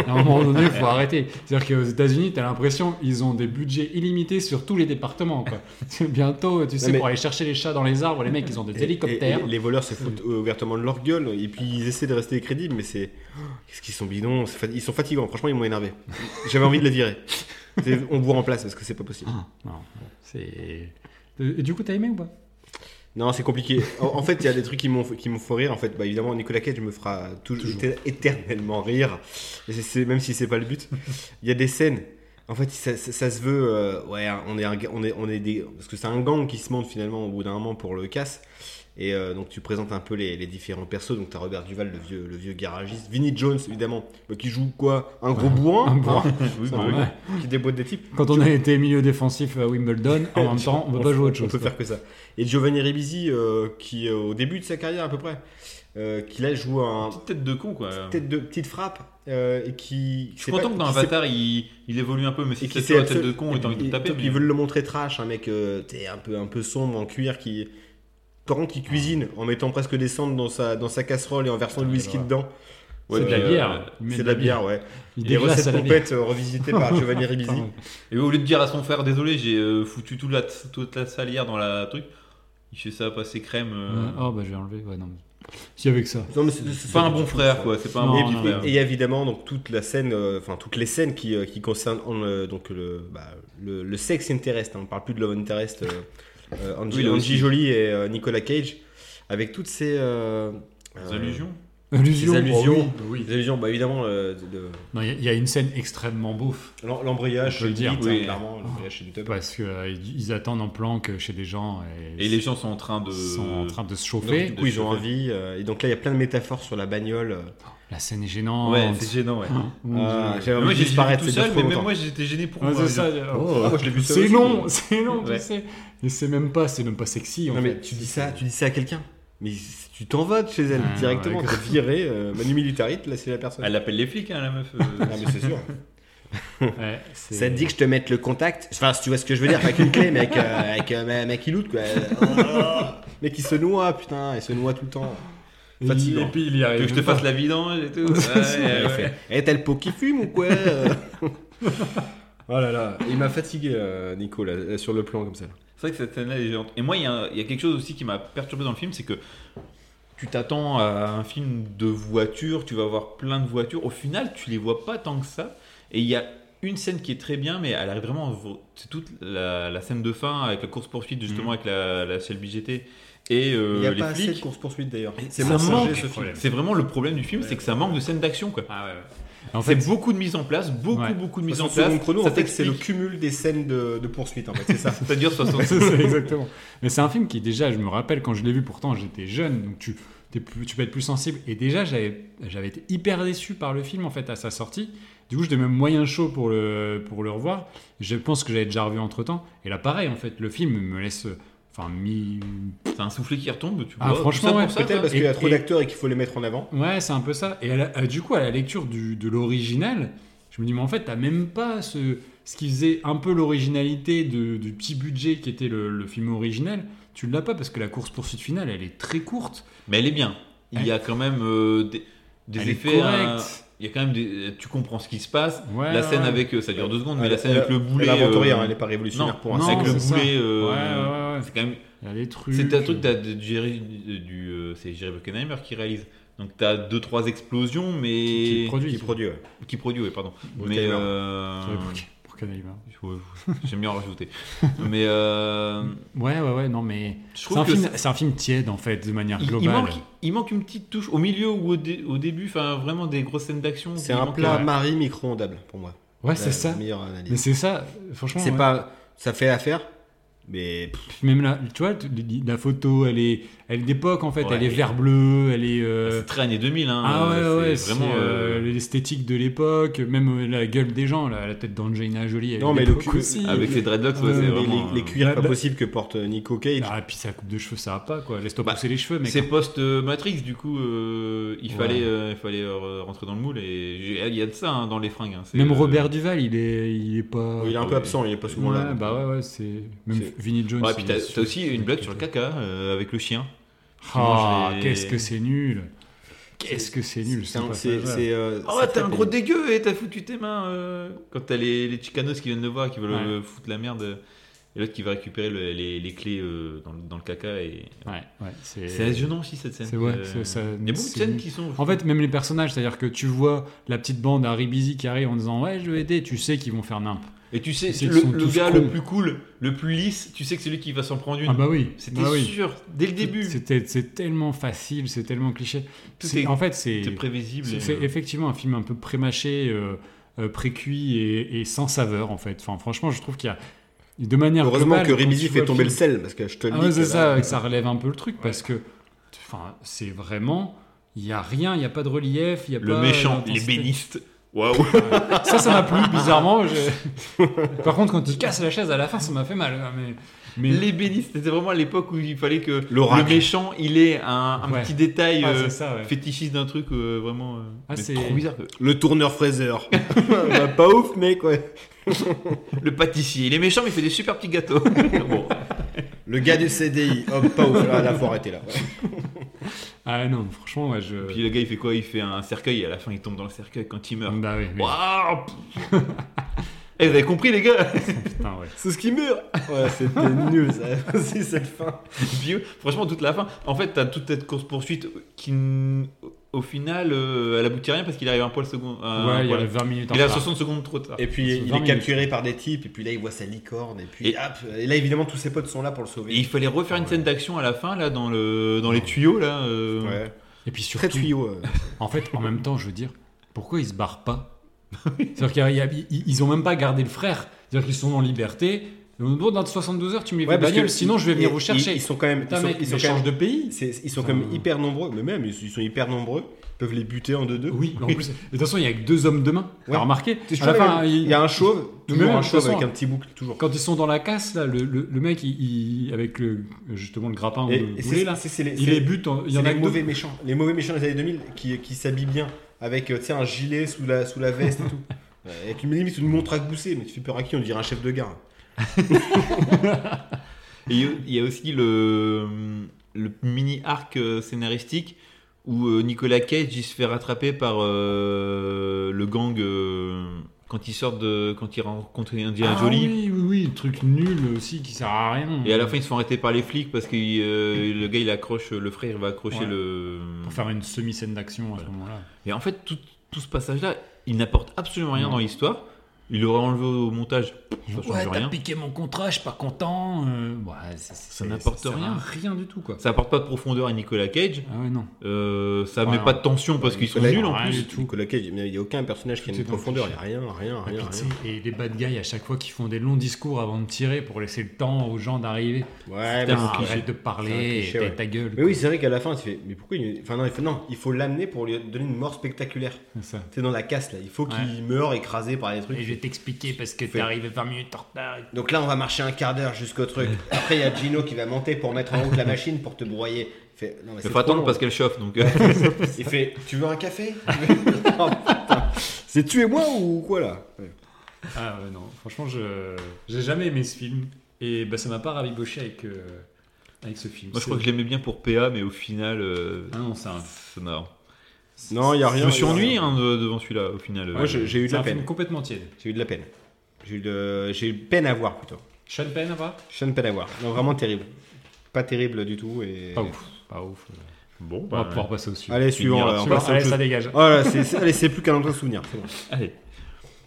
C: À un moment donné, il faut arrêter. C'est-à-dire qu'aux États-Unis, tu as l'impression ils ont des budgets illimités sur tous les départements. quoi. Bientôt, tu sais,
A: mais-
C: pour aller chercher les chats dans les arbres, les mecs, ils ont des
A: Et-
C: hélicoptères.
A: et- et les voleurs se foutent ouvertement de leur gueule. Et puis, ils essaient de rester crédibles, mais c'est. Oh, Qu'est-ce qu'ils sont bidons. c'est fa- Ils sont fatigants. Franchement, ils m'ont énervé. J'avais envie de les virer. C'est- On vous remplace parce que c'est pas possible.
C: Ah, non, c'est. Et du coup, t'as aimé ou pas
A: Non, c'est compliqué. En, en fait, il y a des trucs qui m'ont qui m'ont fait rire. En fait, bah, évidemment, Nicolas Cage me fera toujours, éter- éternellement rire. Et c'est- c'est- même si c'est pas le but. Il y a des scènes. En fait, ça, ça- ça se veut. euh, ouais, on est, un ga- on est, on est des, parce que c'est un gang qui se monte finalement au bout d'un moment pour le casse. Et euh, donc tu présentes un peu les, les différents persos. Donc t'as Robert Duval, le vieux, le vieux garagiste. Vinnie Jones, évidemment, euh, qui joue quoi Un gros bourrin,
C: Un bourrin.
D: Oui,
A: c'est
D: bah oui.
A: normal. qui déboîte des types.
C: Quand on a été milieu défensif à Wimbledon, en même temps, on peut pas jouer à autre chose.
A: On peut
C: quoi.
A: faire que ça. Et Giovanni Ribisi, euh, qui euh, au début de sa carrière à peu près, euh, qui là joue un
D: petite tête de con quoi
A: tête de petite frappe euh, et qui.
D: je suis content que dans Avatar il, il évolue un peu mais si
A: Et
D: c'est
A: qui
D: sur
A: s'est
D: la tête de con et t'as envie de le taper
A: Ils veulent le montrer trash, un mec euh, t'es un peu un peu sombre en cuir qui par contre qui cuisine en mettant presque des cendres dans sa dans sa casserole et en versant du
C: Ouais,
A: whisky
C: voilà.
A: dedans.
D: Ouais,
C: C'est de la
D: mais, euh,
C: bière. Il met
A: C'est de la bière, ouais.
C: Il
A: Des
C: déglace
A: recettes euh,
C: à la bière.
A: pompettes euh, revisitées par Giovanni Ribisi.
C: Pardon.
D: Et au lieu de dire à son frère, désolé, j'ai euh, foutu toute la, toute la salière dans la truc, il fait ça passer crème. euh,
C: Euh, Oh, bah, je vais enlever. Ouais, non. mais- Si avec ça.
A: Non, mais c'est
D: C'est pas un bon frère, quoi. C'est pas un
C: Non,
D: bon
C: non,
D: petit frère.
A: Et il y a évidemment donc toute la scène, euh, enfin toutes les scènes qui, euh, qui concernent euh, donc le, bah, le, le sexe interrestre. hein. on parle plus de Love Interest. Euh, euh, Angie,
D: Oui, là
A: Angie
D: aussi.
A: Jolie et euh, Nicolas Cage, avec toutes ces euh,
D: Des
A: euh,
D: allusions.
C: Allusion.
A: Des allusions.
C: oh oui,
A: des allusions, bah, évidemment euh, de-
C: Non, il y a- il y, a une scène extrêmement bouffe
A: de- l'em- l'embrayage,
C: On peut
A: chez
C: le dire,
A: Hit,
D: oui.
A: hein, clairement, l'embrayage chez une teub.
C: parce que euh, ils ils attendent en planque chez des gens et,
D: Et les gens sont en train de.
C: sont en train de se chauffer.
A: Donc, du coup, ils ont envie. euh, et donc là, il y a plein de métaphores sur la bagnole. euh.
C: La scène est gênante.
D: Ouais, c'est gênant, ouais.
C: Ah, mon
A: Ah,
C: Dieu.
A: j'avais
D: Mais
A: envie
D: moi,
A: de
D: j'ai j'ai vu
A: disparaître,
D: tout
A: c'est bien
D: seul,
A: trop
D: mais
A: longtemps.
D: même moi, j'étais gêné pour
C: Ah,
D: moi.
C: c'est ça.
A: Ah, moi, je l'ai vu seul
C: C'est
A: aussi,
C: long,
A: mais-
C: c'est long,
D: Ouais.
C: tu sais. Et c'est même pas, c'est même pas sexy. En
A: Non,
C: fait.
A: mais tu dis ça, tu dis ça à quelqu'un. Mais tu t'en vas de chez elle
C: Ah,
A: directement,
C: ouais,
A: t'es viré, euh, Manu Militarite, là c'est la personne.
D: Elle appelle les flics, hein, la meuf. euh,
A: Ah, mais c'est sûr.
C: Ouais, c'est-
A: Ça te dit que je te mette le contact Enfin, si tu vois ce que je veux dire, pas avec une clé, mais avec, euh, avec euh, ma, ma kiloute, quoi. mais qui se noie, putain, il se noie tout le temps.
C: Et-
A: fatigant.
C: Et puis il y
D: Tu
C: arrive.
D: veux que je te fasse la vidange et tout. Ouais,
A: Et
D: ouais,
A: il
D: ouais.
A: fait, Eh, t'as le pot qui fume ou quoi euh, Oh là là, il m'a fatigué, euh, Nico, là, sur le plan comme ça.
D: C'est vrai que cette scène-là elle est géante. Et moi, il y, a un- il y a quelque chose aussi qui m'a perturbé dans le film, c'est que tu t'attends à un film de voiture, tu vas voir plein de voitures. Au final, tu les vois pas tant que ça. Et il y a une scène qui est très bien, mais elle arrive vraiment. au- C'est toute la, la scène de fin avec la course poursuite justement
C: Mm.
D: avec la, la Shelby GT et euh,
A: Il n'y a
D: les
A: pas assez de
D: flics.
A: course-poursuite d'ailleurs.
D: Et
A: C'est
D: ça
A: mon sujet,
D: manque,
C: le
A: ce film.
C: problème.
D: C'est vraiment le problème du film, c'est que ça manque de scènes d'action quoi.
C: Ah ouais, ouais. En
D: C'est
C: fait,
D: beaucoup de mise en place, beaucoup
C: Ouais.
D: beaucoup de
A: Parce
D: mise
A: que
D: en
A: Second
D: place.
A: chrono,
D: ça
A: en fait, c'est le
D: t'explique.
A: cumul des scènes de, de poursuite, en fait, c'est ça.
D: C'est-à-dire 60
C: C'est ça, exactement. Mais c'est un film qui, déjà, je me rappelle quand je l'ai vu, pourtant j'étais jeune, donc tu, t'es plus- tu peux être plus sensible. Et déjà, j'avais j'avais été hyper déçu par le film, en fait, à sa sortie. Du coup, j'étais même moyen chaud pour le, pour le revoir. Je pense que j'avais déjà revu entre temps. Et là, pareil, en fait, le film me laisse. Enfin, mi.
D: T'as un soufflet qui retombe, tu
C: Ah,
D: vois.
C: franchement,
D: tout ça
C: ouais,
D: pour ça,
A: Peut-être
D: quoi.
A: parce qu'il y a
C: Et-
A: trop
C: et-
A: d'acteurs et qu'il faut les mettre en avant.
C: Ouais, c'est un peu ça. Et à la- euh, du coup, à la lecture du- de l'original, je me dis, mais en fait, t'as même pas ce, ce qui faisait un peu l'originalité de- du petit budget qui était le, le film original. Tu l'as pas parce que la course-poursuite finale, elle est très courte.
D: Mais elle est bien. Il y a quand même euh, des, des
C: elle
D: effets.
C: est
D: hein,
C: correcte.
D: il y a quand même des. Tu comprends ce qui se passe.
C: Ouais,
D: la scène
C: ouais.
D: avec. Ça dure deux secondes, mais
A: Ouais,
D: la scène avec le boulet.
A: Elle n'invente
D: euh,
C: hein,
A: rien, hein, elle n'est pas
D: non,
A: révolutionnaire pour un
D: non, avec
A: siècle.
D: le
C: c'est ça.
D: boulet. euh,
C: Ouais, ouais, ouais.
D: C'est quand même.
C: Il y a des trucs.
D: C'est un truc d'a- de Jerry, du. euh, C'est Jerry Buckenheimer qui réalise. Donc t'as deux trois explosions, mais
C: Qui- qui produit.
A: Il produit, ouais.
D: qui produit, oui, pardon. Mais
A: Buckenheimer.
D: euh,
C: Ouais, pour- pour hein. Canaïma.
D: ouais, ouais, j'aime bien en rajouter. mais euh,
C: Ouais, ouais, ouais, non, mais.
D: je
C: C'est un,
D: trouve que
C: film- c'est un film tiède, en fait, de manière
D: Il- Il,
C: globale.
D: manque, il manque une petite touche au milieu ou au, dé- au début, enfin vraiment des grosses scènes d'action.
A: C'est
D: Il
A: un
D: manque-
A: plat
D: Ouais.
A: mari micro-ondable pour moi.
C: Ouais, c'est
A: La
C: ça.
A: meilleure
C: Mais
A: analyse.
C: c'est ça, franchement.
A: C'est
C: ouais.
A: pas. Ça fait affaire, mais. pff,
C: Puis même là, tu vois, tu- la photo, elle est, elle est d'époque en fait,
D: Ouais.
C: elle est vert bleu, elle est. euh,
D: C'est très années 2000. Hein,
C: Ah ouais,
D: euh,
C: ouais,
D: c'est
C: c'est
D: vraiment.
C: euh,
D: euh,
C: l'esthétique de l'époque, même euh, la gueule des gens, la, la tête d'Angelina Jolie. elle
A: Non,
C: est
A: mais le
C: d'époque
A: cul-
C: aussi.
D: avec les dreadlocks, ouais,
C: Euh,
D: c'est
A: les,
D: vraiment.
A: les- les
D: euh,
A: cuirs pas
C: bah-
A: possibles que porte euh, Nico Cage.
C: Ah, et puis sa coupe de cheveux, ça va pas quoi. Laisse-toi
D: Bah,
C: pousser les cheveux, mec.
D: C'est post euh, Matrix, du coup, euh, il
C: Ouais.
D: fallait, euh, il fallait euh, rentrer dans le moule et j'ai- il y a de ça hein, dans les fringues. hein, c'est,
C: Même
D: euh,
C: Robert Duval, il est, il est pas.
A: Il est un peu
D: ouais.
A: absent, il est pas souvent
C: Ouais,
A: là.
C: Bah ouais, ouais, c'est. Même
A: C'est-
C: Vinnie Jones.
D: Ouais, puis
C: il
D: t'as
C: est
D: t'as
C: sur-
D: aussi une blague sur le caca euh, avec le chien.
C: Ah,
D: Moi, je l'ai-
C: qu'est-ce que c'est nul. Qu'est-ce que c'est nul.
A: C'est
C: ce
A: un- c'est-
C: passage-là.
A: c'est, euh,
D: Oh,
A: ça
D: t'es un
A: fait
D: gros
A: pénible.
D: dégueu et t'as foutu tes mains. euh, Quand t'as les, les chicanos qui viennent le voir, qui veulent
C: Ouais.
D: euh, foutre la merde. euh, Et l'autre qui va récupérer le- les, les clés euh, dans, le- dans le caca. Et...
C: Ouais, ouais, c'est.
D: C'est asionnant aussi cette scène.
C: c'est- ouais,
D: Euh,
C: c'est- ça-
D: Il y a beaucoup de
C: c'est-
D: scènes qui sont.
C: En fait, même les personnages, c'est-à-dire que tu vois la petite bande à Ribizi qui arrive en disant Ouais, je vais aider, tu sais qu'ils vont faire nimp.
D: Et tu sais,
C: c'est qu'ils
D: le,
C: sont
D: le
C: tous
D: gars
C: cons.
D: le plus cool, le plus lisse, tu sais que c'est lui qui va s'en prendre une.
C: Ah bah oui,
D: C'était
C: bah oui.
D: sûr, dès le début.
C: C'était- C'est tellement facile, c'est tellement cliché.
D: Tout
C: C'est-
D: est-
C: En fait, c'est
D: C'était prévisible.
C: c'est-
D: et-
C: c'est effectivement un film un peu prémâché, euh, euh, précuit et, et sans saveur en fait. Enfin, franchement, je trouve qu'il y a de manière
A: Heureusement
C: globale,
A: que
C: quand
A: Rémizy
C: tu vois
A: fait tomber le
C: film-
A: sel, parce que je te le dis.
C: Ah ouais,
A: que
C: c'est
A: là-
C: ça, que ça relève un peu le truc parce que, enfin, c'est vraiment, il y a rien, il y a pas de relief, il y a
D: Le
C: pas
D: méchant, les
C: d'intensité.
D: bénistes. Waouh!
C: Ça, ça m'a plu bizarrement. je- Par contre, quand il casse la chaise à la fin, ça m'a fait mal. hein, Mais, mais
D: Les bénistes, c'était vraiment à l'époque où il fallait que le
A: L'oracle.
D: méchant, il ait un, un
C: Ouais.
D: petit détail.
C: Ah,
D: euh,
C: c'est ça, ouais.
D: fétichiste d'un truc euh, vraiment euh,
C: Ah,
D: mais
C: c'est-
D: trop bizarre que-
A: Le tourneur Fraser. Bah, pas ouf, mec, ouais.
D: le pâtissier il est méchant mais il fait des super petits gâteaux bon
A: Le gars du CDI, hop, pas ouf, là, la faut arrêter là.
C: Ah non, franchement, ouais, je.
D: puis le gars il fait quoi il fait un cercueil et à la fin il tombe dans le cercueil quand il
A: euh,
D: meurt
C: Bah oui, oui,
D: Waouh Eh, vous avez compris les gars
C: putain, ouais.
A: C'est ce qui meurt Ouais, c'était nul, ça. C'est cette fin.
D: Vieux. Franchement, toute la fin. En fait, t'as toute cette course-poursuite qui, n- au final, euh, elle aboutit à rien parce qu'il arrive un poil second.
A: Euh,
D: un
C: Ouais, il y
D: poil-
C: avait 20 minutes en
D: il a
C: retard.
D: 60 secondes trop tard.
A: Et puis,
C: Ils sont
A: il est
C: dormis,
A: capturé par des types, et puis là, il voit sa licorne, et puis
D: Et-
A: hop, et là, évidemment, tous ses potes sont là pour le sauver.
D: Et il fallait refaire
C: Ah
D: une scène d'action à la fin, là, dans, le, dans les tuyaux, là. euh,
A: Ouais.
C: Et puis
A: Très
C: surtout,
A: tuyau. euh.
C: en fait, en même temps, je veux dire, pourquoi ils se barrent pas C'est-à-dire qu'il y a- il- il- ils ont même pas gardé le frère. C'est-à-dire qu'ils sont en liberté. Et on dit, Bon, dans 72 heures, tu mets
A: Ouais,
C: les
A: parce
C: bagnoles,
A: que
C: sinon je vais venir
A: ils-
C: vous
A: Ils,
C: chercher.
A: ils sont quand même. Ils
C: Putain,
A: sont,
C: mec,
A: ils
C: ils
A: sont quand
C: changent
A: même,
C: de pays.
A: c'est- ils sont quand même
C: Putain.
A: hyper nombreux, mais même, ils, ils sont hyper nombreux. Ils peuvent les buter en deux-deux.
C: Oui, en plus. De toute façon, il y a que deux hommes de main.
A: Ouais.
C: T'as remarqué
A: C'est
C: À la
A: toujours la
C: fin,
A: même-
C: il-
A: Il y a un chauve,
C: Mais
A: toujours
C: même,
A: un
C: de toute
A: chauve avec
C: façon-
A: un petit boucle, toujours.
C: Quand ils sont dans la casse, là, le, le- le mec, il, il- avec le, justement le grappin ou
A: Et-
C: le
A: et c'est-
C: boulet, là,
A: c'est- c'est les-
C: il
A: c'est-
C: les bute. en- Il y
A: C'est
C: en a
A: les
C: que
A: mauvais
C: deux.
A: méchants. Les mauvais méchants des années 2000 qui, qui s'habillent bien avec euh, tu sais, un gilet sous la, sous la veste et tout. Ouais, Avec une limite une montre à gousser, mais tu fais peur à qui On dirait un chef de gare.
D: Et il y a- il y a aussi le, le mini arc euh, scénaristique où euh, Nicolas Cage il se fait rattraper par euh, le gang euh, quand ils sortent de, quand ils rencontrent Indiana
C: Ah
D: Jolie.
C: Oui, oui, oui, le truc nul aussi qui sert à rien.
D: Et à la fin, ils se font arrêter par les flics parce que euh, le gars, il accroche, le frère, il va accrocher
C: Ouais.
D: le.
C: Pour faire une semi-scène d'action à ce
D: Voilà.
C: moment-là.
D: Et en fait, tout, tout ce passage-là, il n'apporte absolument rien
C: Non.
D: dans l'histoire. Il l'aurait enlevé au montage, ça change rien.
C: piqué mon contrat, je suis pas content. euh, ouais, c'est- c'est-
D: Ça n'apporte
C: sert à
D: rien.
C: Rien du tout, quoi.
D: Ça apporte pas de profondeur à Nicolas Cage.
C: Ah ouais, non.
D: Euh, ça
C: Ouais,
D: met
C: non.
D: pas de tension parce qu'ils sont nuls hein. en Ah,
C: rien
D: plus.
C: du tout.
A: Nicolas Cage, mais il n'y a aucun personnage qui a
C: Tout
A: une
C: est dans le
A: profondeur, il n'y a
C: cliché.
A: rien, rien,
C: Et,
A: rien.
C: puis, tu sais,
A: rien.
C: et les bad guys à chaque fois qui font des longs discours avant de tirer pour laisser le temps aux gens d'arriver.
A: Ouais, mais
D: Putain,
A: c'est-
D: cliché.
C: Arrête de
A: C'est un
C: parler,
A: cliché,
C: et
A: ouais.
C: ta gueule.
A: Mais oui, c'est vrai qu'à la fin, tu fais, mais pourquoi il... Enfin, non, il faut, non, il faut l'amener pour lui donner une mort spectaculaire.
C: quoi. C'est ça.
A: C'est dans la casse, là. Il faut qu'il meure écrasé par les trucs.
C: Et je vais t'expliquer parce que
A: Fais-
C: t'es arrivé 20 minutes en retard. et-
A: Donc là, on va marcher un quart d'heure jusqu'au truc. Après, il y a Gino qui va monter pour mettre en route la machine pour te broyer. Il fait, non, mais
D: Il
A: c'est
D: faut
A: trop
D: attendre
A: long.
D: parce qu'elle chauffe. Donc, euh,
A: Il fait, tu veux un café Oh, putain. C'est tu et moi ou quoi là
C: Ah ouais, non, franchement, je j'ai jamais aimé ce film. Et bah, ça m'a pas rabiboché avec, euh, avec ce film.
D: moi, je crois que je l'aimais bien pour PA, mais au final, euh,
C: Ah non, c'est un,
D: c'est marrant.
A: Non, il y a
D: Je
A: rien.
D: me suis
A: il y a
D: ennuyé
A: rien.
D: hein, de- devant celui-là, au final.
A: Moi,
D: Euh,
A: je- j'ai eu de
C: c'est
A: la
C: un film
A: peine.
C: complètement tiède.
A: J'ai eu de la peine. J'ai eu de, j'ai eu peine à voir plutôt.
C: Sean Penn, pas
A: J'ai une peine à voir. Non, vraiment terrible. Pas terrible du tout et.
C: Pas ouf. Pas ouf.
D: Bon,
C: On va
D: bah,
C: pouvoir passer au suivant.
A: Allez, suivant.
D: Finira
A: là, on
C: Suivant,
A: passe à autre
C: allez,
A: chose.
C: ça dégage.
A: Oh là, c'est- c'est- allez, c'est plus qu'un autre souvenir. c'est bon.
D: Allez.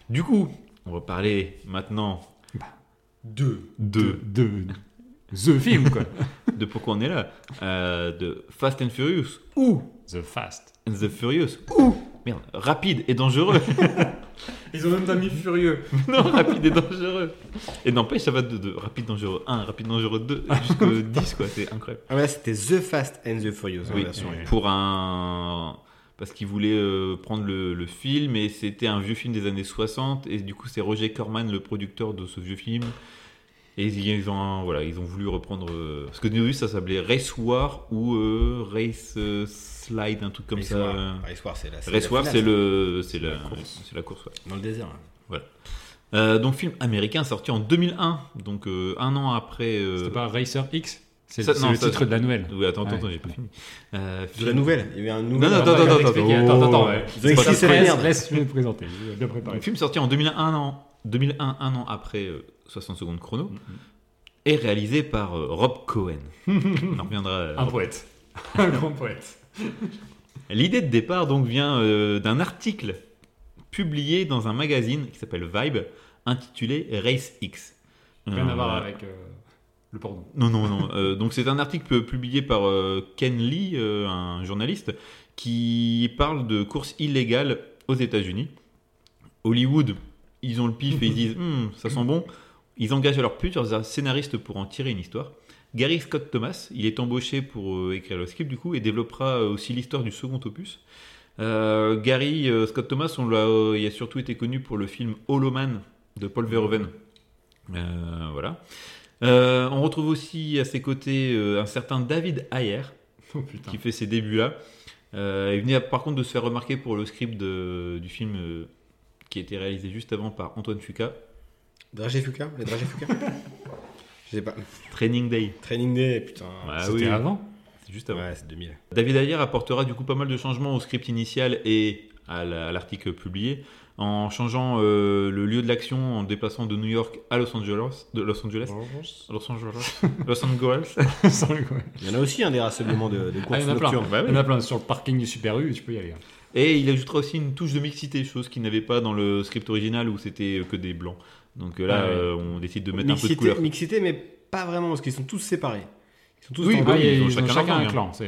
D: Du coup, on va parler maintenant
C: Deux.
D: de,
C: Deux. The film, quoi.
D: de pourquoi on est là, euh, de Fast and Furious ou
C: The Fast.
D: and the Furious ou merde, rapide et dangereux.
C: Ils ont même pas mis furieux.
D: non, rapide et dangereux. Et n'empêche, ça va de, de rapide dangereux 1, rapide dangereux 2 jusqu'au 10 quoi, c'est incroyable.
A: Ah, mais là, c'était The Fast and the Furious. hein,
D: Oui,
A: la version.
C: oui.
D: pour un parce qu'il voulait euh, prendre le, le film et c'était un vieux film des années 60 et du coup c'est Roger Corman le producteur de ce vieux film et ils ont voilà ils ont voulu reprendre euh, parce que au début ça s'appelait Race War ou euh, Race euh, Slide un truc comme
A: Race
D: ça.
A: War. Race War, Ah, c'est la. c'est
D: Race
A: la
D: War
A: finale,
D: c'est le c'est la,
A: La course.
D: c'est la course ouais.
A: ça. Dans le désert. hein.
D: Euh, donc film américain sorti en 2001 donc euh, un an après euh,
C: C'était pas Racer X C'est
D: ça-
C: c'est
D: non,
C: le
D: ça-
C: titre de la nouvelle.
D: oui, attends, attends,
C: Ouais.
D: attends, j'ai pas fini. Euh,
A: De
D: film-
A: la nouvelle. Il y avait un
D: Non,
A: nouvel.
D: non,
C: Attends,
D: attends,
C: attends,
D: attends,
C: expliquer,
D: attends,
C: attends, attends.
D: attends, ouais.
A: Ils ont écrit,
C: Laisse-
A: c'est la oh, merde.
C: Laisse le présenter. Je vais bien préparé.
D: Un film sorti en 2001, an, 2001 un an après euh, 60 secondes chrono, et réalisé par euh, Rob Cohen. On en reviendra. euh,
C: Un poète. Un grand poète.
D: L'idée de départ donc vient euh, d'un article publié dans un magazine qui s'appelle Vibe, intitulé Race X.
C: Rien
D: Euh,
C: à voir avec euh, le porno.
D: Non, non, non. Euh, donc c'est un article publié par euh, Ken Lee, euh, un journaliste, qui parle de courses illégales aux États-Unis. Hollywood, ils ont le pif et ils disent Hmm, ça sent bon. Ils engagent alors plusieurs scénaristes pour en tirer une histoire. Gary Scott Thomas, il est embauché pour euh, écrire le script du coup et développera euh, aussi l'histoire du second opus. Euh, Gary euh, Scott Thomas, on l'a, euh, il a surtout été connu pour le film Hollow Man de Paul Verhoeven. Euh, voilà. Euh, on retrouve aussi à ses côtés euh, un certain David Ayer
C: Oh putain.
D: qui fait ses débuts là. Euh, il venait par contre de se faire remarquer pour le script de- du film euh, qui a été réalisé juste avant par Antoine Fuqua,
A: Dragé Fuka. Les Dragé Fuka. Je sais pas.
D: Training Day.
A: Training Day, putain.
D: Ouais,
C: C'était
D: Ah oui,
C: avant
D: c'est juste avant.
A: Ouais, c'est 2000.
D: David Ayer apportera du coup pas mal de changements au script initial et à la- à l'article publié en changeant euh, le lieu de l'action en déplaçant de New York à Los Angeles, de Los Angeles, Los Angeles, Los Angeles.
C: Sans le- ouais.
A: Il y en a aussi un des rassemblements de, de
C: Ah,
A: courses
C: il y en a plein.
A: nocturnes.
D: Bah oui.
C: Il y en a plein. Sur le parking du Super U, tu peux y aller. hein.
D: Et il ajoutera aussi une touche de mixité, chose qu'il n'avait pas dans le script original où c'était que des blancs. Donc euh, là,
C: Ah ouais.
D: euh, on décide de mettre un peu de
A: Mixité,
D: couleur.
A: mixité, mais pas vraiment parce qu'ils sont tous séparés. Ils sont tous
D: Oui,
A: en
D: bah
C: Ah,
A: groupe.
D: oui.
C: ils
D: ils ont
C: ont
D: chacun
C: chacun,
D: leur
C: un
D: gang,
C: clan. C'est.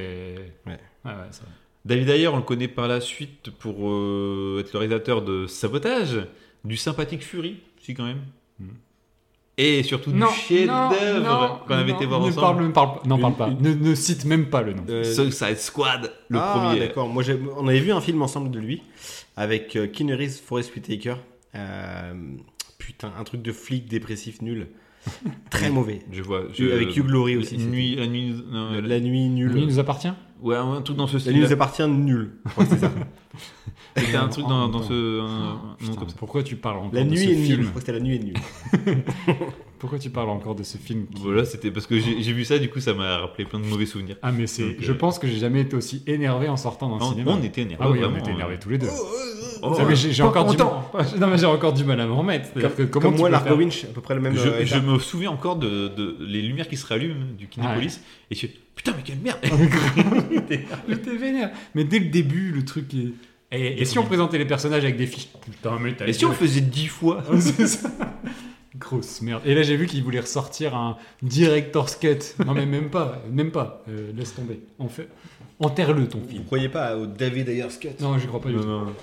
A: Ouais.
C: Ouais, ouais, ça.
D: David Ayer, on le connaît par la suite pour euh, être le réalisateur de Sabotage, du sympathique Fury, si quand même.
A: Hmm.
C: Mm.
D: Et surtout du chef-d'œuvre qu'on avait été voir
C: ne
D: ensemble.
C: Parle, ne parle, non,
A: Une-
C: parle pas.
A: une-
C: Ne, ne cite même pas le nom.
A: Euh,
D: Suicide Squad, le
A: ah,
D: premier.
A: d'accord. Moi, j'ai- on avait vu un film ensemble de lui avec euh, Keanu Reeves, Forest Whitaker. Euh, putain, un truc de flic dépressif nul. Très mauvais.
D: Je vois. je-
A: Euh, avec Hugh Laurie
D: la
A: aussi. c'était-
D: Nuit, la nuit. non,
A: Euh,
D: la-
A: La nuit
C: Lui
A: nulle.
D: Ah,
C: nous appartient
D: Ouais, un truc dans ce
A: La nuit
D: style.
A: nous appartient nul. Je crois que c'est ça.
D: C'était un truc dans, dans
C: Attends.
D: ce. un- un nom
C: Putain,
D: comme ça.
C: pourquoi tu parles encore
A: La
C: de
A: nuit
C: ce
A: et nuit. Je
C: film
A: crois que c'était la nuit et nuit.
C: Pourquoi tu parles encore de ce film qui-
D: Voilà, c'était parce que j'ai j'ai vu ça, du coup, ça m'a rappelé plein de mauvais souvenirs.
C: Ah mais c'est,
D: Donc, euh,
C: je pense que j'ai jamais été aussi énervé en sortant d'un
D: Non,
C: cinéma.
D: on était énervés.
C: Ah oui,
D: vraiment,
C: on était énervés
D: hein.
C: tous les deux.
D: Oh,
C: Ah, mais j'ai, j'ai
A: pas
C: encore du
A: content.
C: mal. Non mais j'ai encore du mal à me remettre. C'est-à-dire que comment
A: Comme
C: tu
A: moi,
C: peux
A: Largo
C: faire-
A: Winch, à peu près le même. euh,
D: Je, je
A: état.
D: me souviens encore de, de- les lumières qui se rallument du Kinépolis et je suis putain mais quelle merde
C: J'étais vénère. Mais dès le début, le truc est. Et, et si on présentait les personnages avec des fiches Putain, mais t'as.
D: Et si on le faisait dix fois
C: C'est ça. Grosse merde. Et là, j'ai vu qu'ils voulaient ressortir un director's cut. Non, mais même pas, même pas. Euh, laisse tomber. On fait... Enterre-le ton
A: Vous
C: film.
A: ne croyez pas au David Ayerscott
C: Non, je crois pas du
D: Non,
C: tout.
D: non, non.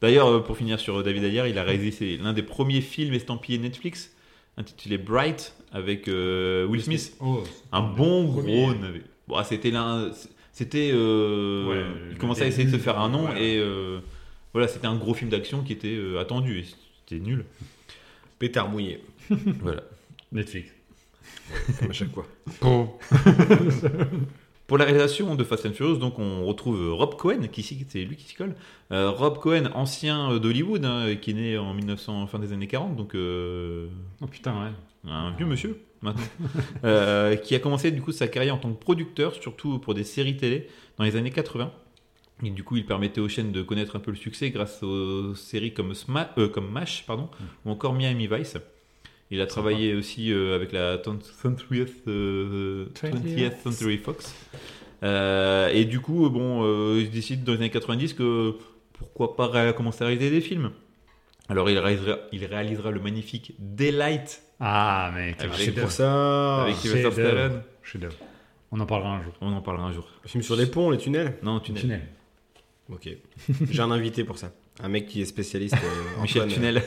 D: D'ailleurs, euh, pour finir sur euh, David Ayer, il a réalisé c'est l'un des premiers films estampillés Netflix intitulé Bright avec euh, Will Smith.
C: Oh.
D: Un bon
C: Premier.
D: gros navet. Bon, ah, c'était l'un. C'était. euh,
C: Ouais, le
D: il commençait à essayer de se
C: début,
D: faire un nom
C: voilà.
D: et euh, voilà, c'était un gros film d'action qui était euh, attendu et c'était nul.
A: Pétard mouillé,
D: Voilà.
C: Netflix.
A: comme à chaque fois.
D: Pour la réalisation de Fast and Furious, donc on retrouve euh, Rob Cohen, qui s'y- c'est lui qui s'y colle. Euh, Rob Cohen, ancien euh, d'Hollywood, hein, qui est né en 1900, fin des années 40, donc euh,
C: Oh putain, ouais.
D: un vieux monsieur maintenant, Euh, qui a commencé du coup sa carrière en tant que producteur, surtout pour des séries télé dans les années 80. Et du coup, il permettait aux chaînes de connaître un peu le succès grâce aux séries comme, Sma- euh, comme MASH pardon, ou encore Miami Vice. Il a travaillé aussi euh, avec la 20th, euh, 20th Century Fox. Euh, et du coup, bon, euh, il décide dans les années 90 que pourquoi pas ré- commencer à réaliser des films. Alors, il réalisera, il réalisera le magnifique Daylight
C: Ah, mec.
D: Avec
C: chef-d'œuvre.
A: Pour ça,
D: avec
C: Ah, c'est
D: Sylvester
C: de-
D: Stallone.
C: Chef-d'œuvre. On en parlera un jour.
D: On en parlera un jour.
A: le film sur les ponts, les tunnels
D: Non, Tunnel.
C: Tunnel.
A: Ok. J'ai un invité pour ça. Un mec qui est spécialiste. euh,
D: Michel
A: Antoine,
D: Tunnel.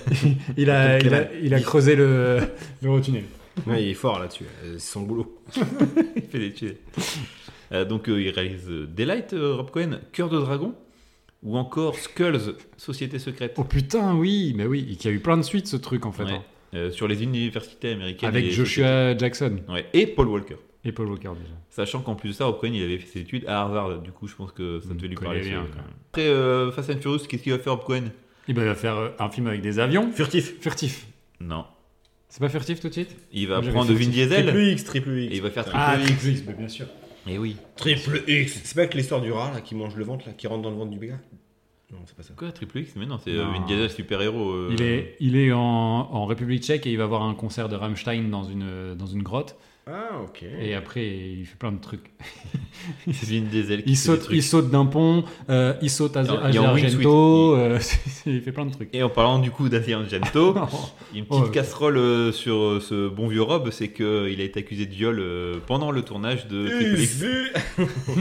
C: Il a,
A: Peut-être
C: il
A: que
C: a,
A: là-
C: il a creusé le, le tunnel.
A: euh, ouais, il est fort là-dessus. euh, C'est son boulot.
D: il fait des tunnels. Euh, donc, euh, il réalise euh, Daylight, euh, Rob Cohen, Cœur de Dragon, ou encore Skulls, Société Secrète.
C: Oh putain, oui, mais oui, il y a eu plein de suites ce truc en fait.
D: Ouais.
C: hein.
D: Euh, sur les universités américaines.
C: Avec
D: et-
C: Joshua Jackson
D: Ouais, et Paul Walker.
C: et Paul Walker déjà.
D: Sachant qu'en plus de ça, Rob Cohen, il avait fait ses études à Harvard. Du coup, je pense que ça
C: Mm,
D: devait lui
C: connaît
D: parler.
C: bien,
D: ce-
C: quand même.
D: Après, euh, Fast and Furious, qu'est-ce qu'il va faire, Rob Cohen
C: Eh ben, Il va faire euh, un film avec des avions.
A: Furtif.
C: Furtif.
D: Non.
C: C'est pas furtif tout de suite
D: Il va
C: Moi, j'avais
D: prendre
C: fait
D: Vin
C: aussi.
D: Diesel
A: Triple X, triple
D: et
A: X.
D: il va faire Triple
C: Ah,
D: X.
C: Netflix, bien sûr.
D: Et oui.
A: Triple X. C'est pas que l'histoire du rat là qui mange le ventre là, qui rentre dans le ventre du gars Non, c'est pas ça.
D: Quoi, Triple X Mais non, c'est euh,
C: Non.
D: Vin Diesel, super-héros. euh,
C: Il est, il est en, en République tchèque et il va voir un concert de Rammstein dans une, euh, dans une grotte.
A: Ah ok.
C: Et après, il fait plein de trucs.
D: C'est Vin
C: Il
D: Diesel qui fait des
C: saute,
D: trucs.
C: il saute d'un pont, euh, il saute à,
D: Il y a-
C: à
D: il y a Wing
C: Argento, euh, il fait plein de trucs.
D: Et en parlant du coup d'Adrien Argento, une petite
C: Oh.
D: casserole euh, sur euh, ce bon vieux Rob, c'est qu'il a été accusé de viol euh, pendant le tournage de Triple X.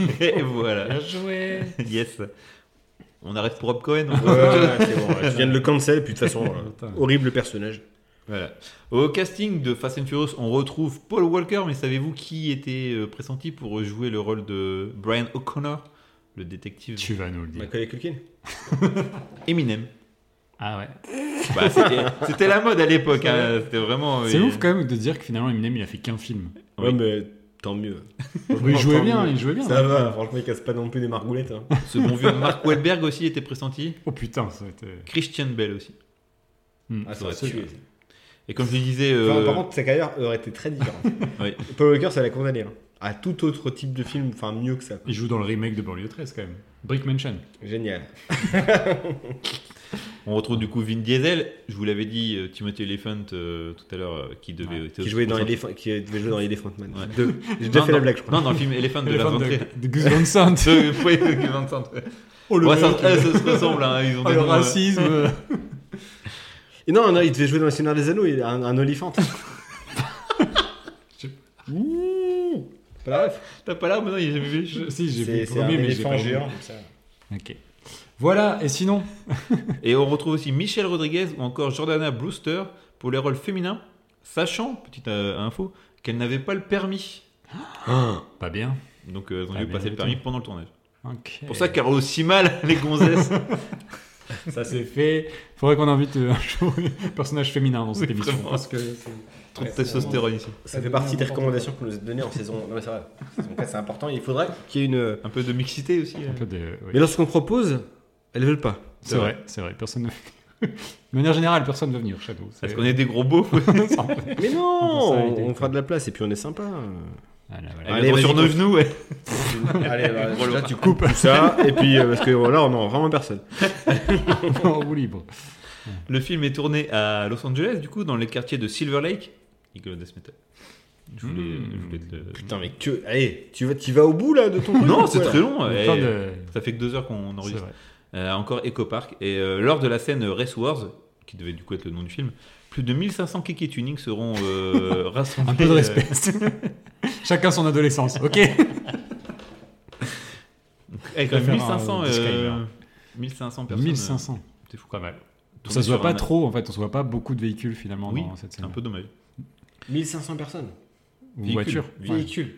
D: Et voilà.
C: Bien joué
D: Yes. On arrête pour Rob Cohen. on
A: Ouais, ouais, c'est bon, ouais. Je viens de le cancel, puis de toute façon, euh,
C: Putain.
A: horrible personnage.
D: Voilà. Au casting de Fast and Furious, on retrouve Paul Walker, mais savez-vous qui était euh, pressenti pour jouer le rôle de Brian O'Connor, le détective
C: Tu vas nous le dire.
A: Michael Culkin
D: Eminem
C: Ah ouais.
D: Bah, C'était c'était la mode à l'époque, hein, c'était vraiment.
C: C'est
D: euh,
C: ouf quand même de dire que finalement Eminem il a fait qu'un film.
D: Oui.
A: Ouais, mais tant mieux.
C: il jouait
A: Tant
C: bien,
A: mieux.
C: il jouait bien.
A: Ça va, franchement, il casse pas non plus des margoulettes. hein.
D: Ce bon vieux Mark Wahlberg aussi était pressenti.
C: Oh putain, ça a été.
D: Christian Bell aussi.
C: Hmm.
A: Ah, ça
D: Ouais,
A: aurait
D: c'est
A: tué.
D: Et comme je le disais. euh,
A: Enfin, par contre, sa carrière aurait été très différente.
D: Oui.
A: Paul Walker, ça l'a condamné. hein. À tout autre type de film, enfin mieux que ça.
C: Il joue dans le remake de Banlieue 13 quand même. Brick Mansion.
A: Génial.
D: On retrouve du coup Vin Diesel, je vous l'avais dit, euh, Timothy Elephant euh, tout à l'heure, euh, qui devait. était
A: Qui jouait dans
D: aussi-
A: Elephant, qui devait jouer dans Elephant Man.
D: Ouais.
A: Deux. J'ai déjà
D: Non,
A: fait
D: dans-
A: la blague, je crois.
D: Non, dans le film Elephant de la
C: Elephant
D: rentrée.
C: de, de Gus Van Sant.
D: De- ouais, de Vincent.
C: Oh le,
D: Ouais, ça,
C: mec.
D: eh, ça se ressemble, hein, ils ont
C: Oh,
D: des
C: le
D: noms, euh,
C: racisme.
A: Et non, non, il devait jouer dans Le Seigneur des Anneaux, il a un, un Oliphant.
C: Je-
A: Ouh. Pas la ref.
D: T'as pas l'arme, non, il est jamais vu.
C: Je- si, j'ai vu
A: C'est
C: le
A: c'est un
C: premier, mais j'ai
A: éléphant
C: pas vu.
A: géant. comme ça.
C: Ok. Voilà, et sinon
D: Et on retrouve aussi Michelle Rodriguez ou encore Jordana Brewster pour les rôles féminins, sachant, petite euh, info, qu'elles n'avaient pas le permis.
A: Ah,
C: Pas bien.
D: Donc euh, elles ont
C: Ah,
D: dû
C: bien
D: passer le
C: du
D: permis
C: tout.
D: pendant le
A: Eh.
D: tournage.
C: Ok.
D: Pour ça qu'elles roulent aussi mal, les gonzesses.
C: ça s'est fait. Faudrait qu'on invite euh, un jour un personnage féminin dans cette
D: Oui,
C: émission.
D: vraiment.
C: Parce que c'est-
D: Trop de testostérone ici.
A: Ça fait partie des recommandations que vous nous êtes données en saison. Non, mais c'est vrai. Saison 4, c'est important. Il faudrait qu'il y ait une.
D: Un peu de mixité aussi. euh.
C: un peu de- ouais.
A: Mais lorsqu'on propose, elles veulent pas.
C: C'est vrai, c'est vrai. Personne ne... de manière générale, personne ne veut venir, Shadow.
D: Parce qu'on est des gros beaux.
A: Mais non,
C: On peut
A: on,
C: s'arrêter, quoi.
A: fera de la place et puis on est sympa.
C: Voilà, Ah, voilà.
A: Allez,
D: Allez, sur
A: vas-y,
D: nos
A: continue.
D: genoux, ouais.
A: Allez, bah,
D: Gros
A: là
D: lourd.
A: tu coupes tout ça et puis euh, parce que voilà, on en vraiment personne.
C: En roue libre.
D: Le film est tourné à Los Angeles, du coup, dans les quartiers de Silver Lake. Eagle of Death Metal. Je voulais,
C: Mmh.
D: je voulais te le-
A: Putain, mais tu, allez, tu vas, tu vas au bout là de ton truc
D: Non,
A: ou
D: c'est
A: quoi,
D: très
A: là
D: long.
C: Mmh. Le
D: eh,
C: temps de-
D: Ça fait que deux heures qu'on
C: C'est
D: enregistre.
C: vrai.
D: Euh, encore Echo Park. Et euh, lors de la scène euh, Race Wars, qui devait du coup être le nom du film, plus de 1500 kiki tuning seront euh, rassemblés.
C: Un peu de
D: euh,
C: respect. Chacun son adolescence, ok
D: eh, quand
C: Je
D: même,
C: préfère un
D: 1500, euh,
C: disclaimer.
D: 1500 personnes.
C: 1500.
D: euh, C'est fou pas mal.
C: Ça se voit
D: Tourné sur
C: pas
D: un-
C: trop, en fait. On se voit pas beaucoup de véhicules, finalement,
D: Oui,
C: dans cette
D: c'est
C: scène.
D: un peu dommage.
A: 1500 personnes.
C: Ou
D: véhicule.
C: voiture. Ouais.
A: Véhicules.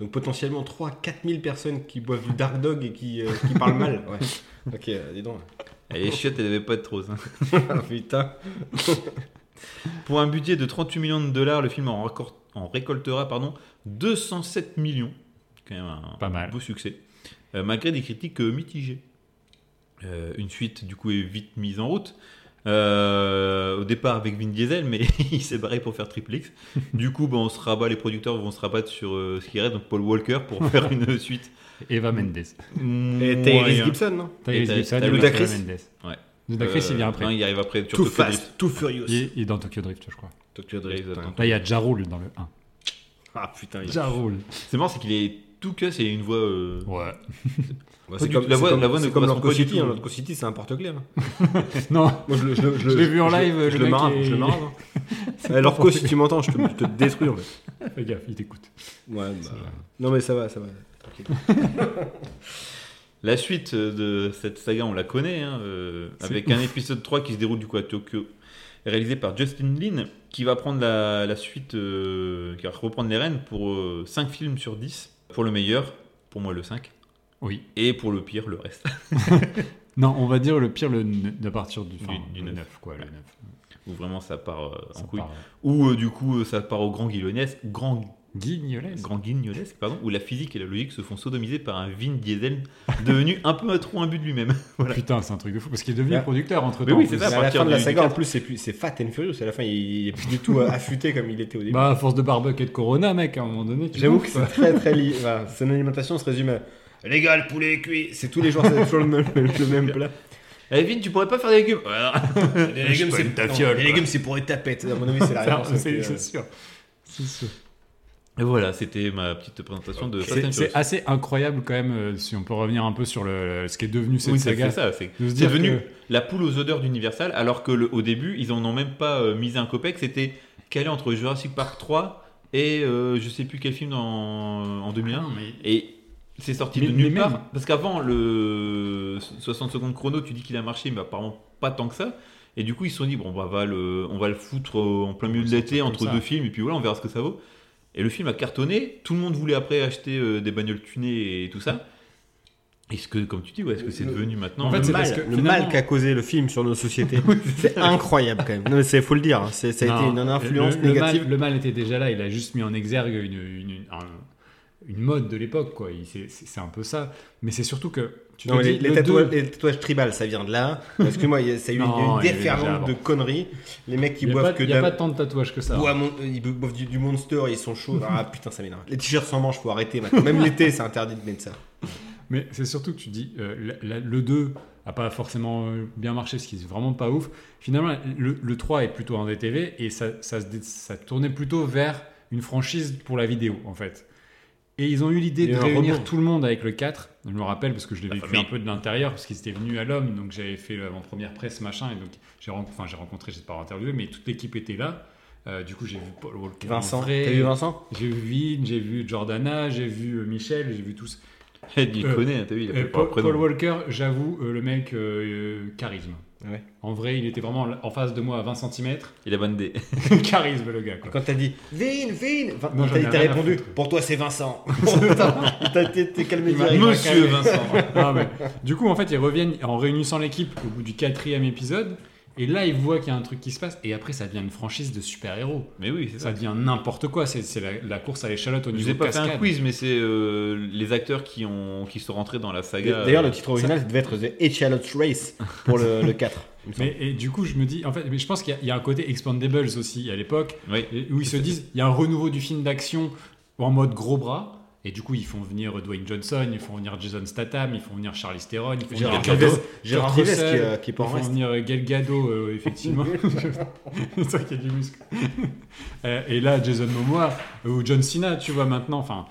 A: Donc potentiellement 3 4000 personnes qui boivent du Dark Dog et qui, euh, qui parlent mal. Ouais. Ok, euh, dis donc.
D: Elle est chiotte, elle devait pas être rose. hein.
A: Ah, putain.
D: Pour un budget de 38 millions de dollars, le film en, racor- en récoltera pardon, 207 millions. C'est Quand même un
C: Pas mal.
D: beau succès. Euh, malgré des critiques euh, mitigées. Euh, une suite, du coup, est vite mise en route. Euh, au départ avec Vin Diesel, mais il s'est barré pour faire Triple X. Du coup, ben, on se rabat, les producteurs vont se rabattre sur euh, ce qui reste, donc Paul Walker, pour faire une suite.
C: Eva Mendes.
A: Et Tyrese Gibson, non
C: Tyrese
D: t'as-
C: Gibson,
D: t'as
C: Eva
A: Ludacris
C: Mendes.
D: Ouais.
C: Ludacris, il vient
D: Non,
C: après.
D: Euh, hein, il arrive après. sur
A: Too
D: Tokyo
A: fast,
D: Drift.
A: too furious.
C: Il est- il est dans Tokyo Drift, je crois.
A: Tokyo
D: Drift, attends.
C: Là, il y a Ja Rule dans le 1.
A: Ah putain, il-
C: Ja Rule.
D: C'est marrant, c'est qu'il est tout cuss et il a une voix. euh,
C: Ouais.
A: Bah,
D: Pas
A: c'est
D: du
A: comme,
D: tout. La
A: c'est
D: voix-
A: comme-
D: la voix
A: c'est
D: ne
A: comme
D: correspond
A: Narco
D: pas du
A: City.
D: tout.
A: hein. Narco City, c'est un porte-clés. hein.
C: Non,
A: Moi, je le, je le- je
C: Je
A: le-
C: l'ai vu en
A: je le-
C: live,
A: Je, le
C: le mec
A: marre,
C: est-
A: je le marre. hein. Eh, Lorco, si tu m'entends, je te, je te détruis. en fait.
C: fais gaffe, il t'écoute.
A: Ouais, bah, Non, mais ça va, ça va.
D: La suite euh, de cette saga, on la connaît, hein, euh,
C: C'est
D: avec un épisode 3 qui se déroule du coup à Tokyo, réalisé par Justin Lin, qui va prendre la, la suite, euh, qui va reprendre les rênes pour 5 films sur 10, pour le meilleur, pour moi le 5,
C: Oui.
D: et pour le pire, le reste.
C: Non, on va dire le pire le, ne- à partir du, enfin,
D: Du- du
C: le
D: neuf.
C: 9, quoi. Le
D: Ouais.
C: 9.
D: Où vraiment ça part euh, en
C: Ça
D: couille.
C: part, euh,
D: Ou euh, du coup, euh, ça part au grand guignolesque, grand,
C: Guignolesque.
D: grand guignolesque, pardon, où la physique et la logique se font sodomiser par un Vin Diesel devenu un peu trop imbu de lui-même. voilà.
C: Putain, c'est un truc de fou parce qu'il est devenu
A: Ouais.
C: producteur entre
D: Mais
C: temps.
D: oui, c'est
A: Mais
D: ça.
A: à la
D: partir
A: fin de la
D: du-
A: saga,
D: du
A: en plus, c'est plus- c'est Fat and Furious. À la fin, il est plus du tout euh, affûté comme il était au début.
C: Bah, à force de barbecue et de corona, mec, à un moment donné. tu
A: J'avoue
C: bouffes,
A: que
C: quoi.
A: c'est très très lié. Voilà, son alimentation se résume à. Les gars, le poulet est cuit. C'est tous les jours, c'est toujours le même, le même plat.
D: Eh Vin, tu pourrais pas faire des légumes Voilà.
A: Les légumes,
D: c'est-
A: non,
D: tafiole,
A: les
D: quoi.
A: légumes, c'est pour les tapettes. À mon avis, c'est la
C: Ça,
A: réponse.
C: C'est
A: ok,
C: c'est
A: euh.
C: sûr. C'est sûr.
D: Et voilà, c'était ma petite présentation de Fast
C: C'est
D: and
C: c'est
D: Furious.
C: assez incroyable quand même, euh, si on peut revenir un peu sur le, ce qui est devenu cette
D: Oui, c'est
C: saga.
D: c'est ça. C'est
C: De se
D: c'est
C: dire
D: devenu
C: que-
D: la poule aux odeurs d'Universal, alors que le- au début, ils en ont même pas euh, misé un copec. C'était calé entre Jurassic Park 3 et euh, je sais plus quel film dans- en 2001. Et c'est sorti
C: Mais-
D: de nulle
C: mais
D: part.
C: même-
D: Parce qu'avant, le 60 secondes chrono, tu dis qu'il a marché, mais apparemment pas tant que ça. Et du coup, ils se sont dit, bon, bah, va le, on va le foutre euh, en plein milieu de
C: sortir
D: l'été
C: comme
D: entre
C: ça.
D: deux films, et puis voilà, on verra ce que ça vaut. Et le film a cartonné, tout le monde voulait après acheter euh, des bagnoles tunées et tout ça. Est-ce que, comme tu dis, ouais, est-ce que c'est
A: Le-
D: devenu maintenant
C: Euh, En fait,
A: le
C: c'est
A: mal,
C: parce que,
A: le
C: finalement-
A: mal qu'a causé le film sur nos sociétés, c'est incroyable quand même. Non, mais c'est faut le dire. hein. C'est- Ça a été une, une
C: Non,
A: influence
C: le- le mal-
A: négative.
C: Le mal, était déjà là, il a juste mis en exergue une, une, une- un- une mode de l'époque, quoi. Il- C'est c'est- c'est un peu ça. Mais c'est surtout que. Tu
A: Non,
C: te
A: mais les,
C: dis,
A: les
C: le
A: tatouages,
C: deux-
A: les tatouages tribales, ça vient de là. Excuse-moi, il y a- ça a eu il y a eu
C: Non,
A: une
C: il y avait déjà
A: déferlante
C: avant.
A: de conneries. Les mecs qui
C: Il n'y a,
A: boivent
C: pas-
A: que
C: il y a
A: de
C: pas
A: la-
C: tant de tatouages que ça. hein.
A: boivent mon- ils boivent du, du Monster, ils sont chauds. Ah putain, ça m'énerve. Les t-shirts sans manches, faut arrêter maintenant. Même l'été, c'est interdit de mettre ça.
C: Mais c'est surtout que tu dis, euh, la- la- le 2 a pas forcément euh, bien marché, ce qui est vraiment pas ouf. Finalement, le, le 3 est plutôt un DTV et ça, ça, se dé- ça tournait plutôt vers une franchise pour la vidéo, en fait. Et ils ont eu l'idée
A: Il y
C: de
A: a un
C: réunir
A: rebond.
C: tout le monde avec le 4. Je me rappelle parce que je l'ai vécu
D: famille.
C: un peu de l'intérieur, parce qu'ils étaient venus à l'homme, donc j'avais fait l'avant-première presse, machin, et donc j'ai ren- enfin, j'ai rencontré, j'ai pas interviewé, mais toute l'équipe était là. Euh, du coup, j'ai vu Paul Walker. en
A: Vincent,
C: vrai.
A: t'as vu Vincent
C: J'ai vu Vin, j'ai vu Jordana, j'ai vu euh, Michel, j'ai vu tous.
D: Il
C: Euh,
D: connaît, hein, t'as vu, il
C: Euh,
D: a pas le
C: Paul,
D: prénom.
C: Paul Walker, j'avoue, euh, le mec, euh, euh, charisme.
A: Ouais.
C: En vrai, il était vraiment en face de moi à 20 cm.
D: Il a bandé.
C: charisme, le gars. Quoi.
A: Quand t'as dit Vin, Vin, Vin-
C: Non, j'en
A: t'as
C: ai
A: t'as
C: rien à
A: répondu
C: foutre.
A: Pour toi, c'est Vincent. T'as- t'as- T'es t'es calmé
C: Il m'a-
A: direct.
D: Monsieur Vincent.
C: Ah ouais. Du coup, en fait, ils reviennent en réunissant l'équipe au bout du quatrième épisode. Et là, il voit qu'il y a un truc qui se passe. Et après, ça devient une franchise de super-héros.
D: Mais oui, c'est ça.
C: Ça devient n'importe quoi. C'est c'est la, la course à l'échalote au
D: Je
C: niveau
D: vous ai pas fait
C: cascade.
D: un quiz, mais c'est euh, les acteurs qui, ont, qui sont rentrés dans la saga.
E: D'ailleurs,
D: euh,
E: le titre original devait être The Echelot's Race pour le, le 4. il me semble.
C: Mais, et du coup, je me dis, en fait, mais je pense qu'il y a- il y, a un côté Expandables aussi à l'époque,
D: Oui.
C: et- où ils se disent, il y a un renouveau du film d'action en mode gros bras, et du coup, ils font venir Dwayne Johnson, ils font venir Jason Statham, ils font venir Charlize Theron, ils font
E: Gérard
C: venir Kurt
E: Rivers-
C: Russell,
E: Gérard
C: Kurt
E: Rivers qui,
C: Russell,
E: euh, qui est pas en
C: ils font
E: reste.
C: venir euh, Gal Gadot, euh, effectivement. C'est ça qui a du muscle. Euh, et là, Jason Momoa euh, ou John Cena, tu vois maintenant. Enfin,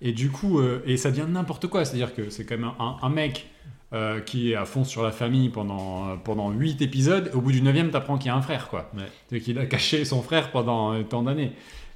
C: et du coup, euh, et ça devient n'importe quoi. C'est-à-dire que c'est quand même un, un mec euh, qui est à fond sur la famille pendant euh, pendant huit épisodes. Au bout du neuvième, t'apprends qu'il y a un frère, quoi.
D: Ouais.
C: C'est qu'il a caché son frère pendant euh, tant d'années.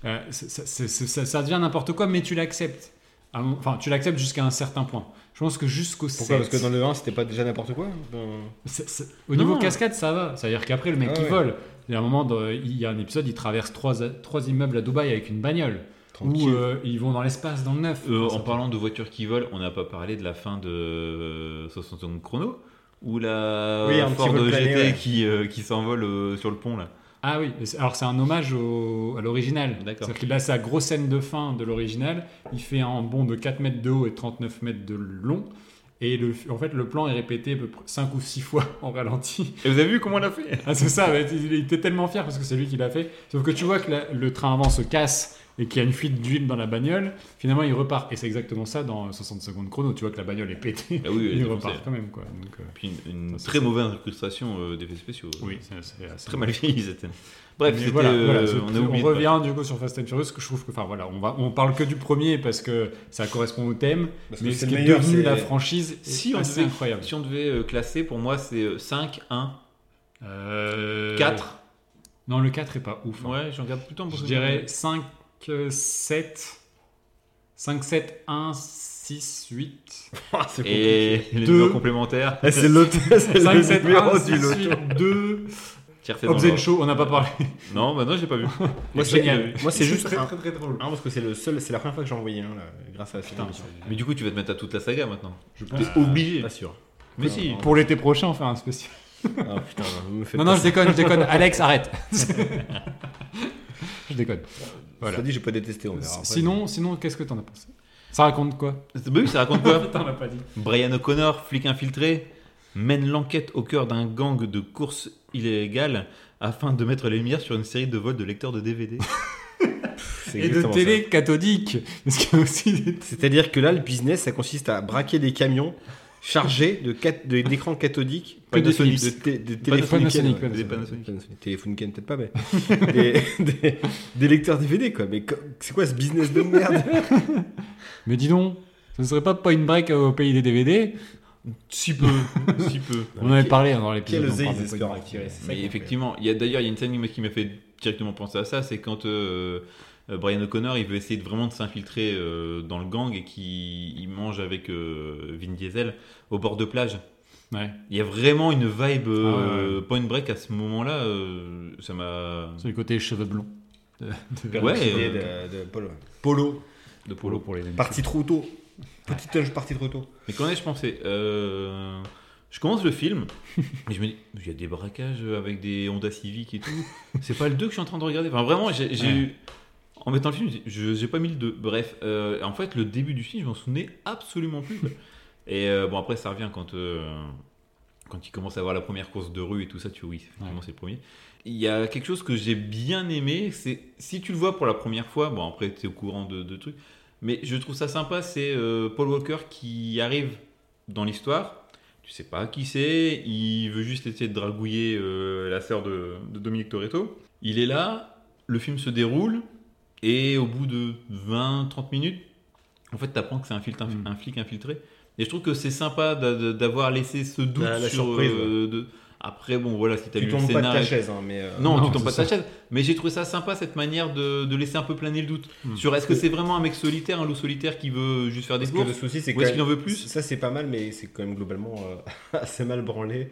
C: Euh, c'est- c'est- c'est- c'est- ça, ça devient n'importe quoi, mais tu l'acceptes. À un- Enfin, tu l'acceptes jusqu'à un certain point. Je pense que jusqu'au
A: Pourquoi Parce
C: sept-
A: que dans le 1, c'était pas déjà n'importe
E: hein,
A: quoi Dans-
C: c'est- c'est- Au
D: Non.
C: niveau cascade, ça va. C'est-à-dire qu'après, le mec
A: Ah
C: qui
A: ouais.
C: vole, il y a un moment, dans- il y a un épisode, il traverse trois, trois immeubles à Dubaï avec une bagnole. Ou
A: Tranquille.
C: euh, ils vont dans l'espace, dans le neuf.
D: Euh,
C: Enfin,
D: en
C: ça-
D: parlant de voitures qui volent, on n'a pas parlé de la fin de euh, 60 secondes chrono ou la
E: Oui, un petit
D: Ford
E: vol plané,
D: GT
E: ouais.
D: qui, euh, qui s'envole euh, sur le pont là.
C: Ah oui, mais c'est- alors c'est un hommage au- à l'original.
D: D'accord.
C: C'est-à-dire que là, sa grosse scène de fin de l'original, il fait un bond de 4 mètres de haut et 39 mètres de long. Et le, en fait, le plan est répété 5 ou 6 fois en ralenti.
D: Et vous avez vu comment on l'a fait
C: Ah, c'est ça, ouais, il il était tellement fier parce que c'est lui qui l'a fait. Sauf que tu vois que la- le train avant se casse et qu'il y a une fuite d'huile dans la bagnole. Finalement, il repart. Et c'est exactement ça dans euh, 60 secondes chrono. Tu vois que la bagnole est pétée.
D: Ah oui, elle est
C: il
D: défoncée.
C: repart quand même. Quoi. Donc, euh,
D: Puis une, une
C: Ça, c'est
D: très
C: ça.
D: mauvaise incrustation euh, d'effets spéciaux.
C: oui, c'est- c'est assez-
D: Très mal vieilli cette scène. Bref,
C: Mais
D: c'était,
C: voilà,
D: euh,
C: voilà, c'est-
D: on a oublié.
C: on
D: de parler.
C: revient du coup sur Fast and Furious. Que je trouve que, enfin voilà, on, va, on parle que du premier parce que ça correspond au thème.
A: Parce que
C: Mais
A: c'est le
C: ce qui est
A: meilleur,
C: devenu
A: c'est-
C: la franchise,
D: Si on,
C: c'est
D: devait,
C: incroyable.
D: si on devait euh, classer, pour moi c'est euh, 5, 1,
C: Euh,
D: 4.
C: Non, le 4 est pas ouf. hein.
D: Ouais, j'en garde plutôt un
C: Je
D: souvenir.
C: dirais euh, 5, 7. 5, 7, 1, 6, 8.
E: Ah, c'est compliqué.
D: Et les
C: Deux.
D: deux complémentaires.
C: Eh,
E: Ah, c'est l'autre. C'est
C: 5,
E: le
C: 7,
E: numéro
C: 1,
E: du
C: 6,
E: loto.
C: 8, 2.
D: Tire fait dans
C: Hobbs and
D: l'ordre.
C: Shaw, on n'a pas parlé.
D: Non, bah non, j'ai pas vu.
E: Moi, c'est
D: euh,
C: Génial.
E: moi, c'est juste
C: très,
E: un.
C: très, très drôle.
E: Ah, parce que c'est le seul, c'est la première fois que j'en envoyé un là, grâce à cette
C: Putain,
E: émission.
D: Mais du coup, tu vas te mettre à toute la saga maintenant.
E: Je pense
D: T'es obligé.
E: pas sûr.
D: Mais si.
C: Pour l'été prochain, on fait un spécial.
E: Ah putain, vous me faites
C: Non, non, je déconne, je déconne. Alex, arrête. je déconne.
E: voilà. dit, j'ai pas détesté. On verra après.
C: Sinon, sinon qu'est-ce que t'en as pensé Ça raconte quoi
D: Bah oui, ça raconte quoi
C: Putain, on l'a pas dit.
D: Brian O'Connor, flic infiltré, mène l'enquête au cœur d'un gang de courses illégales afin de mettre les lumières sur une série de vols de lecteurs de DVD.
E: C'est
C: Et de
E: exactement ça.
C: télé cathodique. Parce qu'il y a aussi des
E: C'est-à-dire que là, le business, ça consiste à braquer des camions chargés de cat- de- d'écrans cathodiques,
D: Que des
E: Panasonic,
D: Philips.
E: de té- de
D: Panasonic,
E: téléphonicaines,
C: Panasonic,
E: ouais. Des
C: Panasonic.
D: Panasonic.
E: Panasonic. Téléphonicaines, peut-être pas, mais des, des- des lecteurs DVD quoi. Mais co- c'est quoi ce business de merde
C: Mais dis donc, ce ne serait pas Point Break euh, au pays des DVD
D: si peu, si peu.
C: On en avait parlé hein, dans l'épisode.
E: Quel
C: on
E: oseille
C: parle
E: ils
C: de Point
E: espèrent
C: Break.
E: attirer c'est ça
D: Mais
E: qu'on fait.
D: effectivement, il y a d'ailleurs il y a une scène qui m'a- qui m'a fait directement penser à ça, c'est quand euh, euh, Brian O'Connor il veut essayer de vraiment de s'infiltrer euh, dans le gang et qui il mange avec euh, Vin Diesel au bord de plage.
C: Ouais.
D: Il y a vraiment une vibe
C: Ah
D: euh,
C: ouais,
D: Point Break à ce moment-là. euh, ça m'a
C: C'est le côté cheveux blonds.
D: ouais,
E: Idée
D: euh,
E: de, de Polo. Polo.
D: de polo.
C: pour les
E: Parti trop tôt. Petite touche partie trop tôt.
D: Mais qu'en ai-je pensé Euh, Je commence le film et je me dis, il y a des braquages avec des Honda Civic et tout. C'est pas le 2 que je suis en train de regarder. Enfin, vraiment, j'ai j'ai
C: Ouais.
D: eu. En mettant le film, je dis, je- j'ai pas mis le 2. Bref, euh, en fait, le début du film, je m'en souvenais absolument plus. quoi. Et euh, bon, après, ça revient quand. euh, quand il commence à avoir la première course de rue et tout ça, tu oui, effectivement,
C: Ouais.
D: c'est le premier. Il y a quelque chose que j'ai bien aimé, c'est si tu le vois pour la première fois, bon après tu es au courant de, de trucs, mais je trouve ça sympa, c'est euh, Paul Walker qui arrive dans l'histoire, tu sais pas qui c'est, il veut juste essayer de dragouiller euh, la sœur de, de Dominique Toretto. Il est là, le film se déroule, et au bout de 20-30 minutes, en fait, t'apprends que c'est un, fil- un
C: Mm.
D: flic infiltré. Et je trouve que c'est sympa d'a- d'a- d'avoir laissé ce doute
E: La- la
D: sur,
E: surprise,
D: euh, de- Après, bon, voilà, si t'as
E: Tu
D: lu le
E: tombes pas de
D: scénario.
E: ta chaise, hein, mais. euh,
D: Non,
C: Non,
D: tu tombes pas de
C: c'est
D: ta chaise. Mais j'ai trouvé ça sympa, cette manière de, de laisser un peu planer le doute.
C: Mm.
D: Sur est-ce que c'est vraiment un mec solitaire, un loup solitaire qui veut juste faire des
E: Parce que le
D: courses
E: souci, c'est
D: Ou
E: que.
D: est-ce qu'il en veut plus
E: Ça, c'est pas mal, mais c'est quand même globalement euh, assez mal branlé.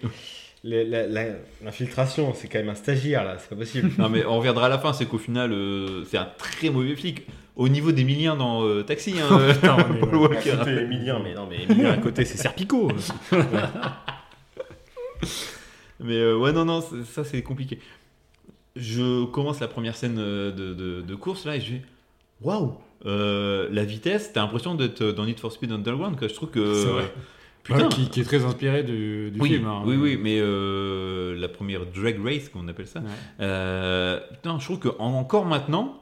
E: Les- la- la- L'infiltration, c'est quand même un stagiaire là, c'est pas possible.
D: Non, mais on reviendra à la fin, c'est qu'au final, euh, c'est un très mauvais flic. Au niveau des milliens dans euh, Taxi, hein,
C: Oh,
D: euh, Paul Walker.
E: C'était Emilien, mais non, mais Emilien à côté, c'est Serpico.
D: Mais euh, ouais, non, non, c'est- ça c'est compliqué. Je commence la première scène euh, de, de- de course là et je vais waouh, euh, la vitesse, t'as l'impression d'être dans Need for Speed Underground. Quoi. Je trouve que
C: C'est vrai.
D: putain,
C: Ouais, qui, qui est très inspiré du, du
D: oui,
C: film. hein.
D: oui, oui, mais euh, la première drag race qu'on appelle ça.
C: Ouais.
D: Euh, putain, je trouve que en- encore maintenant,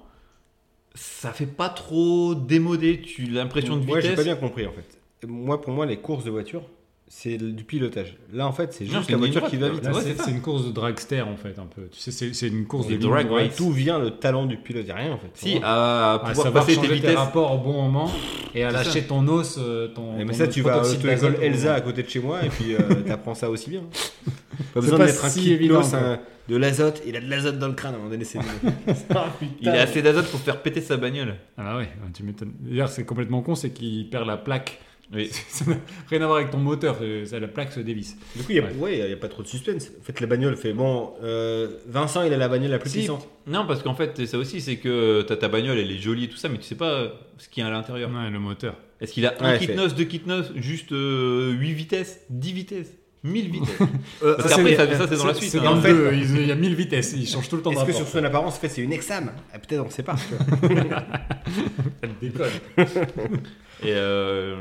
D: ça fait pas trop démodé. Tu l'impression de
A: Moi, j'ai
D: vitesse.
A: pas bien compris en fait. Moi, pour moi, les courses de voiture, c'est du pilotage. Là, en fait, c'est
D: Non,
A: juste
D: c'est
A: la
D: une ligne
A: voiture qui va
D: droite,
A: vite.
C: Là,
D: Ouais,
C: c'est
D: c'est ça.
C: c'est une course de dragster en fait, un peu. Tu sais, c'est- c'est une course
D: Des
C: de ligne
D: drag
C: droite.
D: race.
A: D'où vient le talent du pilote Il y a rien en fait.
D: Si, à, à
C: à
D: pouvoir
C: savoir
D: passer
C: changer
D: tes
C: tes,
D: vitesses.
C: rapports au bon moment et à
D: C'est ça.
C: lâcher ton os, euh, ton.
A: Eh, mais
C: ton
A: ça, tu vas à
C: protoxyde
A: l'auto-école
C: d'azote au
A: Elsa à
C: moment.
A: côté de chez moi et puis euh, t'apprends ça aussi bien. Pas
C: C'est
A: besoin
C: pas
A: d'être un
C: si
A: kid
C: évident,
A: pilos, un- de l'azote. Il a de l'azote dans le crâne à un moment donné. C'est
D: Il a assez d'azote pour faire péter sa bagnole.
C: Ah bah ouais, tu m'étonnes. D'ailleurs, c'est complètement con, c'est qu'il perd la plaque.
D: Oui.
C: Ça n'a rien à voir avec ton moteur, c'est- ça- la plaque se dévisse.
A: Du coup, il n'y a,
C: Ouais.
A: ouais, il y a pas trop de suspense. En fait, la bagnole fait bon. euh, Vincent, il a la bagnole la plus
D: Si.
A: puissante.
D: Non, parce qu'en fait, c'est ça aussi, c'est que t'as ta bagnole, elle est jolie et tout ça, mais tu sais pas euh, ce qu'il y a à l'intérieur.
C: Ouais, le moteur.
D: Est-ce qu'il a
A: Ouais,
D: un
A: c'est-
D: kitnos, deux kitnos, juste 8 vitesses, 10 vitesses, 1000 vitesses Parce
C: ça, c'est-
D: qu'après, ça, ça, c'est dans la suite.
C: C'est
D: hein.
C: dans
A: En
C: le
A: fait-
C: deux, ils- il y a 1000 vitesses, ils changent tout le temps de
A: Est-ce que
C: rapport.
A: sur son apparence, en fait, c'est une exam Ah, Peut-être, on ne sait pas. tu vois.
C: Elle décolle.
D: Et euh,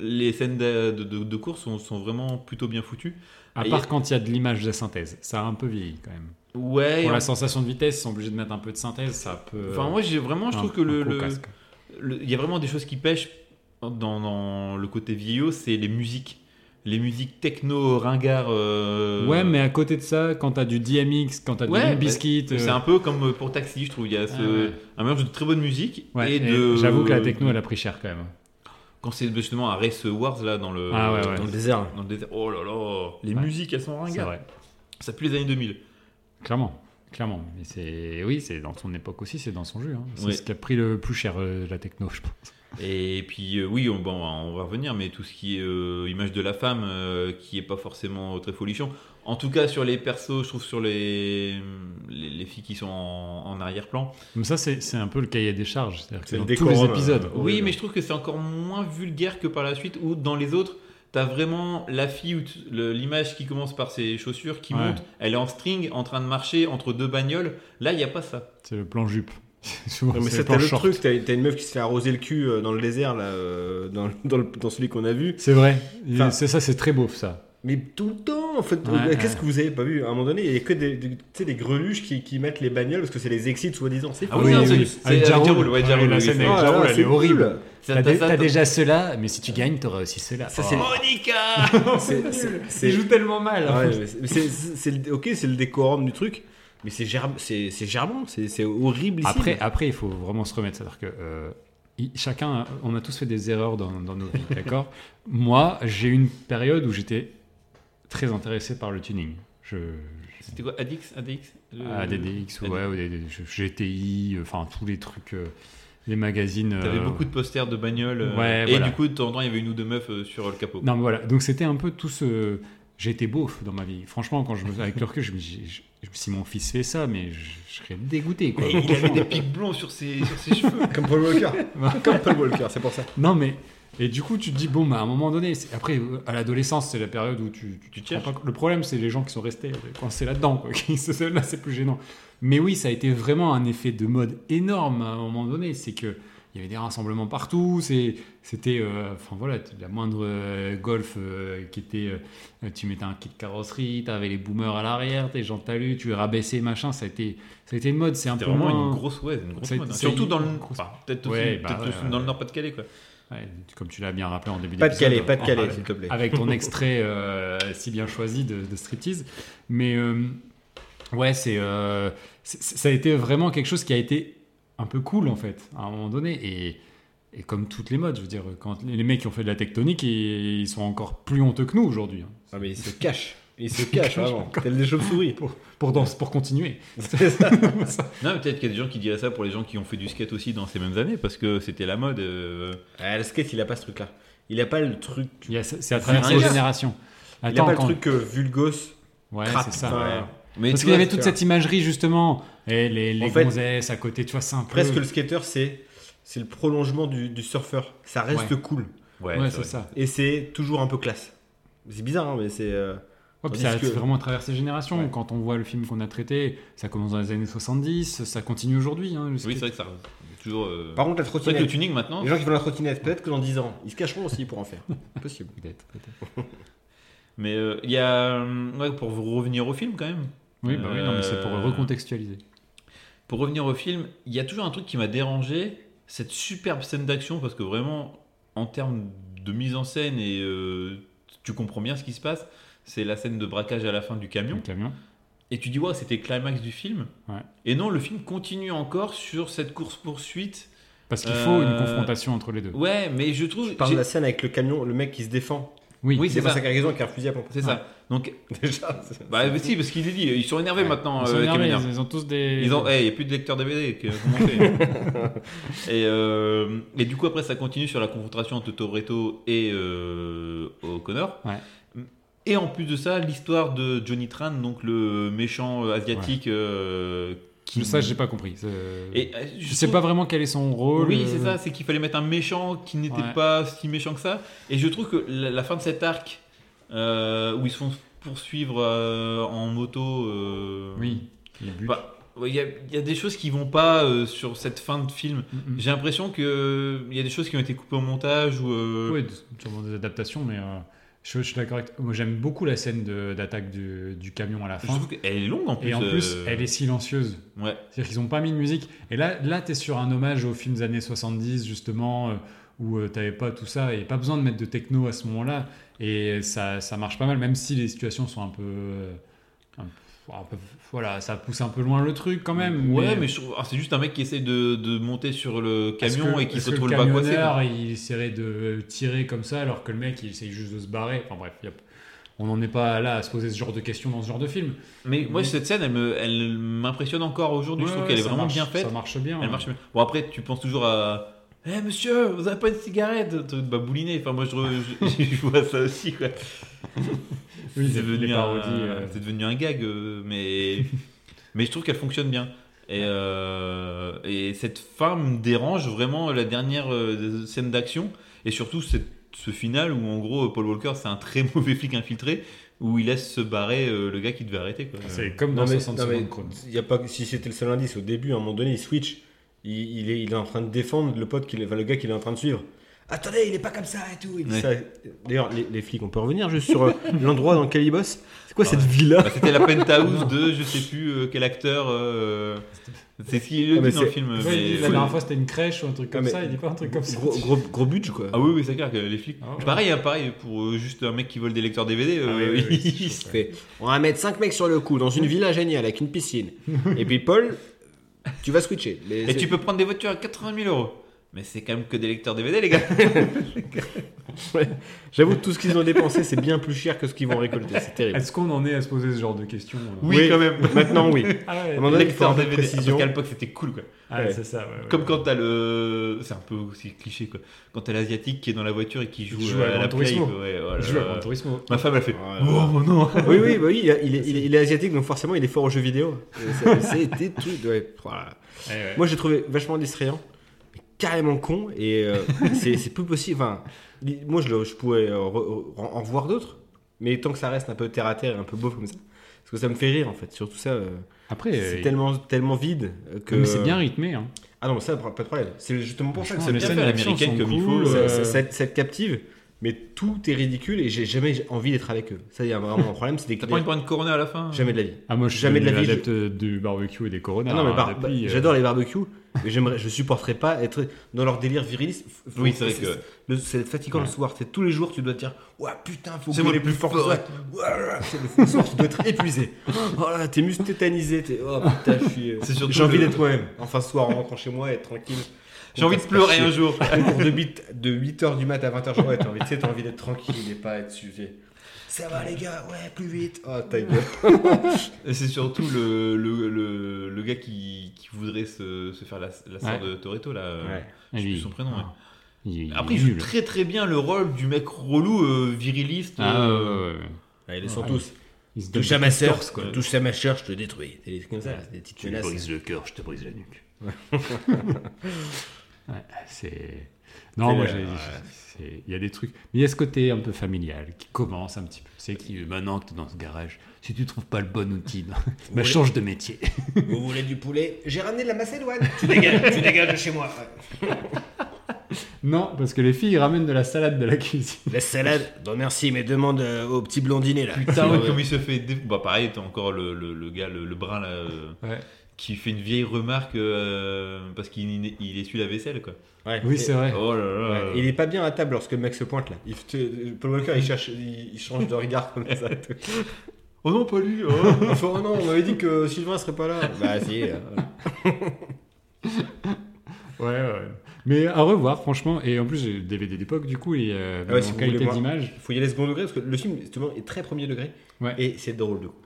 D: les scènes de, de- de- de course sont, sont vraiment plutôt bien foutues.
C: À
D: Et-
C: part quand il y a de l'image de synthèse, ça a un peu vieilli quand même.
D: Ouais,
C: Pour
D: et en-
C: la sensation de vitesse, ils sont obligés de mettre un peu de synthèse, ça peut.
D: enfin, moi, j'ai vraiment, je
C: un-
D: trouve que
C: un
D: le-
C: gros
D: le,
C: casque.
D: Le- Il y a vraiment des choses qui pêchent dans, dans le côté vieillot, c'est les musiques. Les musiques techno ringards. euh,
C: Ouais, mais à côté de ça, quand t'as du DMX, quand t'as
D: Ouais,
C: du Limp Bizkit, euh, Ah,
D: C'est un peu comme pour Taxi, je trouve. Il y a ce-
C: ouais.
D: un mélange de très bonne musique
C: ouais,
D: et
C: et
D: de.
C: J'avoue que la techno, elle a pris cher quand même.
D: Quand c'est justement à Race Wars, là, dans le.
C: Ah ouais, ouais.
D: Dans,
A: Dans
D: le
A: le désert.
D: dans le désert. Oh là là Les
C: Ouais.
D: musiques, elles sont
C: C'est
D: ringards.
C: vrai.
D: Ça pue les années 2000.
C: Clairement, clairement. Mais c'est oui, c'est dans son époque aussi, c'est dans son jus. hein. C'est
D: Ouais.
C: ce qui a pris le plus cher euh, la techno, je pense.
D: Et puis, euh, oui, on, bon, on va revenir, mais tout ce qui est euh, image de la femme, euh, qui est pas forcément très folichon. En tout cas, sur les persos, je trouve sur les, les, les filles qui sont en, en arrière-plan.
C: Mais ça, c'est c'est un peu le cahier des charges, c'est-à-dire que
A: C'est
C: dans
A: le
C: tous les
A: décorum, euh,
C: épisodes.
A: horrible.
D: Oui, mais je trouve que c'est encore moins vulgaire que par la suite, où dans les autres, t'as vraiment la fille, ou t- le- l'image qui commence par ses chaussures, qui
C: Ouais.
D: monte, elle est en string, en train de marcher entre deux bagnoles. Là, il n'y a pas ça.
C: C'est le plan jupe. Souvent,
A: Non, mais
C: c'est
A: ça,
C: le
A: t'as
C: plan
A: le
C: short.
A: truc, t'as t'as une meuf qui se fait arroser le cul euh, dans le désert, là, euh, dans, dans le- dans celui qu'on a vu.
C: C'est vrai. Il-
A: Enfin-
C: c'est ça, c'est très beau ça.
A: Mais tout le temps, en fait.
C: Ouais,
A: euh, Qu'est-ce
C: ouais.
A: que vous avez pas vu À un moment donné, il y a que des, des- tu sais, des greluches qui, qui mettent les bagnoles parce que c'est les exits soi-disant. C'est euh,
D: Ah
A: fou.
D: oui, non, c'est- c'est
C: Avec
D: avec
C: Jarul.
D: Jarul, ouais, Jarul,
C: la
D: oui,
C: scène
D: c'est-
C: avec
A: Ah là
C: Jarul,
A: là,
C: elle
A: c'est
C: est horrible.
A: cool.
D: Ça-
C: T'as dé-
D: ça-
C: t'as déjà cela, mais si tu gagnes, t'auras aussi cela.
A: Ça, c'est-
C: Oh.
D: Monica
A: C'est- c'est-
C: tellement mal. en
A: Ah ouais,
C: fait.
A: mais c'est- c'est- c'est- c'est le- ok, c'est le décorum du truc, mais c'est gerb- c'est c'est gerbant, c'est c'est horrible. ici.
C: Après, après, il faut vraiment se remettre. C'est-à-dire que euh, il- chacun, a- on a tous fait des erreurs dans, dans nos vies, d'accord Moi, j'ai eu une période où j'étais très intéressé par le tuning. Je, je-
D: C'était quoi Adix Adix Euh, le-
C: ADDX,
D: ADX.
C: Ah, ouais, ou des- des- GTI, euh, enfin tous les trucs, euh, les magazines.
D: T'avais
C: euh,
D: beaucoup de posters de bagnoles. euh,
C: Ouais,
D: et
C: voilà.
D: du coup, de temps en temps, il y avait une ou deux meufs euh, sur le capot.
C: Non, mais voilà. Donc c'était un peu tout ce. J'étais beauf dans ma vie. Franchement, quand je me... avec le recul, je me dis, je- je- si mon fils fait ça, mais je, je serais dégoûté. Quoi.
D: Et il avait des pics blonds sur ses, sur ses cheveux.
A: comme Paul Walker, comme Paul Walker, c'est pour ça.
C: Non, mais. Et du coup, tu te dis, bon, bah, à un moment donné, c'est- après, euh, à l'adolescence, c'est la période où tu, tu, tu te
D: cherches.
C: rends pas compte. Le problème, c'est les gens qui sont restés euh, coincés là-dedans. quoi. Qui- c'est- Là, c'est plus gênant. Mais oui, ça a été vraiment un effet de mode énorme à un moment donné. C'est que. Il y avait des rassemblements partout, c'est- c'était, euh, enfin voilà, t- la moindre euh, golf euh, qui était, euh, tu mettais un kit carrosserie, t'avais les boomers à l'arrière, tes gens talus, tu les rabaissais, machin, ça a été, ça a été une mode, c'est un peu
D: C'était vraiment
C: moins-
D: une grosse ouais, une grosse
C: C'est-
D: mode. hein.
C: c'est-
D: Surtout dans le,
C: une grosse-
D: enfin, peut-être
C: Ouais,
D: aussi-
C: bah
D: peut-être
C: ouais,
D: aussi
C: ouais.
D: dans le Nord-Pas-de-Calais quoi.
C: Ouais, comme tu l'as bien rappelé en début
A: Pas de
C: d'épisode.
A: Calais, pas de
C: on
A: Calais,
C: parlait-
A: s'il te plaît.
C: avec ton extrait euh, si bien choisi de, de striptease. Mais euh, ouais, c'est euh, c'est- c'est- ça a été vraiment quelque chose qui a été un peu cool en fait à un moment donné et et comme toutes les modes, je veux dire, quand les les mecs qui ont fait de la tectonique, ils ils sont encore plus honteux que nous aujourd'hui. hein.
A: Ah, mais il se cache, il se cache vraiment, tel des chauves-souris.
C: Pour, dans- pour continuer.
A: C'est ça.
D: Non, mais peut-être qu'il y a des gens qui diraient ça pour les gens qui ont fait du skate aussi dans ces mêmes années parce que c'était la mode. euh,
A: Ah, le skate, il a pas ce truc-là. Il a pas le truc.
C: Il y a- C'est à travers ces
D: Vulgaire.
C: générations.
A: il a pas
C: quand-
A: le truc que Vulgos.
C: Ouais,
A: crap,
C: c'est ça.
A: enfin,
D: Mais
C: Parce
D: tu
C: qu'il y
D: vois,
C: avait toute
A: c'est-
C: cette imagerie justement, et les, les
A: En fait,
C: gonzesses à côté, tu vois, c'est un peu-
A: Presque le skater, c'est c'est le prolongement du, du surfeur. Ça reste cool
D: Ouais,
C: Ouais, c'est
D: c'est vrai.
C: ça.
A: et c'est toujours un peu classe. C'est bizarre, hein, mais c'est. euh,
C: Ouais, puis
D: Tandis
C: ça
D: que-
C: c'est vraiment traversé les générations.
D: Ouais.
C: Quand on voit le film qu'on a traité, ça commence dans les années 70, ça continue aujourd'hui. hein, le
D: Oui,
C: skate.
D: c'est vrai que ça toujours. euh,
A: Par contre, la
D: C'est vrai que le
A: trottinette.
D: tuning maintenant.
A: Les gens qui font la trottinette, peut-être que dans 10 ans, ils se cacheront aussi pour en faire. Possible.
C: Peut-être, peut-être.
D: Mais euh, il y a euh, ouais, pour vous revenir au film quand même.
C: Oui, bah oui, non, mais c'est pour
D: Euh,
C: recontextualiser.
D: Pour revenir au film, il y a toujours un truc qui m'a dérangé, cette superbe scène d'action, parce que vraiment, en termes de mise en scène et euh, tu comprends bien ce qui se passe, c'est la scène de braquage à la fin du
C: Le
D: camion.
C: camion.
D: Et tu dis, ouais, c'était le climax du film.
C: Ouais.
D: Et non, le film continue encore sur cette course-poursuite.
C: Parce qu'il
D: Euh,
C: faut une confrontation entre les deux.
D: Ouais, mais je trouve.
A: Je parle
D: j'ai-
A: de la scène avec le camion, le mec qui se défend.
C: Oui,
D: oui,
A: Il
D: c'est
A: défend
D: ça.
A: sa cargaison avec un fusil à pompe.
D: C'est ça. Donc,
A: Déjà, c'est-
D: bah, si, parce qu'il est dit, ils sont énervés
C: Ouais.
D: maintenant.
C: ils, sont
D: euh,
C: énervés,
D: Kaminer.
C: ils- ils ont tous des.
D: Ils ont, eh, il n'y a plus de lecteur DVD. que- Comment on fait et, euh, et du coup, après, ça continue sur la confrontation entre Toretto et euh, O'Connor.
C: Ouais.
D: Et en plus de ça, l'histoire de Johnny Tran, donc le méchant euh, asiatique. euh, qui...
C: Ça, j'ai pas compris. c'est-
D: Et, euh,
C: Je sais pas vraiment quel est son rôle.
D: Oui,
C: euh,
D: c'est ça, c'est qu'il fallait mettre un méchant qui n'était
C: Ouais.
D: pas si méchant que ça. Et je trouve que la, la fin de cet arc euh, où ils se font poursuivre euh, en moto. euh,
C: Oui. les buts.
D: bah, ouais, Il y, a- il y a des choses qui vont pas euh, sur cette fin de film.
C: Mm, mm.
D: J'ai l'impression que euh, il y a des choses qui ont été coupées au montage ou. euh,
C: Oui, d- sûrement des adaptations, mais euh, je, je suis d'accord avec Moi, j'aime beaucoup la scène de- d'attaque du, du camion à la
D: Je
C: fin.
D: trouve qu'elle est longue en plus.
C: Et en plus,
D: euh,
C: elle est silencieuse.
D: Ouais.
C: C'est-à-dire qu'ils n'ont pas mis de musique. Et là, là tu es sur un hommage aux films des années 70, justement, euh, où tu n'avais pas tout ça et pas besoin de mettre de techno à ce moment-là. Et ça, ça marche pas mal, même si les situations sont un peu. euh, un peu- un peu- voilà, ça pousse un peu loin le truc quand même.
D: Ouais, mais, je trouve- ah, c'est juste un mec qui essaie de, de monter sur le
C: Est-ce
D: camion
C: que-
D: et qui
C: est-ce
D: se
C: que
D: retrouve
C: le
D: le bas coincé.
C: camionneur, il essaierait de tirer comme ça alors que le mec il essaye juste de se barrer. Enfin bref, y a- on n'en est pas là à se poser ce genre de questions dans ce genre de film.
D: Mais moi, cette scène, elle me- elle m'impressionne encore aujourd'hui. je trouve
C: Ouais,
D: qu'elle est
C: ça
D: vraiment
C: marche-
D: bien faite.
C: Ça marche bien. hein.
D: Elle
C: ouais.
D: marche bien. Bon, après, tu penses toujours à. Eh monsieur, vous avez pas une cigarette Tu te babouliner. Enfin, moi, je, re- je- je vois ça aussi, quoi.
C: Oui, les- les
D: c'est devenu, un-
C: parodies, euh,
D: c'est devenu un gag, euh, mais, mais je trouve qu'elle fonctionne bien. Et, euh, et cette fin me dérange vraiment la dernière euh, scène d'action, et surtout cette- ce final où en gros Paul Walker c'est un très mauvais flic infiltré, où il laisse se barrer euh, le gars qui devait arrêter. Quoi.
C: C'est comme dans
A: Non, mais,
C: 60
A: non, mais
C: secondes chrono.
A: y a pas, si c'était le seul indice, au début, à un moment donné, il switch. Il, il est, il est en train de défendre le pote, qu'il est- enfin, le gars qu'il est en train de suivre. Attendez, il est pas comme ça et tout. il dit
D: Ouais.
A: ça. D'ailleurs, les, les flics, on peut revenir juste sur euh, l'endroit dans lequel ils bossent. C'est quoi cette villa
D: Bah, C'était la penthouse de je sais plus euh, quel acteur. euh, c'est ce qu'il
A: Ah, mais
D: dit dans le
A: c'est-
D: film.
C: Ouais, il dit,
D: mais-
C: la dernière fois c'était une crèche ou un truc comme
A: mais-
C: ça, il dit pas un truc comme ça.
A: gros, gros, gros budget quoi.
D: Ah oui, oui, c'est clair que les flics.
C: Ah ouais. Ah
D: Pareil, hein, pareil, pour euh, juste un mec qui vole des lecteurs DVD, euh,
C: oui, oui, oui, c'est
D: il-
A: Il fait, on va mettre 5 mecs sur le coup dans une villa géniale avec une piscine. et puis Paul, tu vas switcher. Mais
D: Et
A: c'est-
D: tu peux prendre des voitures à 80 000 euros. Mais c'est quand même que des lecteurs DVD, les gars.
A: J'avoue, tout ce qu'ils ont dépensé, c'est bien plus cher que ce qu'ils vont récolter. C'est
D: Ah,
A: terrible.
C: Est-ce qu'on en est à se poser ce genre de questions euh
D: Oui, quand même.
A: Maintenant, oui.
C: Ah ouais,
A: À un moment donné, il faut
D: lecteurs
A: avoir des
D: DVD. Parce
A: précisions.
D: qu'à l'époque, c'était cool, quoi.
C: ah,
A: ouais.
C: c'est ça. ouais, ouais.
D: Comme quand t'as le. C'est un peu aussi cliché, quoi. Quand t'as l'asiatique qui est dans la voiture et qui joue,
C: joue
D: euh,
C: à
D: à, la
C: Gran
D: play.
C: Turismo.
D: quoi. Ouais, oh là
C: Il joue à
D: là.
C: Gran Turismo.
D: Ma femme, elle fait.
A: Ouais.
D: Oh non
A: Oui, oui, bah oui, il, a- il est, il est- il est asiatique, donc forcément, il est fort aux jeux vidéo. Et ça- C'était tout. ouais, voilà.
C: Eh ouais.
A: Moi, j'ai trouvé vachement distrayant, mais carrément con, et euh, c'est c'est plus possible. Enfin, li- moi, je, le- je pourrais euh, re- re- en, en voir d'autres, mais tant que ça reste un peu terre à terre, et un peu beau comme ça, parce que ça me fait rire en fait. Surtout ça, euh,
C: Après,
A: c'est
C: euh,
A: tellement, tellement vide euh, que.
C: mais c'est bien rythmé. hein.
A: Ah non, mais ça, pas de problème. C'est justement pour ça que
C: Franchement,
A: c'est
C: les
A: bien
C: scènes
A: fait.
D: l'américaine
C: d'action sont
D: comme il
C: cool,
D: faut,
A: Ça-
C: euh,
A: ça- ça- ça te captive, mais tout est ridicule et j'ai jamais envie d'être avec eux. Ça, il y a vraiment un problème. C'est des
D: T'as pas envie de prendre une corona à la fin
A: Jamais de la vie.
C: Ah, moi, je suis
A: Jamais de la vie,
C: adepte du barbecue et des coronas.
A: Ah non, mais
C: hein,
A: par-
C: depuis,
A: bah,
C: euh,
A: j'adore les barbecues, mais j'aimerais, je supporterais pas être dans leur délire viriliste. F-
D: Oui,
A: faut-
D: c'est vrai que-
A: le- c'est fatigant le soir. C'est tous les jours, tu dois te dire, ouais putain, faut
D: C'est
A: que
D: moi
A: les
D: le
A: plus
D: plus
A: forts.
D: fort.
A: soient- Ouah, là, là. C'est le soir, tu dois être épuisé. Oh là, tes muscles tétanisés. t'es- Oh putain, je suis. euh,
D: C'est surtout
A: J'ai envie
D: le-
A: d'être moi-même. Enfin, ce soir, en rentrant chez moi, être tranquille.
D: J'ai envie de pleurer un jour.
A: Un cours de beat de 8h du mat à 20h, ouais, t'as envie, tu sais, t'as envie d'être tranquille et pas être sujet. Ça va les gars, ouais, plus vite. Oh ta gueule.
D: Et C'est surtout le, le, le, le gars qui, qui voudrait se, se faire la, la sœur
C: Ouais.
D: de Toretto, là. euh,
A: Ouais.
D: Je sais
C: oui.
D: plus son prénom. ouais.
C: Ah. Il- il
D: Après,
C: est
D: il joue
C: nul.
D: très très bien le rôle du mec relou, euh, viriliste.
C: Ah, ouais,
D: euh,
C: ouais, ouais.
A: Allez, ils sont
C: Ouais.
A: tous.
C: Il se donne
A: Touche à ma sœur,
C: torse, quoi.
A: touche à ma sœur, je te détruis. C'est des trucs comme ça, c'est des petites menaces.
D: le cœur, je te brise la nuque.
C: Ouais, ah, c'est. Non,
D: C'est,
C: moi,
D: euh,
C: j'ai-
D: ouais.
C: c'est- il y a des trucs. Mais il y a ce côté un peu familial qui commence un petit peu. C'est qui euh, maintenant que t'es dans ce garage, si tu trouves pas le bon outil, non, bah
A: Ouais.
C: change de métier.
A: Vous voulez du poulet J'ai ramené de la Macédoine. Tu dégages, tu dégages de chez moi.
C: Non, parce que les filles ramènent de la salade de la cuisine.
A: La salade. Non merci, mais demande euh, au petit blondinet là.
D: Putain, comme il se fait. dé- Bah, pareil, t'as encore le, le, le gars, le, le brun là, euh,
C: Ouais.
D: qui fait une vieille remarque euh, parce qu'il il essuie la vaisselle, quoi.
A: Ouais.
C: Oui,
A: Et-
C: c'est vrai.
D: Oh là là.
A: Ouais, Il est pas bien à table lorsque le mec se pointe là. Il te- euh, Paul Walker il cherche, il, il change de regard comme ça.
D: Oh non, pas lui. oh.
A: Enfin, oh non, on m'avait dit que Sylvain serait pas là. Bah si. euh, voilà.
C: Ouais, ouais. Mais à revoir, franchement. Et en plus, j'ai le DVD d'époque, du coup, et euh,
A: Ah ouais,
C: en
A: si vous voulez
C: qualité
A: voir.
C: d'image.
A: Faut y aller second degré parce que le film justement est très premier degré.
C: Ouais.
A: Et c'est drôle de coup.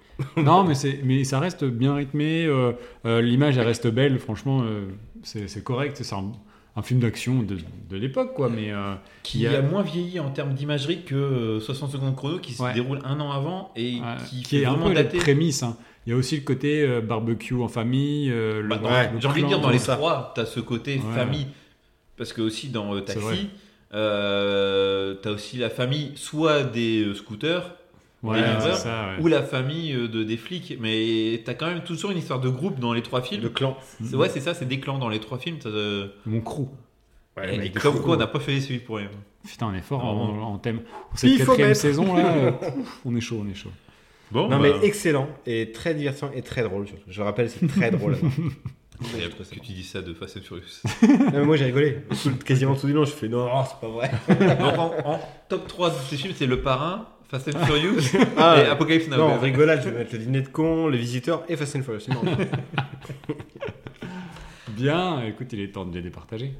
C: non, mais, c'est- mais ça reste bien rythmé. euh, euh, L'image, elle reste belle. Franchement, euh, c'est c'est correct. C'est un, un film d'action de, de l'époque, quoi. Mais euh,
D: qui a... moins vieilli en termes d'imagerie que euh, 60 secondes chrono qui se
C: Ouais.
D: déroule un an avant et
C: Ouais,
D: qui,
C: euh, qui,
D: fait
C: est un
D: vraiment
C: peu la
D: daté.
C: prémisse. hein. Il y a aussi le côté euh, barbecue en famille. euh, le,
D: Bah, dans-
A: Ouais,
C: le
D: J'ai envie de
C: clan,
D: dire, dans les
C: ça.
D: trois, t'as ce côté
C: Ouais.
D: famille. Parce que aussi dans euh,
C: C'est vrai.
D: Taxi, euh, t'as aussi la famille soit des euh, scooters
C: Ouais,
D: les
C: c'est
D: livres,
C: ça, ouais.
D: ou la famille euh, de, des flics. Mais t'as quand même toujours une histoire de groupe dans les trois films.
A: Le clan.
D: C'est- Ouais, c'est ça, c'est des clans dans les trois films. t'as, euh,
C: Mon crew.
A: Ouais,
D: et
A: avec des
D: comme
A: fous,
D: quoi, on
A: ouais.
D: n'a pas fait celui pour rien.
C: Putain, on est fort
D: Non,
C: en, en thème. Pour cette
A: Il faut
C: quatrième
A: mettre.
C: saison, là, euh, ouf, on est chaud, on est chaud.
D: Bon,
A: Non mais excellent et très divertissant et très drôle. surtout. Je rappelle, c'est très drôle.
D: que tu dis ça de Fast and Furious.
A: Non, mais moi j'ai rigolé. Tout- Quasiment tout du long, je fais non, oh, c'est pas vrai.
D: Donc en, en top 3 de ces films, c'est Le Parrain, Fast and Furious
A: Ah,
D: et Apocalypse Now. Bah,
A: non, rigolade, je vais mettre le dîner de con, les visiteurs et Fast and Furious. Non,
C: Bien, écoute, il est temps de les départager.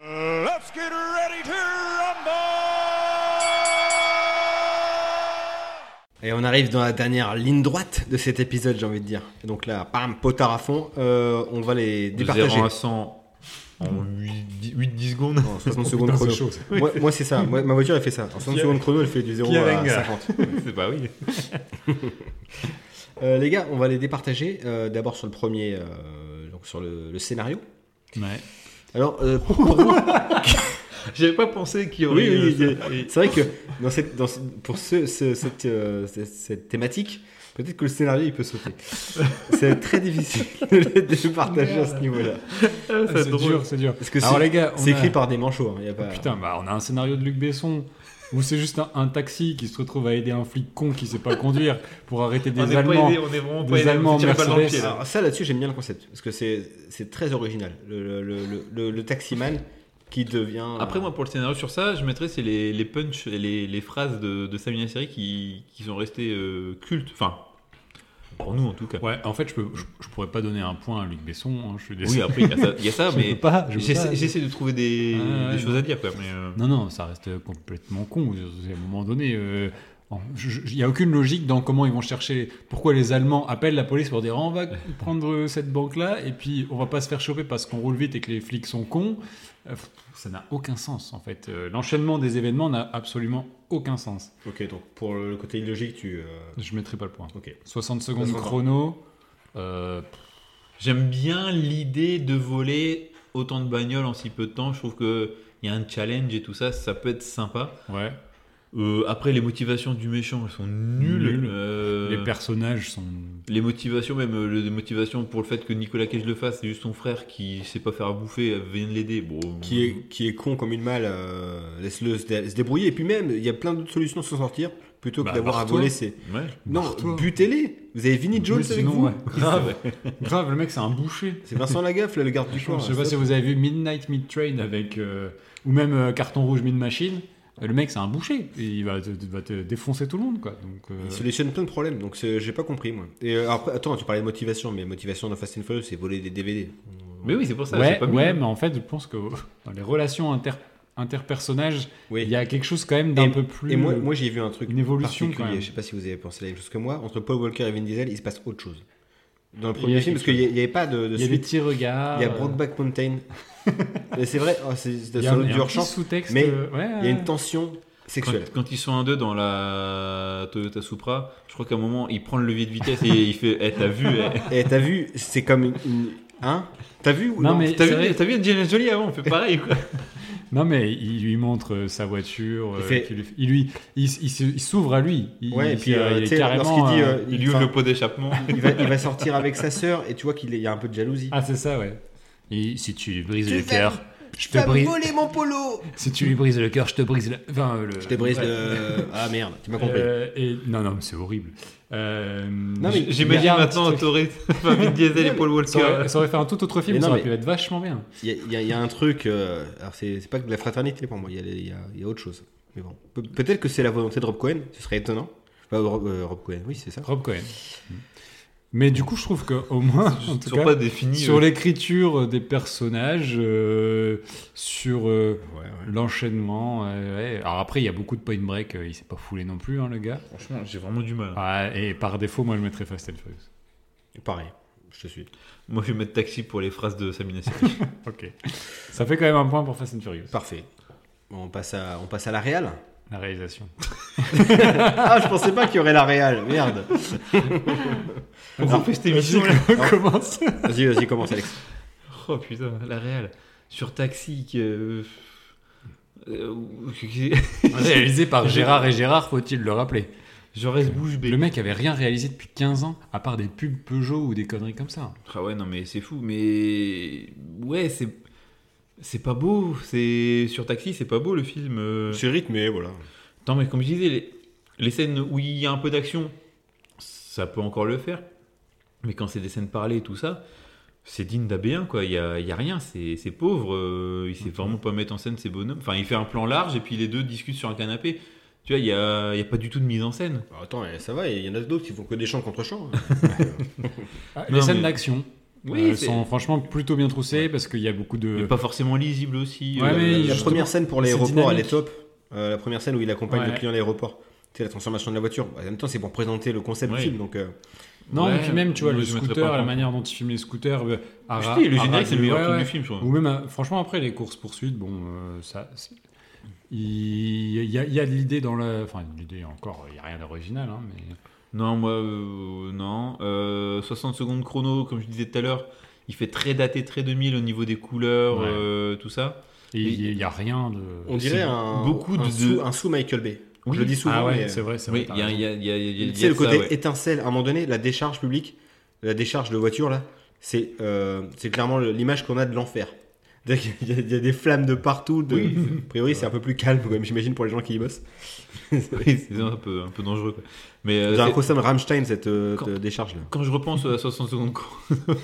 B: Let's get ready to rumble!
A: Et on arrive dans la dernière ligne droite de cet épisode, j'ai envie de dire. Et donc là, pam, potard à fond, euh, on va les
D: de 0
A: départager.
D: à 100 en 8-10 secondes.
A: En 60 secondes
C: Putain,
A: chrono.
C: c'est chaud, ça.
A: Moi, moi, c'est ça, Moi, ma voiture elle fait ça. En 60
D: Qui
A: secondes chrono, elle fait du 0
D: qui
A: à
D: avait un gars
A: 50.
D: c'est pas oui.
A: Euh, les gars, on va les départager euh, d'abord sur le premier, euh, donc sur le, le scénario.
C: Ouais.
A: Alors, euh, pour vous,
D: J'avais pas pensé qu'il y
A: oui,
D: aurait.
A: oui,
D: euh,
A: oui, oui. c'est vrai que dans cette, dans ce- pour ce- ce- cette, euh, cette, cette thématique, peut-être que le scénario il peut sauter. c'est très difficile de les départager à ce niveau-là.
D: ça,
C: Ah,
D: c'est
C: c'est
D: drôle.
C: dur, c'est dur.
A: Parce que
C: Alors
A: c'est-
C: les gars, on
A: C'est
C: a-
A: écrit par des manchots. hein, y a pas...
C: Putain, bah, on a un scénario de Luc Besson où c'est juste un, un taxi qui se retrouve à aider un flic con qui sait pas conduire pour arrêter
D: On
C: des
D: est pas
C: Allemands.
D: aidés, on est vraiment
C: des
D: pas aidés.
C: Allemands
D: on se tire pas dans le
C: Mercedes.
D: pied. là.
A: Alors ça là-dessus j'aime bien le concept parce que c'est c'est très original le, le, le, le, le taximan qui devient
D: Après, moi, pour le scénario sur ça, je mettrais c'est les, les punchs et les, les phrases de, de Samina Seri qui, qui sont restées euh, cultes. Enfin, pour nous en tout cas.
C: Ouais, en fait, je, peux, je, je pourrais pas donner un point à Luc Besson. hein, je suis désolé.
D: Oui, après, il y a ça, il y a ça,
C: Je
D: mais
C: peux pas. je peux pas.
D: j'essaie j'essaie de trouver des,
C: Ah, ouais,
D: des choses à dire. Quoi, mais, euh,
C: Non, non, ça reste complètement con. À un moment donné, euh, en- je- je- il n'y a aucune logique dans comment ils vont chercher. Pourquoi les Allemands appellent la police pour dire Ah, on va prendre cette banque-là et puis on va pas se faire choper parce qu'on roule vite et que les flics sont cons. Euh, pff, Ça n'a aucun sens en fait. Euh, L'enchaînement des événements n'a absolument aucun sens.
A: ok donc pour le côté illogique tu euh,
C: Je mettrai pas le point.
A: ok
C: 60 secondes
A: 60.
C: chrono. euh,
D: J'aime bien l'idée de voler autant de bagnoles en si peu de temps. Je trouve que il y a un challenge et tout ça, ça peut être sympa.
C: ouais.
D: Euh, après, les motivations du méchant, elles sont nulles.
C: Nulles.
D: Euh,
C: Les personnages sont.
D: les motivations, même euh, les motivations pour le fait que Nicolas Cage le fasse, c'est juste son frère qui sait pas faire à bouffer, euh, vient de l'aider. Bon,
A: qui est qui est con comme une malle euh, laisse-le se, dé- se débrouiller et puis même il y a plein d'autres solutions de s'en sortir plutôt que
C: Bah,
A: d'avoir à
C: barre-toi.
A: voler c'est
D: Ouais.
A: non
C: Barre-toi.
A: butez-les vous avez Vinnie Jones
C: Oui,
A: avec
C: sinon,
A: vous
C: ouais. Grave. Grave, le mec, c'est un boucher.
A: c'est Vincent Lagaffe là, le garde du
C: Je
A: corps
C: sais pas si vous avez vu Midnight Mid Train avec euh, ou même euh, Carton Rouge Mid Machine. Euh, Le mec, c'est un boucher. Et il va te, va te défoncer tout le monde, quoi. Donc, euh,
A: Il solutionne plein de problèmes, donc c'est- j'ai pas compris moi. Et euh, après, attends, tu parlais de motivation, mais motivation dans Fast and Furious, c'est voler des DVD.
D: Mais oui, c'est pour ça. j'ai
C: ouais,
D: pas mis
A: hein.
C: ouais,
D: le-
C: mais en fait, je pense que dans les relations inter interpersonnages,
A: Oui.
C: il y a quelque chose quand même d'un
A: Et-
C: peu plus.
A: Et moi, moi j'ai vu un truc
C: une évolution, quand
A: particulier.
C: même.
A: Je sais pas si vous avez pensé la même chose que moi. Entre Paul Walker et Vin Diesel, il se passe autre chose. Dans le
C: y a
A: premier film,
C: quelque
A: parce qu'il y a- il y avait pas de, de
C: il y a des
A: suite.
C: petits regards.
A: Il y a
C: euh,
A: Brokeback Mountain. Mais c'est vrai, oh, c'est c'est
C: il y a
A: sur
C: un,
A: le
C: il y a un
A: dur
C: petit
A: champ.
C: sous-texte.
A: mais
C: euh, ouais,
A: Il y a une tension
D: Quand,
A: sexuelle.
D: quand ils sont un deux dans la Toyota Supra, je crois qu'à un moment, il prend le levier de vitesse et il fait Eh, t'as vu eh.
A: Et t'as vu, c'est comme une. une- Hein T'as vu ou
C: Non, mais
D: T'as
C: c'est vrai.
D: vu, t'as vu Angelina Jolie avant, on fait pareil quoi.
C: Non, mais il lui montre euh, sa voiture.
A: Il
C: euh,
A: fait-
C: qu'il lui- Il lui, il, s- il se- il s'ouvre à lui. Il,
A: Ouais, et
C: il-
A: puis,
C: il
A: euh,
C: est
A: tu sais,
C: carrément.
A: lorsqu'il dit,
C: euh,
A: euh,
D: Il lui ouvre
A: enfin,
D: le pot d'échappement.
A: il, va, il va sortir avec sa sœur et tu vois qu'il est- il y a un peu de jalousie.
C: Ah, c'est ça, ouais. Et si tu lui brises
F: Tu
C: le
F: vas-
C: cœur, je
F: Tu vas
C: te
F: me
C: brise.
F: voler mon polo
C: Si tu lui brises le cœur, je te brise. La... Enfin, euh, le...
A: Je te brise
C: ouais.
A: le. Ah merde, tu m'as compris.
C: Euh, et... Non, non, mais c'est horrible. Euh,
A: mais
C: j- il y
D: J'imagine
C: a un petit
D: maintenant
C: truc-
D: Toré, Vin Diesel et Paul
C: Ça
D: Walker.
C: aurait, ça aurait fait un tout autre film,
A: Mais non,
C: ça aurait
A: mais-
C: pu être vachement bien.
A: Il y, a- il y a- il y a un truc. euh, alors, c'est c'est pas que de la fraternité pour moi, il y a, il y a- il y a autre chose. Mais bon. Pe- Peut-être que c'est la volonté de Rob Cohen, ce serait étonnant. Enfin, Rob, euh, Rob Cohen, oui, c'est ça.
C: Rob Cohen. Mais du coup, je trouve qu'au moins, en tout
D: Toujours
C: cas,
D: pas défini.
C: sur
D: euh,
C: l'écriture des personnages, euh, sur euh,
A: Ouais, ouais.
C: l'enchaînement. euh, ouais. Alors après, il y a beaucoup de point break, euh, il s'est pas foulé non plus, hein, le gars.
D: Franchement, j'ai vraiment du mal. hein.
C: Ah, et par défaut, moi, je mettrais Fast and Furious.
A: Pareil, je te suis.
D: Moi, je vais mettre taxi pour les phrases de Samina
C: Ok. Ça fait quand même un point pour Fast and Furious,
A: Parfait. Bon, on passe à, on passe à la Real.
C: la réalisation.
A: Ah, je pensais pas qu'il y aurait la Real, merde.
D: On fait cette émission là.
C: Commence.
A: Vas-y, vas-y, commence, Alex.
D: Oh putain, la réal. Sur taxi. que- euh, que-
C: Réalisé par Gérard et Gérard, faut-il le rappeler.
D: Je reste bouche bée.
C: Le mec avait rien réalisé depuis 15 ans, à part des pubs Peugeot ou des conneries comme ça.
D: Ah ouais, non, mais c'est fou. Mais. Ouais, c'est. C'est pas beau. C'est Sur taxi, c'est pas beau le film. euh.
A: C'est rythmé, voilà.
D: Non, mais comme je disais, les, les scènes où il y a un peu d'action, ça peut encore le faire. Mais quand c'est des scènes parlées et tout ça, c'est digne d'AB1, quoi. Il n'y a, il y a rien, c'est c'est pauvre. euh, il sait vraiment pas mettre en scène ses bonhommes. Enfin, il fait un plan large et puis les deux discutent sur un canapé. Tu vois, il n'y a, il y a pas du tout de mise en scène.
A: Bah, attends, eh, ça va, il y en a d'autres qui font que des chants contre chants. hein.
C: les
D: Ah, Non,
C: scènes
D: mais-
C: d'action
D: Oui,
C: euh,
D: c'est-
C: sont franchement plutôt bien troussées parce qu'il y a beaucoup
D: mais
C: de.
D: pas forcément lisible aussi.
C: Euh.
D: euh,
C: Ouais, mais
A: la
C: justement,
A: première scène pour l'aéroport, elle
C: dynamique.
A: est top. Euh, la première scène où il accompagne
C: Ouais.
A: le client à l'aéroport. Tu sais, la transformation de la voiture. Bah, En même temps, c'est pour présenter le concept
D: Ouais.
A: du film, donc. euh,
C: Non,
D: Ouais,
C: et puis même, tu vois,
D: moi,
C: le
D: je mettrais
C: scooter,
D: pas
C: la
D: le
C: manière dont ils filment les scooters. euh, à
D: Je
C: ra-
D: dis, le
C: à
D: générique, c'est le meilleur
C: radio-
D: truc
C: ouais,
D: du film, hein. je
C: ouais.
D: trouve.
C: Ou même, euh, franchement, après, les courses-poursuites, bon, euh, ça. c'est- Il il y, a, il y a de l'idée dans la. Enfin, de l'idée encore, il n'y a rien d'original, hein, mais.
D: Non, moi, euh, non. Euh, 60 secondes chrono, comme je disais tout à l'heure, il fait très daté, très 2000 au niveau des couleurs,
C: Ouais.
D: euh, tout ça.
C: et Il n'y a rien de.
A: on dirait
D: c'est
A: un,
D: beaucoup
A: un
D: de-
A: sous, un sous Michael Bay.
D: Oui.
A: Je le dis souvent,
C: ah ouais,
A: mais, euh,
C: c'est vrai, c'est
D: Oui,
C: vrai. t'as
D: il y a,
C: raison.
D: il y a- il y a- il y a-
A: Tu
D: il y
A: sais,
D: a
A: le
D: ça,
A: côté
D: ouais.
A: étincelle, à un moment donné, la décharge publique, la décharge de voiture, là, c'est euh, c'est clairement le- l'image qu'on a de l'enfer. Il y, a- il y a des flammes de partout. De... a priori, c'est un peu plus calme, quand même, j'imagine, pour les gens qui y bossent.
D: Oui, c'est un peu, un peu dangereux. quoi. Mais euh,
A: J'ai un
D: c'est-
A: costume Rammstein, cette euh,
D: Quand-
A: te- décharge, là.
D: quand je repense à 60 secondes chrono,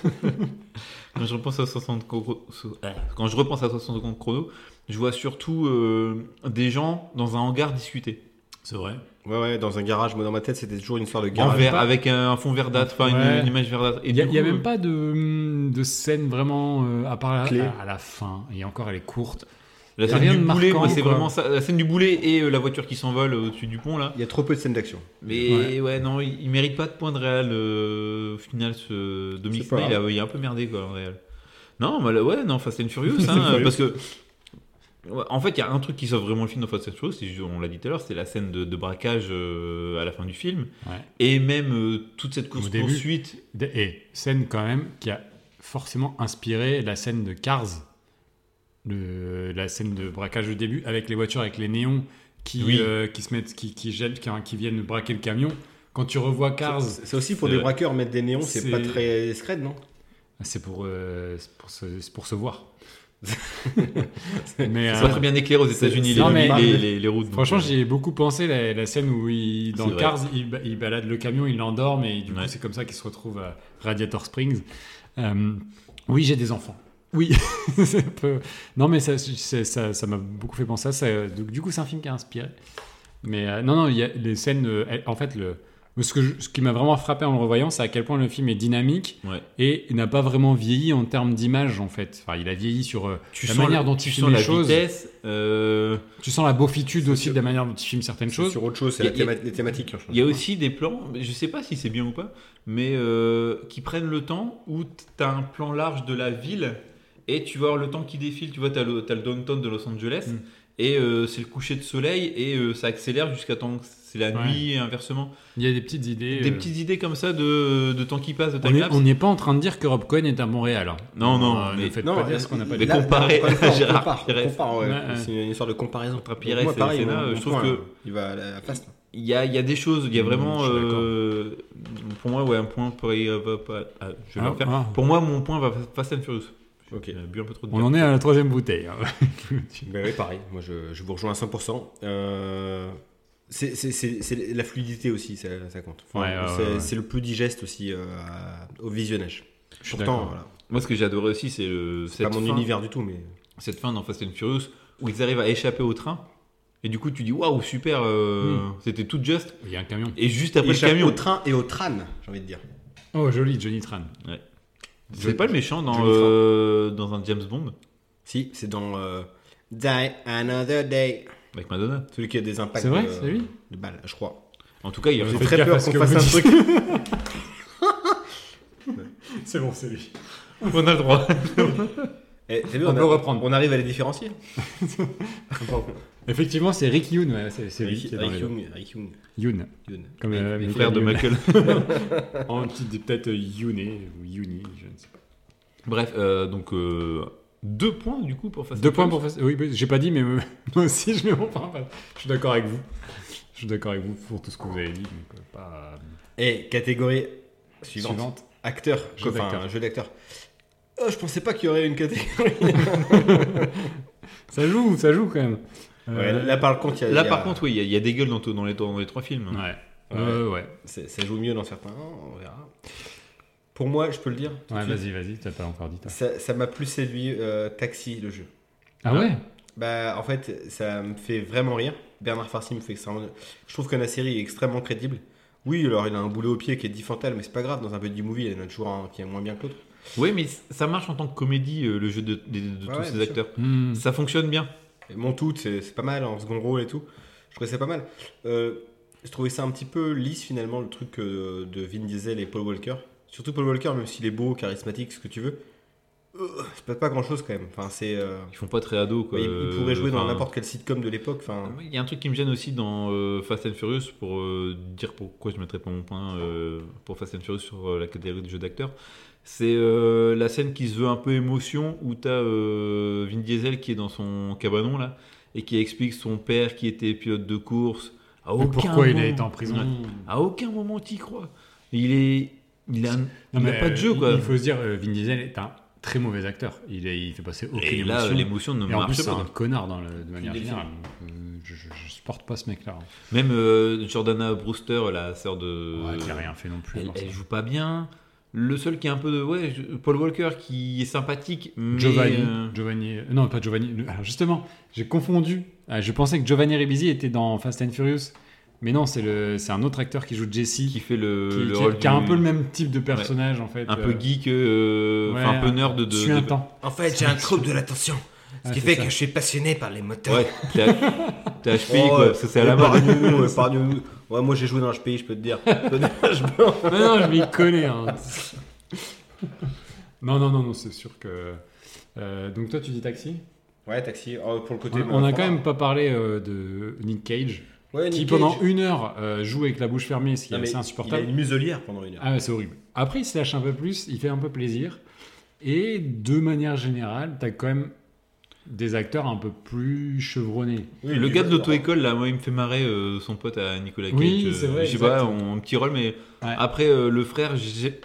D: quand je repense à 60 chrono- so- euh, quand je repense à 60 secondes chrono, je vois surtout euh, des gens dans un hangar discuter.
C: C'est vrai.
A: Ouais, ouais, dans un garage. Moi, dans ma tête, c'était toujours une histoire de
D: En
A: garage.
D: vert,
C: pas-
D: avec un, un fond verdâtre, enfin une-
C: Ouais.
D: une, image verdâtre. Et
C: Il n'y a,
D: du
C: y a
D: coup,
C: même pas de, de scène vraiment, euh, à part
A: Clé.
C: à, à la fin, et encore elle est courte.
D: La
C: y a
D: scène
C: rien
D: du
C: de
D: boulet,
C: marquant,
D: moi, c'est
C: quoi.
D: vraiment ça. La scène du boulet et euh, la voiture qui s'envole au-dessus du pont, là.
A: Il y a trop peu de scènes d'action.
D: Mais ouais, non, il, il mérite pas de point de réel. euh, au final, ce Dominique
A: C'est pas
D: Sena, il, a- il a un peu merdé, quoi, en réel. Non, mais là, ouais, non, Fast and Furious, hein, euh, parce que. ouais, en fait, il y a un truc qui sauve vraiment le film dans Fast and Furious, c'est ju- on l'a dit tout à l'heure, c'est la scène de, de braquage euh, à la fin du film.
C: Ouais.
D: Et même euh, toute cette
C: début.
D: course-poursuite.
C: De- Et scène quand même qui a forcément inspiré la scène de Cars, de, la scène de braquage au début avec les voitures avec les néons qui,
D: Oui.
C: euh, qui se mettent, qui, qui gèlent, qui, hein, qui viennent braquer le camion. Quand tu revois Cars,
A: C'est c'est aussi pour
D: C'est
A: des
D: vrai.
A: braqueurs, mettre des néons, c'est
C: C'est-
A: pas très scred, non
C: c'est pour, euh, c'est pour, se, c'est pour se voir. mais,
D: C'est
C: euh,
D: pas très bien éclairé aux États-Unis,
C: Non,
D: les,
C: mais-
D: les, les- les routes. donc,
C: Franchement,
D: euh,
C: j'y ai beaucoup pensé, la, la scène où il, dans
D: C'est vrai.
C: Cars, il, ba- il balade le camion, il l'endorme, et du coup,
D: Ouais.
C: c'est comme ça qu'il se retrouve à Radiator Springs. Euh, oui, j'ai des enfants. Oui, c'est un peu- Non, mais ça c'est- ça ça m'a beaucoup fait penser à ça. Donc, du coup, c'est un film qui a inspiré. Mais euh, non, non, il y a les scènes. euh, elles- en fait, le, ce, que je- ce qui m'a vraiment frappé en le revoyant, c'est à quel point le film est dynamique
D: Ouais.
C: et il n'a pas vraiment vieilli en termes d'image, en fait. Enfin, il a vieilli sur euh,
D: tu
C: la
D: sens
C: manière
D: le-
C: dont
D: tu
C: il
D: sens
C: filme les
D: la
C: choses.
D: vitesse. euh,
C: Tu sens la beaufitude aussi de la manière dont il filme certaines
A: C'est
C: choses.
A: sur autre chose, c'est
D: Y a-
A: la théma-
D: y a-
A: les thématiques. hein. qui ont
D: Il
A: changé.
D: y a aussi des plans, mais je sais pas si c'est bien ou pas, mais euh, qui prennent le temps où tu as un
C: Mm.
D: plan large de la ville et tu vas voir le temps qui défile. Tu vois, tu as le, t'as le downtown de Los Angeles Et euh, c'est le coucher de soleil et euh, ça accélère jusqu'à temps que c'est la
C: Ouais.
D: nuit et inversement.
C: Il y a des petites idées.
D: Des
C: euh,
D: petites idées comme ça de, de temps qui passe, de
C: On est-
D: time-lapse.
C: on n'est pas en train de dire que Rob Cohen est à Montréal. hein.
D: Non, non,
C: Euh, Ne
D: mais-
C: faites
A: non,
C: pas dire ce qu'on n'a pas
D: mais
C: dit.
A: là-
D: comparé
A: là, encore une fois,
D: à
A: on
D: Gérard
A: compare,
D: Pires.
A: on compare, ouais.
C: Ouais, ouais.
A: C'est une histoire de comparaison.
D: Entre Pires
A: Donc moi,
D: et
A: pareil,
D: Senna,
A: mon-
D: je
A: mon
D: trouve
A: point,
D: que-
A: euh, il va à la à la face. là.
D: Il y a, il y a des choses, il y a
C: Mm,
D: vraiment.
C: je suis d'accord.
D: euh, pour moi, ouais, un point pour. euh, va pas- ah, je vais
C: Ah,
D: le faire.
C: ah.
D: Pour moi, mon point va Fast and Furious.
A: Ok.
D: J'ai bu un peu trop de
C: On en est à la troisième bouteille. hein.
A: Ben oui, pareil. Moi, je, je vous rejoins à 100%. Euh, c'est- c'est c'est- c'est la fluidité aussi, ça, ça compte.
C: Ouais, ouais,
A: c'est
C: ouais, ouais.
A: c'est le plus digeste aussi euh, à- au visionnage.
C: Je suis
A: Pourtant,
C: d'accord.
A: voilà,
D: Moi, ce que j'ai adoré aussi, c'est le-
A: c'est
D: cette,
A: pas mon
D: fin-
A: univers du tout, mais
D: cette fin dans Fast and Furious où ils arrivent à échapper au train. Et du coup, tu dis waouh, super, euh, c'était tout juste.
C: Il y a un camion.
D: Et juste après
A: il
D: le
A: échappe
D: camion.
A: Hmm. au train et au tran, j'ai envie de dire.
C: Oh, joli, Johnny Tran.
D: C'est pas le méchant dans,
A: Johnny Tran.
D: euh, dans un James Bond
A: Si, c'est dans euh, Die Another Day,
D: avec Madonna.
A: celui qui a des impacts.
C: C'est vrai,
A: de-
C: c'est lui
A: De balles, je crois.
D: En tout cas, il y a
C: Euh,
A: J'ai
C: Faites
A: très
C: gaffe
A: peur
C: à ce
A: qu'on
C: que vous
A: fasse un
C: dites.
A: truc.
C: C'est bon, c'est lui.
D: on a le droit.
A: Eh, t'as vu,
C: On
A: a-
C: peut reprendre.
A: On arrive à les différencier.
C: Effectivement, c'est Rick Yoon. ouais, c'est c'est lui
A: Rick
C: qui est dans les deux.
A: Young, Rick Young,
C: Yoon.
A: Young.
C: Comme
D: Les,
C: euh,
D: les
C: Michael
D: frères de
C: Youn.
D: Michael.
C: En petit, peut-être euh, Youné ou Youni, je ne sais pas.
D: Bref, euh, donc euh, deux points du coup pour Fast and
C: Deux points
D: Furious.
C: pour Fast. Oui, mais j'ai pas dit, mais euh, moi aussi, je mets mon point. Je suis d'accord avec vous. Je suis d'accord avec vous pour tout ce que vous avez dit. Donc, euh, pas
A: Et catégorie suivante.
C: suivante.
A: Acteur,
C: Jeu
A: enfin,
C: d'acteur.
A: jeu d'acteur. Oh, je pensais pas qu'il y aurait une catégorie.
C: Ça joue, ça joue quand même.
A: Ouais,
C: Euh,
A: là, par contre, il y a-
D: Là,
A: il y a-
D: par contre, oui, il y a- il y, a des gueules dans, tout- dans les, dans les trois films.
C: Ouais. Euh, ouais.
A: c'est- ça joue mieux dans certains. On verra. Pour moi, je peux le dire. tout de
C: Ouais,
A: suite,
C: vas-y, vas-y, t'as pas encore dit. toi.
A: ça- Ça m'a plus séduit euh, Taxi, le jeu.
C: Ah ouais
A: Bah, en fait, ça me fait vraiment rire. Bernard Farcy me fait extrêmement. Je trouve que la série est extrêmement crédible. Oui, alors il a un boulot au pied qui est diffantale, mais c'est pas grave. Dans un buddy movie, il y en a toujours un qui est moins bien que l'autre.
D: Oui, mais c- ça marche en tant que comédie, euh, le jeu de, des- de
A: Ouais,
D: tous
A: ouais,
D: ces
A: bien sûr.
D: acteurs.
C: Hmm.
D: Ça fonctionne bien.
A: Et Mon tout, c'est c'est pas mal hein, en second rôle et tout. Je trouvais ça pas mal. Euh, je trouvais ça un petit peu lisse finalement le truc euh, de Vin Diesel et Paul Walker. Surtout Paul Walker, même s'il est beau, charismatique, ce que tu veux. Euh, ça passe pas grand chose quand même. Enfin, c'est. euh,
D: Ils font pas très ado quoi.
A: il, il pourrait jouer dans
D: Enfin,
A: n'importe quel sitcom de l'époque. Enfin,
D: Ah Il y a un truc qui me gêne aussi dans euh, Fast and Furious pour euh, dire pourquoi je mettrais pas mon point euh, pour Fast and Furious sur euh, la catégorie du jeu d'acteur. C'est euh, la scène qui se veut un peu émotion où t'as euh, Vin Diesel qui est dans son cabanon là et qui explique son père qui était pilote de course. À aucun
C: Pourquoi il a
D: moment-
C: été en prison
D: Ouais. À aucun moment t'y crois. Il est, il a, il a
C: mais,
D: pas de
C: euh,
D: jeu
C: il-
D: quoi.
C: Il faut se dire, euh, Vin Diesel est un très mauvais acteur. Il, est- il fait passer aucune
D: Et là,
C: émotion.
D: l'émotion ne
C: Et en plus,
D: marche
C: c'est
D: pas.
C: un connard dans le, de manière
A: Puis des
C: générale. Euh, Je, je, je supporte pas ce mec-là. hein.
D: Même euh, Jordana Brewster, la sœur de.
C: Ouais, qui a rien fait non plus.
D: Euh, elle,
C: avant
D: elle
C: ça.
D: joue pas bien. Le seul qui est un peu de. Ouais, je- Paul Walker qui est sympathique. Mais,
C: Giovanni,
D: euh,
C: Giovanni, euh, non pas Giovanni. le- Alors justement, j'ai confondu. Ah, Je pensais que Giovanni Ribisi était dans Fast and Furious, mais non, c'est le, c'est un autre acteur qui joue Jesse,
D: qui
C: qui,
D: fait le.
C: qui-
D: le
C: qui-
D: rôle
C: qui a un
D: du-
C: peu le même type de personnage en fait.
D: Un peu
C: euh,
D: geek, euh,
C: ouais,
D: enfin, un peu nerd de. de-
C: suis un
D: de-
C: temps.
A: En fait, j'ai un trouble de l'attention.
C: Ce Ah, qui c'est fait ça. que je
A: suis passionné par les moteurs. Oh,
D: Ouais, t'es H- t'es HPI quoi, parce que c'est à la mode.
A: Épargne-nous, épargne-nous. Ouais, moi j'ai joué dans HPI, je peux te dire.
C: non, non, je m'y connais. hein. non, non, non, non, c'est sûr que. euh, donc toi, tu dis taxi.
A: ouais, taxi. Oh, pour le côté.
C: On n'a quand même pas parlé euh, de Nick Cage,
A: Ouais,
C: qui
A: Nick Cage.
C: pendant une heure euh, joue avec la bouche fermée, ce qui
A: Non,
C: est
A: mais
C: assez insupportable.
A: Il a une muselière pendant une heure.
C: Ah ouais, c'est horrible. Après, il se lâche un peu plus, il fait un peu plaisir. Et de manière générale, t'as quand même des acteurs un peu plus chevronnés.
A: Oui,
D: Le
A: du
D: gars de
A: joueur.
D: l'auto-école, là, moi, il me fait marrer euh, son pote à Nicolas Cage.
C: Oui,
D: euh,
C: c'est vrai,
D: Je sais pas,
C: exact.
D: on- un petit rôle, mais
C: Ouais.
D: après, euh, le frère, j'ai-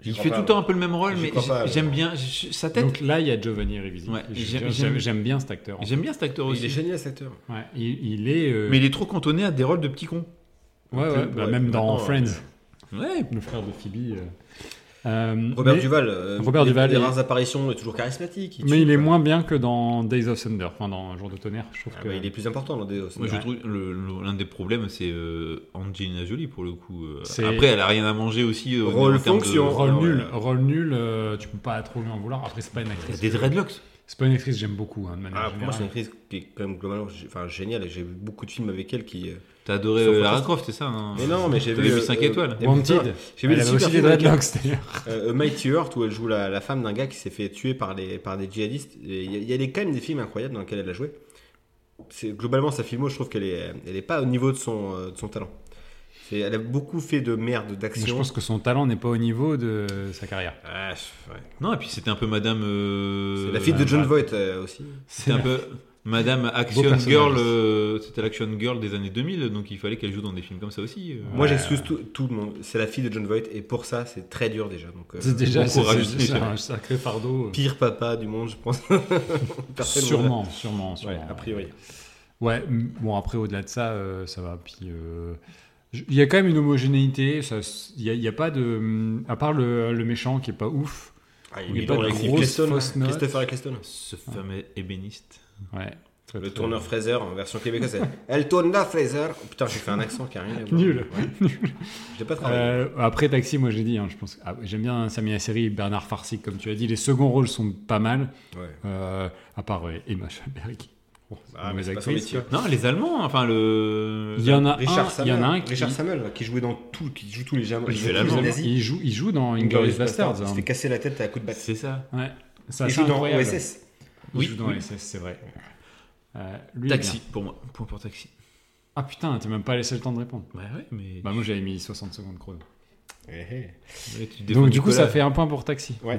A: J'y
D: il
A: crois
D: fait
A: pas,
D: tout le
A: moi.
D: temps un peu le même rôle,
A: J'y
D: mais
A: crois
D: j'ai-
A: pas, ouais.
D: j'aime bien j'ai- sa tête.
C: Donc là, il y a Giovanni Ribisi.
D: Ouais,
C: Je-
D: j'aime-
C: j'aime-
D: j'aime-
C: J'aime bien cet acteur. en fait.
D: J'aime bien cet acteur
A: Il est
D: aussi.
A: génial cet acteur.
C: Ouais, il, il est. euh,
D: Mais il est trop cantonné à des rôles de petit con.
C: ouais, ouais, bah,
A: ouais,
C: même
A: plus
C: dans
A: maintenant,
C: Friends,
D: Ouais,
C: le frère de Phoebe. euh, euh,
A: Robert
C: mais,
A: Duval. euh,
C: Robert
A: les-
C: Duval
A: Les
C: est-
A: rares apparitions, est toujours charismatique.
C: mais
A: tue,
C: il est
A: quoi.
C: moins bien que dans Days of Thunder, enfin dans Un jour de tonnerre. Je trouve
A: Ah,
C: que.
A: bah, il est plus important dans des
D: Moi, je
C: Ouais.
D: trouve le- le- l'un des problèmes, c'est euh, Angelina Jolie pour le coup. euh.
C: C'est-
D: Après, elle a rien à manger aussi. euh,
A: Rôle
D: en termes
A: fonction.
D: de-
C: Rôle
A: Ah, ouais.
C: nul, rôle nul, euh, tu peux pas trop lui en vouloir. Après, c'est pas une
D: Elle a
C: actrice.
D: Des dreadlocks.
C: C'est pas une actrice que j'aime beaucoup, hein, de manière
A: Ah, pour moi, c'est une
C: générale.
A: actrice qui est quand même globalement gé- enfin, géniale. J'ai vu beaucoup de films avec elle qui. euh,
D: T'as adoré
A: Ils sont
D: euh, Lara
A: fantastiques.
D: Croft, c'est ça hein
A: Mais non, mais j'ai
D: T'avais
A: vu.
D: vu
A: euh,
D: 5
A: euh,
D: étoiles.
A: et putain,
C: Wanted.
A: J'ai vu le
C: Elle avait
A: super
C: aussi des
A: film avec elle.
C: dreadlocks d'ailleurs.
A: Euh, A Mighty Heart où elle joue la, la femme d'un gars qui s'est fait tuer par des par des djihadistes. Et Il y, a- il y a des- quand même des films incroyables dans lesquels elle a joué. c'est- globalement, sa filmo, je trouve qu'elle est, elle est pas au niveau de son, euh, de son talent. C'est- Elle a beaucoup fait de merde,
C: Mais je
A: d'action.
C: pense que son talent n'est pas au niveau de sa carrière.
A: Ah, je- ouais.
D: Non, et puis c'était un peu Madame. euh,
A: C'est la fille de John Voight euh, aussi.
D: C'était un peu Madame
C: Beau
D: Action
C: personnage.
D: Girl. euh, c'était l'Action Girl des années 2000, donc il fallait qu'elle joue dans des films comme ça aussi. euh.
A: Moi, j'excuse tout, tout le monde. C'est la fille de John Voight, et pour ça, c'est très dur déjà. Donc, euh,
C: C'est déjà
D: bon
C: c'est-
D: courage.
C: c'est- c'est un sacré fardeau. euh,
A: pire papa du monde, je pense. Personne
C: Sûrement, sûrement, sûrement.
A: Ouais, a priori.
C: Ouais, m- bon, après, au-delà de ça, euh, ça va. Puis, euh, j- il y a quand même une homogénéité. ça s- Il n'y a, il y a pas de. À part le, le méchant qui est pas ouf.
A: Ah,
C: Il y a
A: est
C: pas
A: dans hein.
C: de
A: la-
C: grosse
A: Eccleston,
C: fausse note.
A: Christopher Eccleston.
D: Ce fameux ébéniste.
C: Ouais. Très,
A: Le
C: très-
A: tourneur Fraser en version québécoise. Elle tourne Fraser. Putain, j'ai fait un accent qui a rien à voir.
C: Nul.
A: Ouais. J'ai pas travaillé.
C: Euh, après Taxi, moi j'ai dit, hein, je pense. que- ah, J'aime bien Samia Seri, Bernard Farsi, comme tu as dit. Les seconds rôles sont pas mal,
A: Ouais.
C: euh, à part euh, Emma Schalberg. Bon, c'est
A: Ah,
C: une
A: mais
C: mauvaise
A: c'est pas son
C: actrice,
A: métier.
C: quoi.
D: Non, les Allemands, hein, enfin le.
C: Il y en a
A: Richard
C: un, il
A: Samuel,
C: y en a un qui,
A: Richard Samuel là, qui jouait dans tout, qui joue tous les gens.
D: Il fait l'allemand.
C: il joue, il joue dans Inglourious Bastards.
A: hein. Il se fait casser la tête à coups de batte.
D: C'est ça.
C: hein. Ouais, ça
A: il
C: c'est
A: joue dans
C: incroyable.
A: OSS.
C: Il
D: Oui,
C: joue dans
D: oui.
C: OSS, c'est vrai. Euh, lui,
D: Taxi
C: bien.
D: pour moi. Point pour taxi.
C: Ah putain, t'as même pas laissé le temps de répondre.
D: Bah ouais, mais.
C: Bah moi j'avais mis 60 secondes chrono.
A: Eh, eh.
D: Ouais, tu défends
C: Donc du coup
D: Nicolas.
C: ça fait un point pour Taxi.
A: Ouais.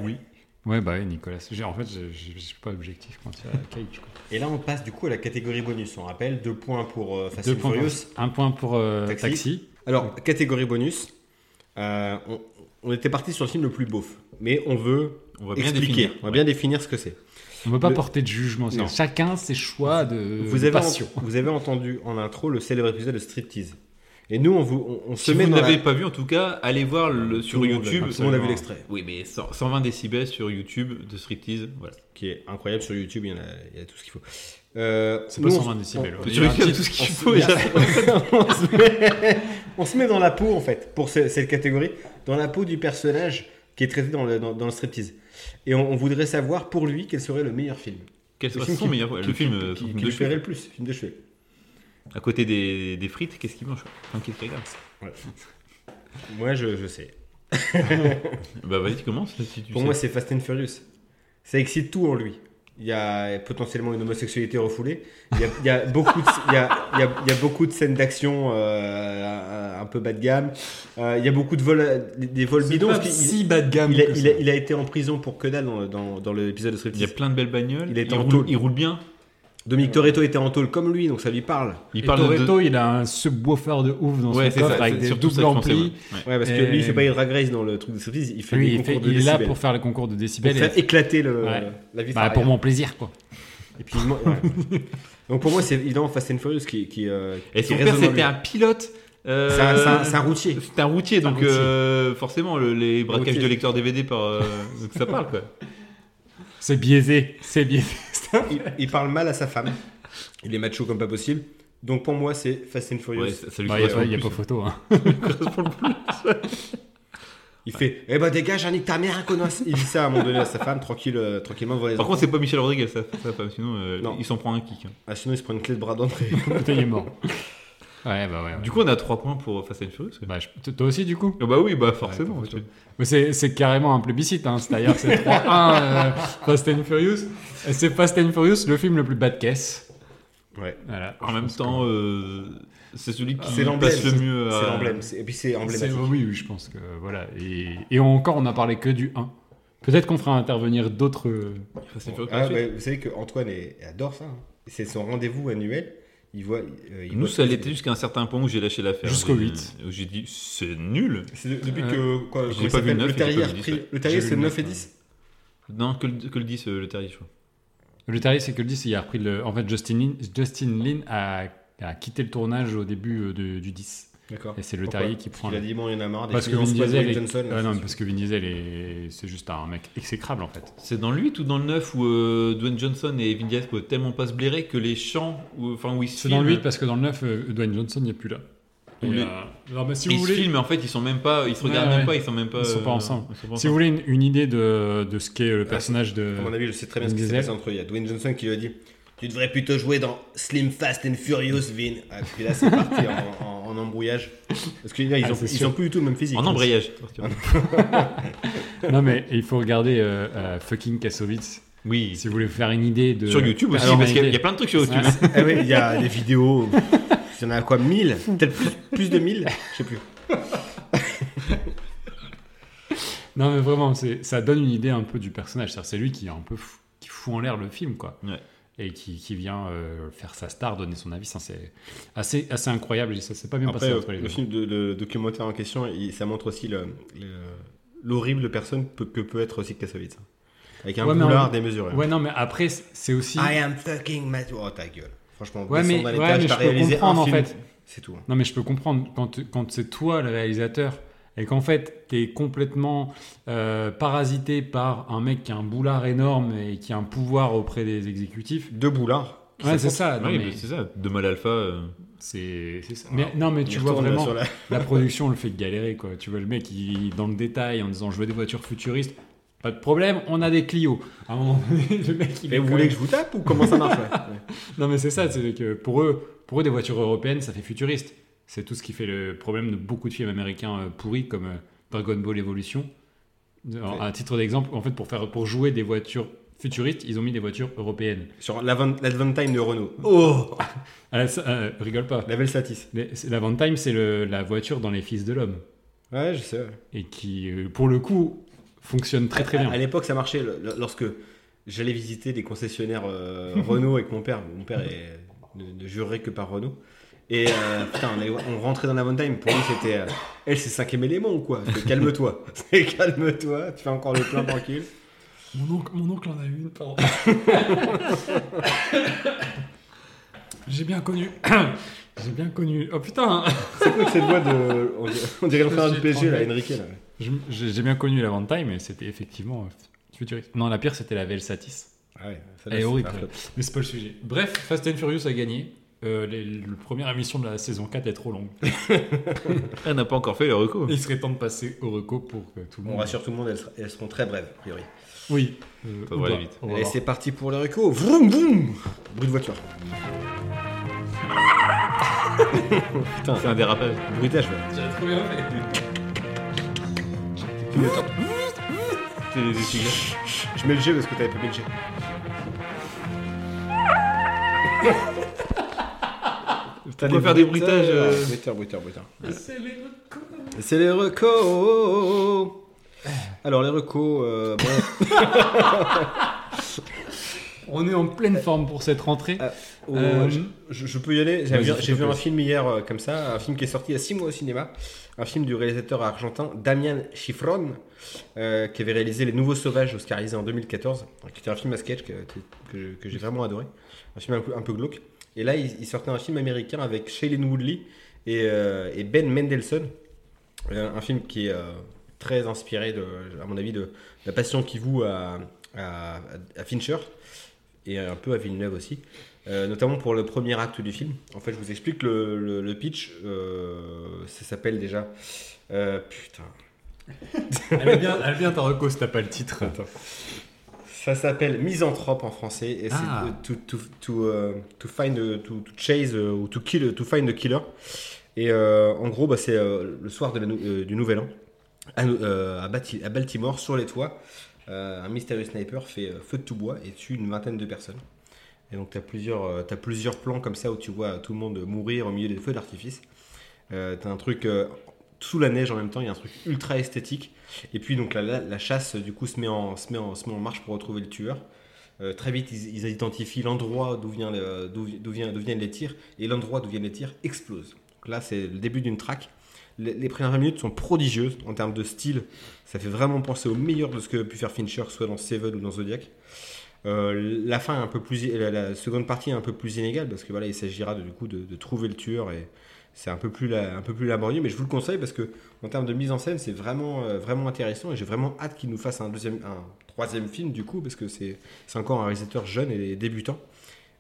C: Ouais bah ouais, Nicolas. J'ai- En fait je je- je suis pas objectif quand il y a Cage. quoi.
A: Et là, on passe du coup à la catégorie bonus. On rappelle deux points pour euh, Fast
C: Deux
A: and
C: points
A: Furious.
C: pour- un point pour euh,
A: Taxi.
C: taxi.
A: Alors, catégorie bonus. euh, on, on était parti sur le film le plus beauf, mais on veut
D: On va bien
A: expliquer.
D: définir.
A: On va bien définir ce que c'est.
C: On peut pas
A: Le-
C: porter de jugement. c'est-
A: Non.
C: Chacun ses choix de,
D: Euh,
A: Vous
C: de
A: avez,
C: passion.
A: en- vous avez entendu en intro le célèbre épisode de Striptease. Et nous, on, vous, on, on se
D: Si
A: met
D: vous
A: dans la-
D: n'avez pas vu, en tout cas, allez voir le, sur
A: le monde l'a vu,
D: YouTube.
A: tout le monde a vu l'extrait.
D: Oui, mais 100 120 décibels sur YouTube de striptease. Voilà.
A: qui est incroyable sur YouTube, il y en a, il y a tout ce qu'il faut. Euh,
C: C'est pas
A: nous, on-
C: 120 décibels.
A: on-
C: ouais.
D: Tu
C: Il y a
D: veux
C: un
D: dire
C: titre-
D: tout ce qu'il
A: on-
D: faut.
A: Merci.
D: déjà.
A: on, se met, on se met dans la peau, en fait, pour ce- cette catégorie, dans la peau du personnage qui est traité dans le, dans, dans le striptease. Et on, on voudrait savoir, pour lui, quel serait le meilleur film.
D: Quel serait
A: film
D: son
A: qui-
D: meilleur ouais,
A: qui-
D: Le film
A: qui-
D: euh,
A: qui,
D: son
A: qui
D: de
A: lui ferait
D: chevet.
A: le plus, film de chevet.
D: À côté des, des frites, qu'est-ce qu'il mange quoi Enfin, qu'est-ce qu'il regarde
A: Moi, je, je sais.
D: Bah vas-y, commence. Si tu
A: Pour
D: sais.
A: moi, c'est Fast and Furious. Ça excite tout en lui. Il y a potentiellement une homosexualité refoulée. Il y a, il y a beaucoup, de, il y a, il y a- il y a beaucoup de scènes d'action euh, un- un peu bas de gamme. Euh, il y a beaucoup de vols, euh, des vols bidons. parce qu'il-
C: si bas de gamme.
A: il, a,
C: que
A: il
C: ça.
A: a- il a été en prison pour que dalle dans, dans, dans l'épisode de
D: il y a
A: Striptease.
D: plein de belles bagnoles.
A: Il est en
D: roule,
A: tôle.
D: il roule bien.
A: Dominique Toretto était en tôle comme lui, donc ça lui parle.
D: Il
C: Et
D: parle de-
C: Toretto, il a un subwoofer de ouf dans son
D: Ouais, c'est ça.
C: coffre avec
D: c'est
C: des
D: surtout ça
C: doubles
D: que je
C: amplis.
D: pensais, ouais. Ouais.
A: Ouais, parce que
C: Et-
A: lui, il fait pas les drag race dans le truc de Striptease. Il fait
C: Lui,
A: des
C: il,
A: concours
C: fait-
A: de
C: il est là
A: décibels.
C: pour faire le concours de
A: Pour
C: décibels.
A: faire
C: et-
A: éclater le,
C: Ouais.
A: la vie.
C: bah,
A: familiale.
C: pour mon plaisir, quoi.
A: Et puis, moi- ouais, ouais. Donc pour moi, c'est évidemment Fast and Furious qui. qui euh,
D: Et
A: qui
D: son
A: résonne
D: père,
A: en lui.
D: c'était un pilote. euh,
A: C'est un, c'est un- c'est un routier.
D: C'est un routier, donc
A: routier.
D: euh, forcément, le- les braquages
A: Routier.
D: de lecteurs DVD, par, euh, donc ça parle quoi.
C: C'est biaisé, c'est biaisé.
A: Il, il parle mal à sa femme. Il est macho comme pas possible. Donc pour moi, c'est Fast and Furious.
D: Ouais, ça, ça
C: Il
D: lui
C: n'y a,
D: correspond
C: pas- y a
D: plus.
C: pas photo. Hein.
A: il fait Eh ben dégage, nique ta mère, connasse. Il dit ça à un moment donné à sa femme, tranquille, euh, tranquillement devant les
D: Par
A: enfants.
D: contre, c'est pas Michel Rodriguez, ça, ça, pas, sinon euh,
A: Non.
D: il s'en prend un kick. hein.
A: Ah, sinon, il se prend une clé de bras d'entrée.
C: Putain, il est mort. Ouais, bah ouais. ouais.
D: Du coup, on a 3 points pour Fast and Furious. ouais.
C: Bah, je- t- toi aussi, du coup
D: Ah bah oui, bah forcément.
C: Ouais,
D: tu-
C: Mais c'est, c'est carrément un plébiscite, hein. c'est-à-dire que c'est 3-1 euh, Fast and Furious. Et C'est Fast and Furious, le film le plus bas de caisse.
A: Ouais.
C: Voilà.
D: en même temps, euh, c'est celui qui
A: C'est l'emblème.
D: passe le mieux. à-
A: C'est l'emblème. C'est- Et puis c'est
C: C'est-
A: emblématique.
C: oui, oui, je pense que voilà. Et, et encore, on a parlé que du 1. Peut-être qu'on fera intervenir d'autres. euh,
D: Fast and Furious.
A: Ah,
D: ensuite.
A: bah, vous savez qu'Antoine est- adore ça. hein. C'est son rendez-vous annuel. Il voit. euh, il
D: Nous,
A: voit-
D: ça l'était jusqu'à un certain point où j'ai lâché l'affaire.
C: Jusqu'au
D: J'ai-
C: huit.
D: Où j'ai dit, c'est nul.
A: C'est de- depuis
C: Euh,
A: que. Quoi, comment
D: j'ai
A: il
D: pas vu
A: s'appelle
D: le neuf,
A: Le
D: j'ai pas
A: terrier,
D: vu le hein.
A: a pris-
D: dix, ouais.
A: le
C: J'ai
A: terrier
C: vu
A: c'est
C: le
A: 9 et
C: neuf,
A: 10
D: Non, que le, que le 10, euh, le Terry, je crois.
C: Le tarif, c'est que le 10, il a repris le. En fait, Justin Lin, Justin Lin a, a quitté le tournage au début euh, de- du 10.
A: D'accord.
C: Et c'est le
A: Pourquoi
C: Tarier qui prend.
A: Il a
C: le-
A: dit bon, il y en a marre. Ah, des
C: Parce que,
A: finances,
C: Vin
A: pas de
C: Diesel
A: Dwayne
C: est-
A: Johnson.
C: Ah non, parce que Vin Diesel est- c'est juste un mec exécrable en fait.
D: C'est dans le 8 ou dans le 9 où euh, Dwayne Johnson et Vin Diesel pouvaient tellement pas se blairer que les chants, où, enfin, où ils se
C: C'est dans le
D: filment-
C: 8 parce que dans le 9, euh, Dwayne Johnson n'est plus là.
D: Ou
C: Et,
D: les-
C: euh, alors, bah, si
D: ils
C: vous
D: se
C: voulez,
D: filment, mais en fait, ils sont même pas, ils se
C: Ouais,
D: regardent
C: ouais.
D: même pas, ils sont même pas.
C: Ils sont pas
D: euh,
C: ensemble.
D: ils sont pas Ah,
C: si vous voulez une, une idée de, de ce qu'est le personnage de.
A: À mon avis, je sais très bien ce qui s'est
C: Diesel.
A: passé entre eux. Il y a Dwayne Johnson qui lui a dit Tu devrais plutôt jouer dans Slim Fast and Furious, Vin. Ah, puis là, c'est parti en, en- en embrouillage. Parce qu'ils
C: Ah,
A: n'ont
C: c'est sûr.
A: plus du tout le même physique. hein.
D: En embrayage.
C: Non mais il faut regarder euh, euh, fucking Kassovitz.
D: Oui.
C: Si vous voulez vous faire une idée de.
D: Sur YouTube aussi,
C: Alors,
D: parce qu'il y, a-
C: idée-
D: il y a plein de trucs sur YouTube.
C: Ouais.
A: Ah oui, il y a des vidéos. Il y en a quoi 1000 Peut-être plus, plus de 1000 Je sais plus.
C: Non, mais vraiment, c'est- ça donne une idée un peu du personnage. C'est-à-dire, C'est lui qui, est un peu fou- qui fout en l'air le film, quoi.
D: Ouais.
C: Et qui, qui vient euh, faire sa star, donner son avis. Ça, C'est assez, assez incroyable. Ça s'est pas bien
A: Après,
C: passé
A: euh,
C: entre les
A: le
C: deux.
A: film, de, le documentaire en question, il- ça montre aussi le- le- l'horrible personne pe- que peut être aussi Kassovitz. Avec un
C: Ouais, mais en-
A: boulard démesuré.
C: Ouais, non, mais après, c'est c'est aussi.
A: I am fucking mad. Oh ta gueule. Franchement,
C: Ouais,
A: descendre
C: mais-
A: à
C: ouais,
A: l'étage,
C: mais
A: t'as
C: je peux
A: réalisé un
C: comprendre, en
A: film.
C: fait.
A: C'est tout. hein.
C: Non, mais je peux comprendre quand, quand c'est toi le réalisateur et qu'en fait t'es complètement euh, parasité par un mec qui a un boulard énorme et qui a un pouvoir auprès des exécutifs.
A: Deux boulards. qui
C: Ouais,
A: s'affrontent.
C: c'est ça. Non,
D: Oui,
C: mais
D: bah, c'est ça, de mal alpha. euh,
C: c'est c'est ça. Mais, non, mais
A: Il
C: tu vois
A: retourne
C: vraiment
A: sur la-
C: la production le fait galérer quoi. Tu vois le mec il, dans le détail en disant je veux des voitures futuristes. Pas de problème, on a des Clio. À un moment donné, le mec il
A: Mais
C: est
A: vous
C: quand
A: voulez
C: même-
A: que je vous tape ou comment ça marche ouais
C: Non mais c'est ça, c'est que pour eux, pour eux des voitures européennes, ça fait futuriste. C'est tout ce qui fait le problème de beaucoup de films américains euh, pourris comme euh, Dragon Ball Evolution. Alors, à titre d'exemple, en fait pour faire pour jouer des voitures futuristes, ils ont mis des voitures européennes.
A: Sur l'Avent- l'Adventime de Renault. Oh
C: Ah, ça, euh, rigole pas.
A: La belle Satis.
C: Les- c'est- La Van Time, c'est le- la voiture dans Les Fils de l'homme
A: Ouais, je sais.
C: et qui euh, pour le coup fonctionne très très
A: À- À
C: bien.
A: l'époque, ça marchait. le- le- Lorsque j'allais visiter des concessionnaires euh, Renault avec mon père, mon père est- ne, ne jurait que par Renault. Et euh, putain, on, allait- on rentrait dans la Time. Pour lui, c'était. euh, elle, c'est cinquième élément ou quoi C'est Calme-toi. C'est Calme-toi. Tu fais encore le plein tranquille.
C: Mon oncle, en a une, pardon. J'ai bien connu. J'ai bien connu. Oh putain
A: C'est quoi que cette voix de. On dirait, on dirait le frère
C: Je
A: du
C: suis
A: PSG, là,
C: trempé.
A: Enrique. Là.
C: Je- J'ai j'ai bien connu la Vantime, mais c'était effectivement euh, futuriste. Non, la pire, c'était la Velsatis.
A: Ah ouais, ça, là,
C: Elle est
A: c'est
C: horrible.
A: pas-
C: Mais c'est pas le sujet. Bref, Fast and Furious a gagné. Euh, les- le première émission de la saison 4 est trop longue.
D: Elle n'a pas encore fait le recours.
C: Il serait temps de passer au reco pour que tout le
A: On
C: monde.
A: rassure tout le monde, elles, ser- elles seront très brèves, a priori.
C: Oui. Euh,
D: Ça
C: ou
D: devrait
C: pas.
D: aller vite.
C: On va
A: Et
C: voir.
A: c'est parti pour le reco. Vroom, vroom Bruit de voiture.
D: C'est un dérapage.
A: Bruitage, ouais.
C: J'avais trop bien fait.
D: C'est les essuie-glaces.
A: Je mets le G parce que t'avais pas mis le G.
D: T'as faire des bruitages. euh,
A: Bruiteur, bruiteur, bruiteur. C'est les recos. Alors, les recos. euh, bon,
C: On est en pleine forme pour cette rentrée.
A: Ah, oh,
C: Euh,
A: je, je- je peux y aller. J'ai
C: vas-y,
A: vu,
C: s'il
A: j'ai
C: te
A: vu un
C: plaît.
A: film hier euh, comme ça, un film qui est sorti il y a 6 mois au cinéma. Un film du réalisateur argentin Damian Chifron, euh, qui avait réalisé Les Nouveaux Sauvages oscarisé en 2014, qui était un film à sketch que, que- que, que j'ai vraiment adoré. Un film un peu, un peu glauque. Et là, il, il sortait un film américain avec Shailene Woodley et, euh, et Ben Mendelssohn. Euh, un film qui est euh, très inspiré, de, à mon avis, de la passion qu'il voue à, à- à Fincher et un peu à Villeneuve aussi, euh, notamment pour le premier acte du film. En fait, je vous explique le, le- le pitch. euh, ça s'appelle déjà. euh, putain.
C: Elle est bien, elle est bien ta reco si t'as pas le titre.
A: Ça s'appelle Misanthrope en français et c'est
C: Ah.
A: euh, to, to, to, euh, to find euh, to, to chase euh, ou to kill to find the killer. Et euh, en gros, bah, c'est euh, le soir de la nou- euh, du Nouvel An à, nou- euh, à Bati- à Baltimore sur les toits, euh, un mystérieux sniper fait euh, feu de tout bois et tue une vingtaine de personnes. Et donc tu as plusieurs euh, t'as plusieurs plans comme ça où tu vois tout le monde mourir au milieu des feux d'artifice. Euh, t'as un truc euh, sous la neige en même temps, il y a un truc ultra esthétique. Et puis donc la, la- la chasse du coup se met, en, se, met en, se met en marche pour retrouver le tueur. Euh, très vite, ils, ils identifient l'endroit d'où vient le- d'où vi- d'où vient- d'où viennent les tirs et l'endroit d'où viennent les tirs explose. Donc là, c'est le début d'une traque. Les, les premières 20 minutes sont prodigieuses en termes de style. Ça fait vraiment penser au meilleur de ce que a pu faire Fincher, soit dans Seven ou dans Zodiac. Euh, la fin est un peu plus, la, la seconde partie est un peu plus inégale parce que voilà, il s'agira de- du coup de, de trouver le tueur et c'est un peu plus la- un peu plus laborieux, mais je vous le conseille parce que en termes de mise en scène, c'est vraiment, euh, vraiment intéressant et j'ai vraiment hâte qu'il nous fasse un, deuxième, un troisième film du coup, parce que c'est c'est encore un réalisateur jeune et débutant.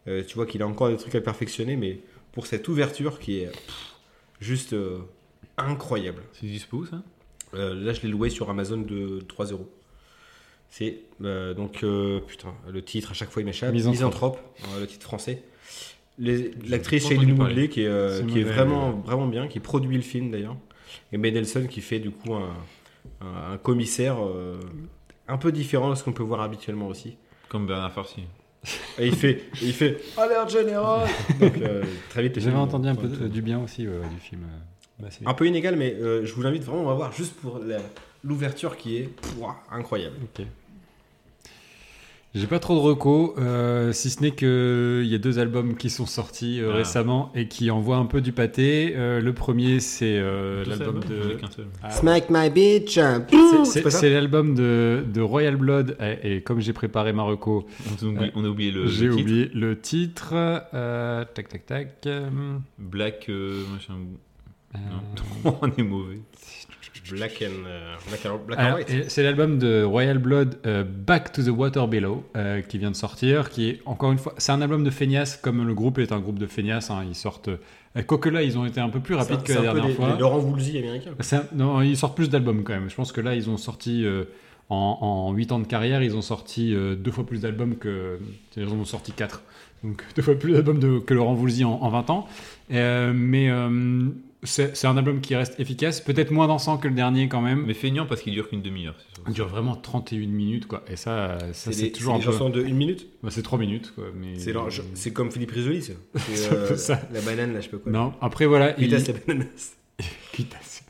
A: Euh, tu vois qu'il a encore des trucs à perfectionner, mais pour cette ouverture qui est pff, juste euh, incroyable.
D: C'est hein. dispo ça
A: Euh, là, je l'ai loué sur Amazon de 3 euros. C'est euh, donc, euh, putain, le titre à chaque fois il m'échappe.
C: Misanthrope.
A: Misanthrope, euh, le titre français. Les- L'actrice
D: pas entendu
A: Shailene
D: parler.
A: Woodley qui est, euh,
C: C'est
A: qui est
C: mauvais,
A: vraiment, vraiment bien, qui produit le film d'ailleurs. Et Mendelssohn qui fait du coup un, un- un commissaire euh, un peu différent de ce qu'on peut voir habituellement aussi.
D: Comme Bernard Farcy.
E: Et il fait, et il fait alerte générale. Donc euh, très vite. les
C: J'avais
E: films,
C: entendu un
E: enfin,
C: peu de- du bien aussi euh, du film. euh, bah, c'est-
E: un peu inégal, mais euh, je vous invite vraiment à voir juste pour la- l'ouverture qui est pouah, incroyable.
C: Ok. J'ai pas trop de recos, euh, si ce n'est qu'il y a deux albums qui sont sortis euh,
D: Ah.
C: récemment et qui envoient un peu du pâté. Euh, le premier, c'est euh,
D: Deux
C: l'album
D: albums
C: de.
D: Avec un seul.
C: Ah.
E: Smack my bitch.
C: c'est-
E: pas
C: C'est
E: ça
C: c'est l'album de, de Royal Blood. Et, et comme j'ai préparé ma reco,
D: On, a oublié- on a oublié le
C: j'ai
D: le titre.
C: oublié le titre. Euh, tac, tac, tac. euh,
D: Black euh, machin.
C: euh,
D: Non. on est mauvais.
E: Black and euh, Black and, Black and
C: Alors,
E: White.
C: et c'est l'album de Royal Blood euh, Back to the Water Below euh, qui vient de sortir, qui est encore une fois, c'est un album de feignasses comme le groupe est un groupe de feignasses. hein, ils sortent, euh, quoique là ils ont été un peu plus
E: C'est un-
C: rapides que
E: c'est
C: la
E: un peu
C: dernière
E: les-
C: fois.
E: les Laurent Voulzy américain.
C: C'est un- non, ils sortent plus d'albums quand même. Je pense que là, ils ont sorti euh, en, en 8 ans de carrière, ils ont sorti euh, deux fois plus d'albums que. Ils en ont sorti 4. Donc deux fois plus d'albums de- que Laurent Voulzy en, en 20 ans. Euh, mais euh, c'est c'est un album qui reste efficace, peut-être moins dansant que le dernier quand même.
D: Mais feignant parce qu'il dure qu'une demi-heure. c'est sûr.
C: Il dure vraiment 31 minutes, quoi. Et ça, euh,
E: C'est
C: ça c'est
E: des,
C: toujours
E: c'est
C: un
E: des
C: peu.
E: chansons de une minute.
C: Bah, c'est 3 minutes, quoi. Mais...
E: C'est leur- je- c'est comme Philippe Risoli, ça. C'est,
C: C'est un peu
E: euh,
C: ça.
E: La banane, là, je sais pas quoi.
C: Non, après, voilà.
E: Il
C: il-
E: tasse la banane.
C: Quittasse.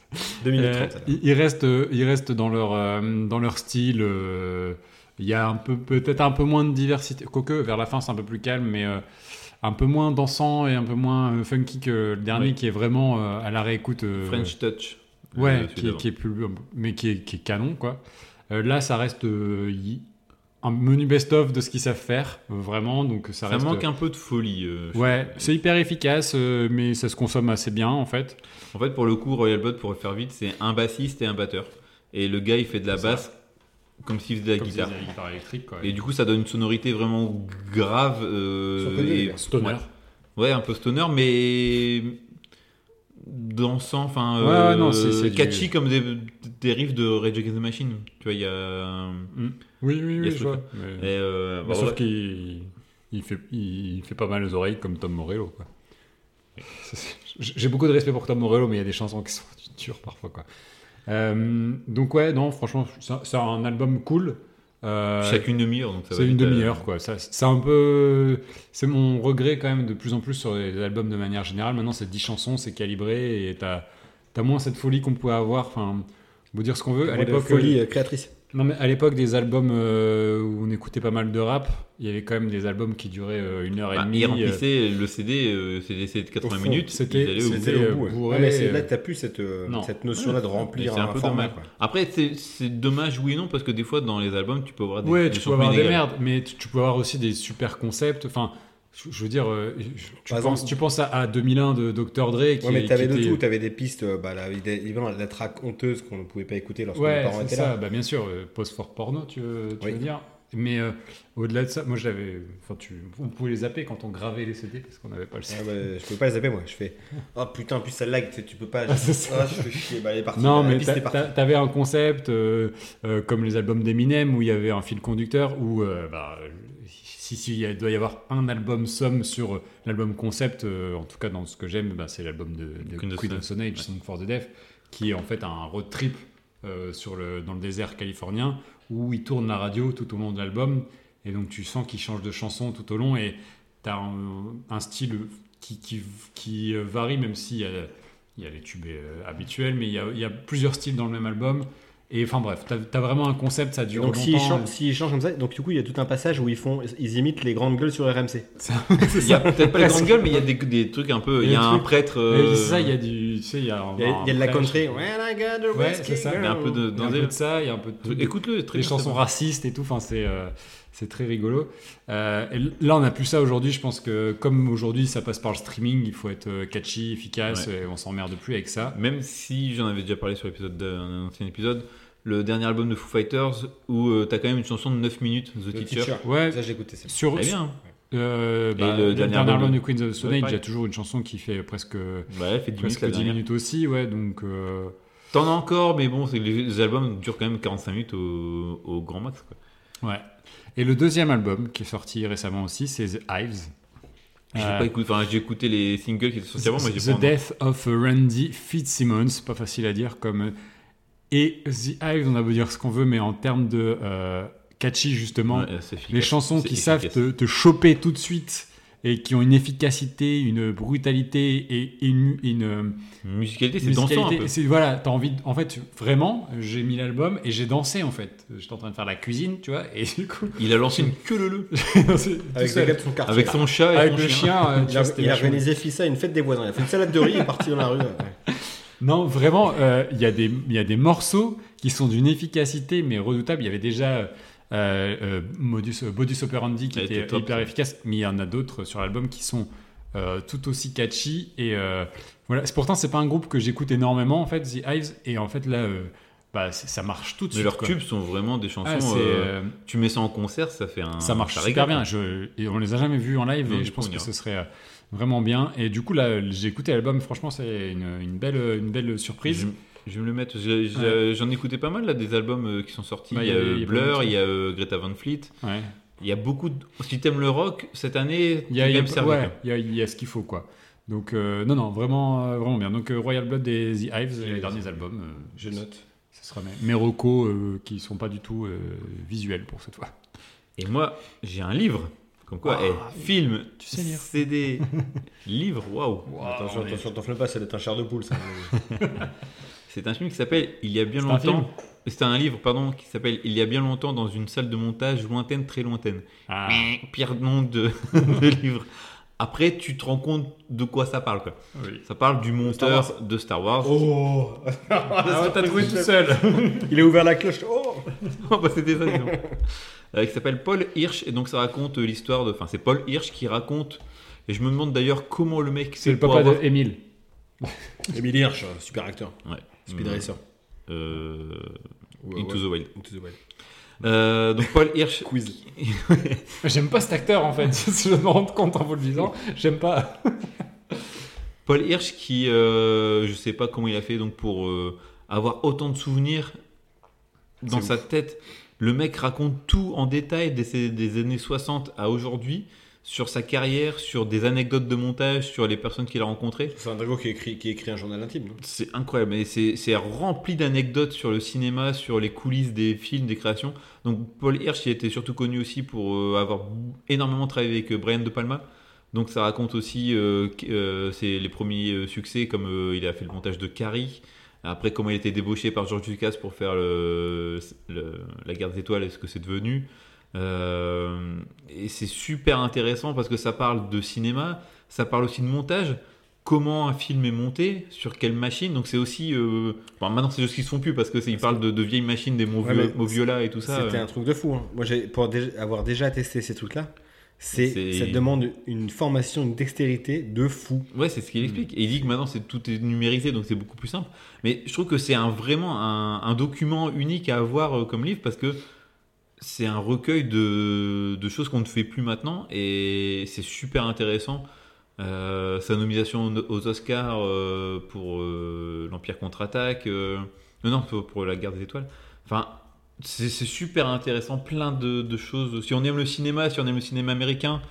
E: 2 minutes
C: Euh,
E: 30. ça, là.
C: ils, ils restent, euh, ils restent dans leur, euh, dans leur style. euh, Il y a un peu, peut-être un peu moins de diversité. Quoique, vers la fin, c'est un peu plus calme, mais euh, un peu moins dansant et un peu moins euh, funky que le dernier,
D: Oui.
C: qui est vraiment euh, à la réécoute. euh,
D: French Touch.
C: Ouais,
D: Le- celui
C: qui, est-
D: d'avant.
C: qui est plus, mais qui est, qui est canon, quoi. Euh, là, ça reste euh, y- un menu best-of de ce qu'ils savent faire, euh, vraiment. Donc, ça,
D: Ça
C: reste.
D: manque un peu de folie. euh, je
C: Ouais,
D: trouve.
C: c'est hyper efficace, euh, mais ça se consomme assez bien, en fait.
D: En fait, pour le coup, Royal Blood, pour le faire vite, c'est un bassiste et un batteur. Et le gars, il fait de la basse comme s'il faisait de la
C: Comme
D: guitare.
C: c'est des guitares électriques, quoi.
D: Et du coup, ça donne une sonorité vraiment grave. euh,
E: Sautonnée,
D: et-
E: là.
C: Stoner.
D: Ouais. Ouais, un peu stoner, mais dansant, enfin,
C: Ouais,
D: euh,
C: ouais, non, c'est- c'est du-
D: catchy comme des, des riffs de Rage Against the Machine. Tu vois, il y a. un-
C: Oui, oui,
D: Il y a
C: oui,
D: ce
C: je vois. Mais-
D: Et, euh,
C: Bah,
D: bah,
C: sauf
D: ouais.
C: qu'il il fait, il, il fait pas mal aux oreilles comme Tom Morello. quoi. Ça, c'est- J'ai j'ai beaucoup de respect pour Tom Morello, mais il y a des chansons qui sont dures parfois. Quoi. Euh, donc ouais, non, franchement, c'est- c'est un album cool. Euh,
D: Chacune demi-heure, donc ça va
C: c'est une
D: vite, euh,
C: demi-heure, quoi. Ça, C'est un peu, c'est mon regret quand même de plus en plus sur les albums de manière générale. Maintenant, c'est 10 chansons, c'est calibré et t'as as moins cette folie qu'on pouvait avoir. Enfin, vous dire ce qu'on veut. À
E: Bon, de
C: l'époque,
E: Folie euh, créatrice.
C: non mais à l'époque des albums euh, où on écoutait pas mal de rap, il y avait quand même des albums qui duraient euh, une heure et
D: bah,
C: demie.
D: il remplissait le CD, euh, c'est des CD de 80
E: au fond,
D: minutes.
C: c'était-
D: il allait au
C: c'était
D: bout.
C: euh,
E: au bout, ouais.
C: bourré,
E: Ouais, mais c'est
C: euh,
E: là que t'as plus cette, euh,
C: non.
E: cette notion-là de remplir
D: Mais c'est un
E: un,
D: peu
E: format.
D: dommage.
E: quoi.
D: Après, c'est c'est dommage, oui et non, parce que des fois, dans les albums, tu peux avoir des,
C: Ouais,
D: des
C: tu peux
D: chansons
C: avoir des
D: inégales.
C: merdes, mais tu, tu peux avoir aussi des super concepts. Enfin, je, je veux dire, euh, je- tu,
E: Par
C: penses,
E: exemple-
C: tu penses à, à 2001 de Dr Dre qui
E: Ouais, mais
C: est-
E: t'avais
C: qui
E: de
C: était-
E: tout. T'avais des pistes, euh, bah, la, évidemment, la track honteuse qu'on ne pouvait pas écouter lorsque
C: Ouais,
E: nos parents
C: c'est
E: étaient
C: ça.
E: là.
C: Bah, bien sûr, euh, post for porno, tu veux, tu
E: Oui.
C: veux dire. Mais euh, au-delà de ça, moi je l'avais. Enfin, tu, on pouvait les zapper quand on gravait les CD parce qu'on n'avait pas le CD.
E: Ah, bah, je peux pas les zapper, moi. Je fais Oh putain, puis ça lag, tu sais, tu peux pas.
C: Ah, c'est ça.
E: Ah, je fais chier, bah, elle est partie.
C: Non,
E: la
C: mais
E: piste
C: t'a-
E: est partie.
C: t'a- t'avais un concept euh, euh, comme les albums d'Eminem où il y avait un fil conducteur où euh, bah, si, si, il y a- doit y avoir un album somme sur euh, l'album concept, euh, en tout cas dans ce que j'aime, bah, c'est l'album de, de
D: Queen of
C: Queen
D: Stone.
C: of Stone Age, Song for the Deaf, qui est en fait un road trip euh, sur le, dans le désert californien où il tourne la radio tout au long de l'album et donc tu sens qu'il change de chanson tout au long et t'as un, un style qui, qui, qui euh, varie, même s'il y a, il y a les tubes euh, habituels, mais il y, a, il y a plusieurs styles dans le même album. Et enfin bref, t'as as vraiment un concept, ça dure
E: Donc s'ils
C: longtemps.
E: changent, s'ils changent comme ça, donc du coup il y a tout un passage où ils font, ils imitent les grandes gueules sur RMC.
D: Il y a peut-être pas les grandes gueules, mais il y a des, des trucs un peu. Il y a
C: Des
D: un
C: trucs-
D: prêtre.
C: Mais
D: euh,
C: ça, il y a du, tu sais, il y a, un-
E: Il y a, il y a de la
C: un-
E: country. When I got a
C: Ah, Ouais,
E: whiskey
C: c'est ça.
E: girl.
D: il y a un peu
C: Il
D: de.
C: y a
D: dans
C: un
D: des-
C: peu de ça, il y a un peu de,
D: Écoute-le, c'est très
C: des
D: bien,
C: chansons
D: c'est bon.
C: racistes et tout. Enfin, c'est euh, c'est très rigolo. Euh, et l- là, on n'a plus ça aujourd'hui. Je pense que comme aujourd'hui, ça passe par le streaming, il faut être euh, catchy, efficace, et on s'emmerde plus avec ça.
D: Même si j'en avais déjà parlé sur l'épisode d'un un ancien épisode, le dernier album de Foo Fighters où euh, t'as quand même une chanson de 9 minutes, The,
E: The
D: Teacher.
E: Teacher.
C: Ouais,
E: Ça j'ai écouté. ça.
C: sur,
D: Très bien.
C: Euh,
D: Et
C: bah,
D: le
C: le
D: dernier
C: dernier
D: album
C: album
D: de-
C: de Queens of the Stone
D: Ouais,
C: Age, il y
D: pareil.
C: a toujours une chanson qui fait presque,
D: Bah, elle fait 10 minutes
C: presque
D: la
C: 10
D: dernière.
C: minutes aussi, ouais, donc... euh,
D: T'en as encore, mais bon, c'est- les albums durent quand même 45 minutes au, au grand max. Quoi.
C: ouais. Et le deuxième album, qui est sorti récemment aussi, c'est The Hives.
D: J'ai
C: Euh,
D: pas écouté, enfin, j'ai écouté les singles qui étaient sortis avant, moi j'ai pas
C: The
D: en-
C: Death of Randy Fitzsimmons, pas facile à dire comme... Et The Hives, on a beau dire ce qu'on veut, mais en termes de euh, catchy justement.
D: Ouais, c'est
C: les
D: efficace.
C: chansons
D: C'est
C: qui
D: efficace.
C: savent te, te choper tout de suite et qui ont une efficacité, une brutalité et, et une, une, euh,
D: Musicalité, c'est
C: musicalité.
D: dansant un peu.
C: C'est- Voilà, t'as envie. de- en fait, vraiment, j'ai mis l'album et j'ai dansé en fait. J'étais en train de faire la cuisine, tu vois, et du coup,
D: Il a lancé une queue le le
C: dansé tout
E: Avec
C: seul.
E: les gars de son quartier.
D: avec son chat et
C: Avec
D: son
C: le
D: chien.
C: chien. euh, tu
E: Il
C: vois,
E: a,
C: c'était
E: il a
C: vachement-
E: organisé Fissa une fête des voisins. Il a fait une salade de riz et est parti dans la rue. ouais.
C: Non, vraiment, euh, il y, a des- il y a des morceaux qui sont d'une efficacité, mais redoutable. Il y avait déjà euh, euh, Modus, euh, Modus Operandi qui
D: Elle
C: était,
D: était top,
C: hyper
D: ça.
C: efficace, mais il y en a d'autres sur l'album qui sont euh, tout aussi catchy. Et euh, voilà, C'est- pourtant, c'est pas un groupe que j'écoute énormément, en fait, The Hives. Et en fait, là, euh, bah, c'est- ça marche tout de
D: Mais
C: suite.
D: leurs
C: quoi.
D: tubes sont vraiment des chansons.
C: Ah, c'est,
D: euh,
C: euh,
D: Tu mets ça en concert, ça fait un.
C: ça marche
D: ça
C: super
D: régale,
C: bien.
D: quoi.
C: Je, et on les a jamais vus en live
D: Non,
C: et
D: du
C: je
D: coup,
C: pense
D: on
C: que
D: ira.
C: ce serait euh, vraiment bien. Et du coup, là, j'ai écouté l'album. Franchement, c'est une, une belle, une belle surprise.
D: Je, je vais me le mettre. J'ai- j'ai- J'en écoutais pas mal là des albums euh, qui sont sortis.
C: Bah,
D: il y a,
C: des-
D: euh,
C: il y a plein de
D: Blur,
C: trucs.
D: il y a euh, Greta Van Fleet.
C: Ouais.
D: Il y a beaucoup. De... Si t'aimes le rock cette année,
C: Il y a,
D: t'es
C: il y a-
D: quand même servi,
C: ouais,
D: quoi.
C: il y a- il y a ce qu'il faut, quoi. Donc, euh, non, non, vraiment, euh, vraiment bien. Donc, euh, Royal Blood et The Hives, les derniers albums. euh,
E: Je note.
C: Ce sera mes, mes recos euh, qui sont pas du tout euh, visuels pour cette fois.
D: Et moi, j'ai un livre. Comme quoi,
C: Ah,
D: eh, film,
C: tu sais lire.
D: CD, livre, waouh.
E: attention, attention, t'enfle pas, ça doit être un char de poule ça.
D: C'est un film qui s'appelle Il y a bien
C: C'est un film
D: longtemps. C'est un livre, pardon, qui s'appelle Il y a bien longtemps dans une salle de montage lointaine, très lointaine.
C: Ah,
D: Pire nom de, de livre. Après, tu te rends compte de quoi ça parle, quoi.
C: oui.
D: Ça parle du monteur de Star Wars.
E: Oh
C: Ah ouais, t'as trouvé tout seul.
E: Il a ouvert la cloche. Oh
D: Oh, bah, c'était ça, dis donc. Euh, qui s'appelle Paul Hirsch et donc ça raconte euh, l'histoire de. Enfin, c'est Paul Hirsch qui raconte. Et je me demande d'ailleurs comment le mec.
C: C'est
D: fait
C: le
D: pour
C: papa
D: avoir-
C: de Émile.
E: Emile Hirsch, super acteur.
D: Ouais.
E: Speed Racer.
D: Euh,
E: Ouais,
D: Into
E: ouais.
D: the Wild.
E: Into the Wild.
D: Euh, donc Paul Hirsch.
E: Quiz.
C: J'aime pas cet acteur, en fait. je me rends compte en vous le disant. J'aime pas.
D: Paul Hirsch qui, euh, je sais pas comment il a fait donc pour euh, avoir autant de souvenirs dans sa tête. Le mec raconte tout en détail des, des années 60 à aujourd'hui sur sa carrière, sur des anecdotes de montage, sur les personnes qu'il a rencontrées.
E: C'est un drago qui écrit, qui écrit un journal intime. non
D: C'est incroyable, et c'est c'est rempli d'anecdotes sur le cinéma, sur les coulisses des films, des créations. Donc Paul Hirsch, il était surtout connu aussi pour euh, avoir bou- énormément travaillé avec euh, Brian De Palma. Donc ça raconte aussi euh, qu- euh, ses- les premiers euh, succès, comme euh, il a fait le montage de Carrie. Après, comment il a été débauché par George Lucas pour faire le, le- la guerre des étoiles et ce que c'est devenu. Euh, et c'est super intéressant parce que ça parle de cinéma, ça parle aussi de montage, comment un film est monté, sur quelle machine. Donc c'est aussi. euh, bon, maintenant, c'est juste qu'ils se font plus parce que c'est- ils parlent de, de vieilles machines, des Movio-
E: Ouais, mais
D: Moviola et tout ça.
E: C'était
D: euh.
E: un truc de fou. hein. Moi, j'ai- pour dé- avoir déjà testé ces trucs-là, c'est,
D: C'est-
E: ça te demande une formation, une dextérité de fou.
D: Ouais, c'est ce qu'il explique. Et il dit que maintenant, c'est tout est numérisé, donc c'est beaucoup plus simple. Mais je trouve que c'est un, vraiment un, un document unique à avoir euh, comme livre parce que c'est un recueil de, de choses qu'on ne fait plus maintenant et c'est super intéressant. Euh, sa nomination aux- aux Oscars euh, pour euh, l'Empire contre-attaque, euh, non, non, pour pour la guerre des étoiles. Enfin, c'est c'est super intéressant, plein de, de choses. Si on aime le cinéma, si on aime le cinéma américain,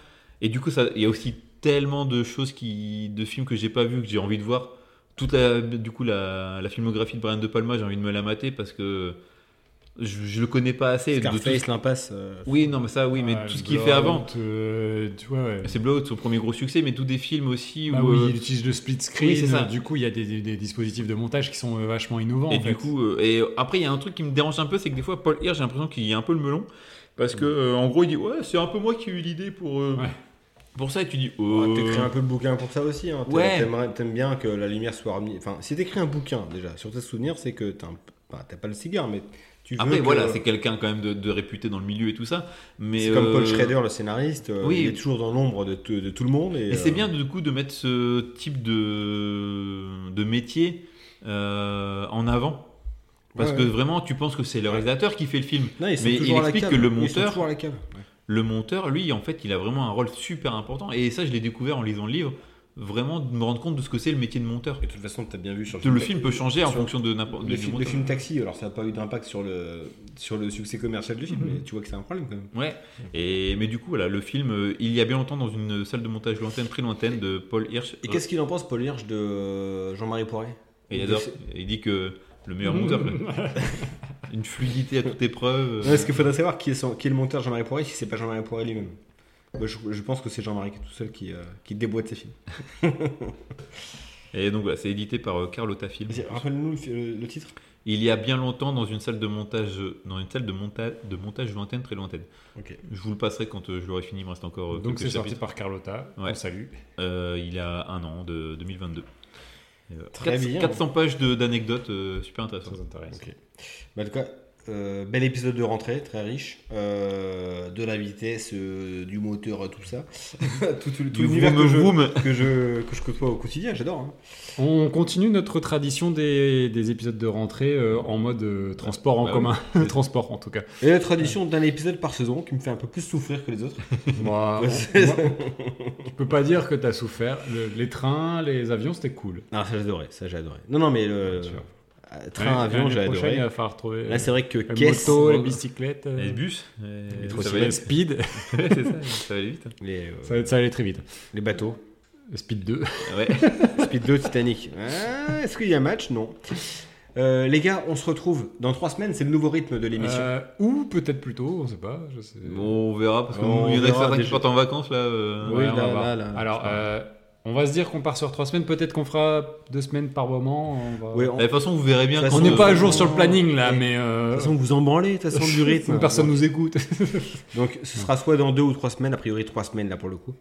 D: et du coup, ça- il y a aussi tellement de choses, qui, de films que j'ai pas vus, que j'ai envie de voir. Toute la, du coup, la, la filmographie de Brian De Palma, j'ai envie de me la mater parce que je, je le connais pas assez. et de tout-
E: Scarface, l'impasse. euh,
D: Oui, non, mais ça, oui, mais
C: Ah,
D: tout ce qu'il
C: Blood,
D: fait avant.
C: euh, tu vois, ouais.
D: C'est Blowout, son premier gros succès, mais tous des films aussi
C: Bah
D: où.
C: oui,
D: euh,
C: il utilise le split screen.
D: oui, c'est ça.
C: Du coup, il y a des, des- des dispositifs de montage qui sont euh, vachement innovants.
D: Et
C: en
D: du
C: fait.
D: coup, euh, et après, il y a un truc qui me dérange un peu, c'est que des fois, Paul Hir, j'ai l'impression qu'il est un peu le melon. Parce que, euh, en gros, il dit Ouais, c'est un peu moi qui ai eu l'idée pour, euh,
C: Ouais.
D: pour ça. Et tu dis
E: Ouais,
D: Euh,
E: Ah, T'écris un peu le bouquin pour ça aussi. Hein. T'aimes-
D: Ouais.
E: t'aimerais- T'aimes bien que la lumière soit remise. Enfin, si t'écris un bouquin déjà sur tes souvenirs, c'est que t'as un- bah, t'as pas le cigare, mais tu veux.
D: Après,
E: que-
D: voilà, c'est quelqu'un quand même de, de réputé dans le milieu et tout ça. Mais
E: C'est comme Paul
D: euh,
E: Schrader, le scénariste. euh,
D: oui.
E: Il est toujours dans l'ombre de, t- de tout le monde. Et,
D: Et c'est
E: euh,
D: bien du coup de mettre ce type de, de métier euh, en avant. Parce
E: Ouais,
D: que
E: ouais.
D: vraiment, tu penses que c'est le réalisateur qui fait le film.
E: Non, ils sont
D: mais
E: toujours
D: il
E: à la
D: explique
E: cave.
D: que le
E: Ils sont
D: monteur-
E: toujours à la cave.
D: Le monteur, lui, en fait, il a vraiment un rôle super important. Et ça, je l'ai découvert en lisant le livre. Vraiment, de me rendre compte de ce que c'est le métier de monteur.
E: Et de toute façon, t'as bien vu sur
D: Le film peut changer en
E: Sur-
D: fonction de n'importe
E: Le,
D: du
E: film- le
D: monteur.
E: film Taxi, alors ça n'a pas eu d'impact sur le, sur le succès commercial du film,
D: Mhm.
E: mais tu vois que c'est un problème quand même.
D: Ouais. Et mais du coup, voilà, le film, euh, il y a bien longtemps dans une salle de montage lointaine, très lointaine, de Paul Hirsch.
E: Et qu'est-ce qu'il en pense, Paul Hirsch, de Jean-Marie Poiret
D: Et il adore. Il dit que le meilleur monteur. quoi. Une fluidité à toute épreuve. euh,
A: Parce qu'il faudrait savoir qui est, son- qui est le monteur Jean-Marie Poiré, si c'est pas Jean-Marie Poiré lui-même. Moi, je, je pense que c'est Jean-Marie qui est tout seul qui, euh, qui déboîte ses films.
D: Et donc voilà, c'est édité par euh, Carlotta Film.
A: Vas-y, Rappelle-nous le, fi- le- le titre.
D: Il y a bien longtemps, dans une salle de montage, euh, dans une salle de, monta- de montage lointaine, très lointaine.
A: Ok.
D: Je vous le passerai quand euh, je l'aurai fini. Il me reste encore euh,
C: Donc
D: quelques
C: c'est sorti
D: chapitres.
C: par Carlotta.
D: Ouais.
C: On salue.
D: Euh, il a un an, de 2022. Et, euh,
A: Très
D: 400
A: bien.
D: 400 pages de- d'anecdotes, euh, super intéressantes.
C: Très intéressant.
A: Ok. Bah, en tout cas, euh, bel épisode de rentrée, très riche. Euh, de la vitesse, euh, du moteur, tout ça. tout tout, tout
D: Du
A: l'univers que,
D: vroom,
A: je-
D: vroom.
A: que je, que je côtoie au quotidien, j'adore. hein.
C: On continue notre tradition des, des épisodes de rentrée euh, en mode euh, transport en
D: bah
C: commun. transport en tout cas.
A: Et la tradition d'un épisode par saison qui me fait un peu plus souffrir que les autres.
C: Moi, on- moi, je peux pas dire que t'as souffert. Le- les trains, les avions, c'était cool.
A: Ah, ça j'adorais, ça j'ai adoré. Non, non, mais le
C: Bien sûr.
A: euh, train,
C: L'année-
A: avion, j'ai
C: l'année prochaine,
A: adoré.
C: Il va falloir retrouver
A: Là, c'est vrai que
C: les
A: caisse.
C: motos, les
A: euh,
C: bicyclettes, euh,
D: Et le bus
C: les
D: euh, ça va
C: trottinettes
D: aller-
C: speed.
D: Ouais, c'est ça, ça va aller vite.
A: les, euh,
C: ça, va- ça allait très vite.
A: les bateaux.
C: Speed 2.
D: Ouais.
A: Speed 2, Titanic. Ah, Est-ce qu'il y a match Non. Euh, les gars, on se retrouve dans trois semaines. C'est le nouveau rythme de l'émission.
C: Euh, ou peut-être plus tôt, on sait pas. Je sais.
D: Bon, on verra parce qu'il
A: On
D: y en a
A: verra
D: certains qui
A: déjà.
D: partent en vacances là. euh,
A: Oui,
C: Ouais, on
A: là,
C: va voir.
A: là, là.
C: Alors, euh, on va se dire qu'on part sur trois semaines. Peut-être qu'on fera deux semaines par moment. On va-
A: Ouais, on-
D: De toute façon, vous verrez bien.
A: De toute
D: quand,
C: On
A: façon,
C: n'est
D: euh,
C: pas à
A: euh,
C: jour sur le planning là,
A: ouais.
C: mais. euh,
A: De toute façon, vous en branlez, de toute façon, du rythme.
C: Personne
A: Donc,
C: nous écoute.
A: donc, ce sera soit dans deux ou trois semaines, a priori trois semaines là pour le coup.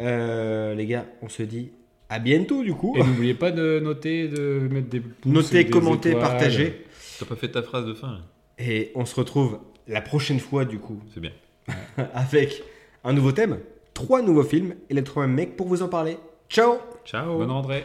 A: Euh, les gars, on se dit à bientôt du coup.
C: Et n'oubliez pas de noter, de mettre des pouces,
A: Notez,
C: des
A: commentez,
C: étoiles.
A: partagez.
D: T'as pas fait ta phrase de fin. là.
A: Et on se retrouve la prochaine fois du coup
D: C'est bien.
A: avec un nouveau thème, trois nouveaux films et les trois mêmes mecs pour vous en parler. Ciao
D: Ciao.
C: Bonne rentrée.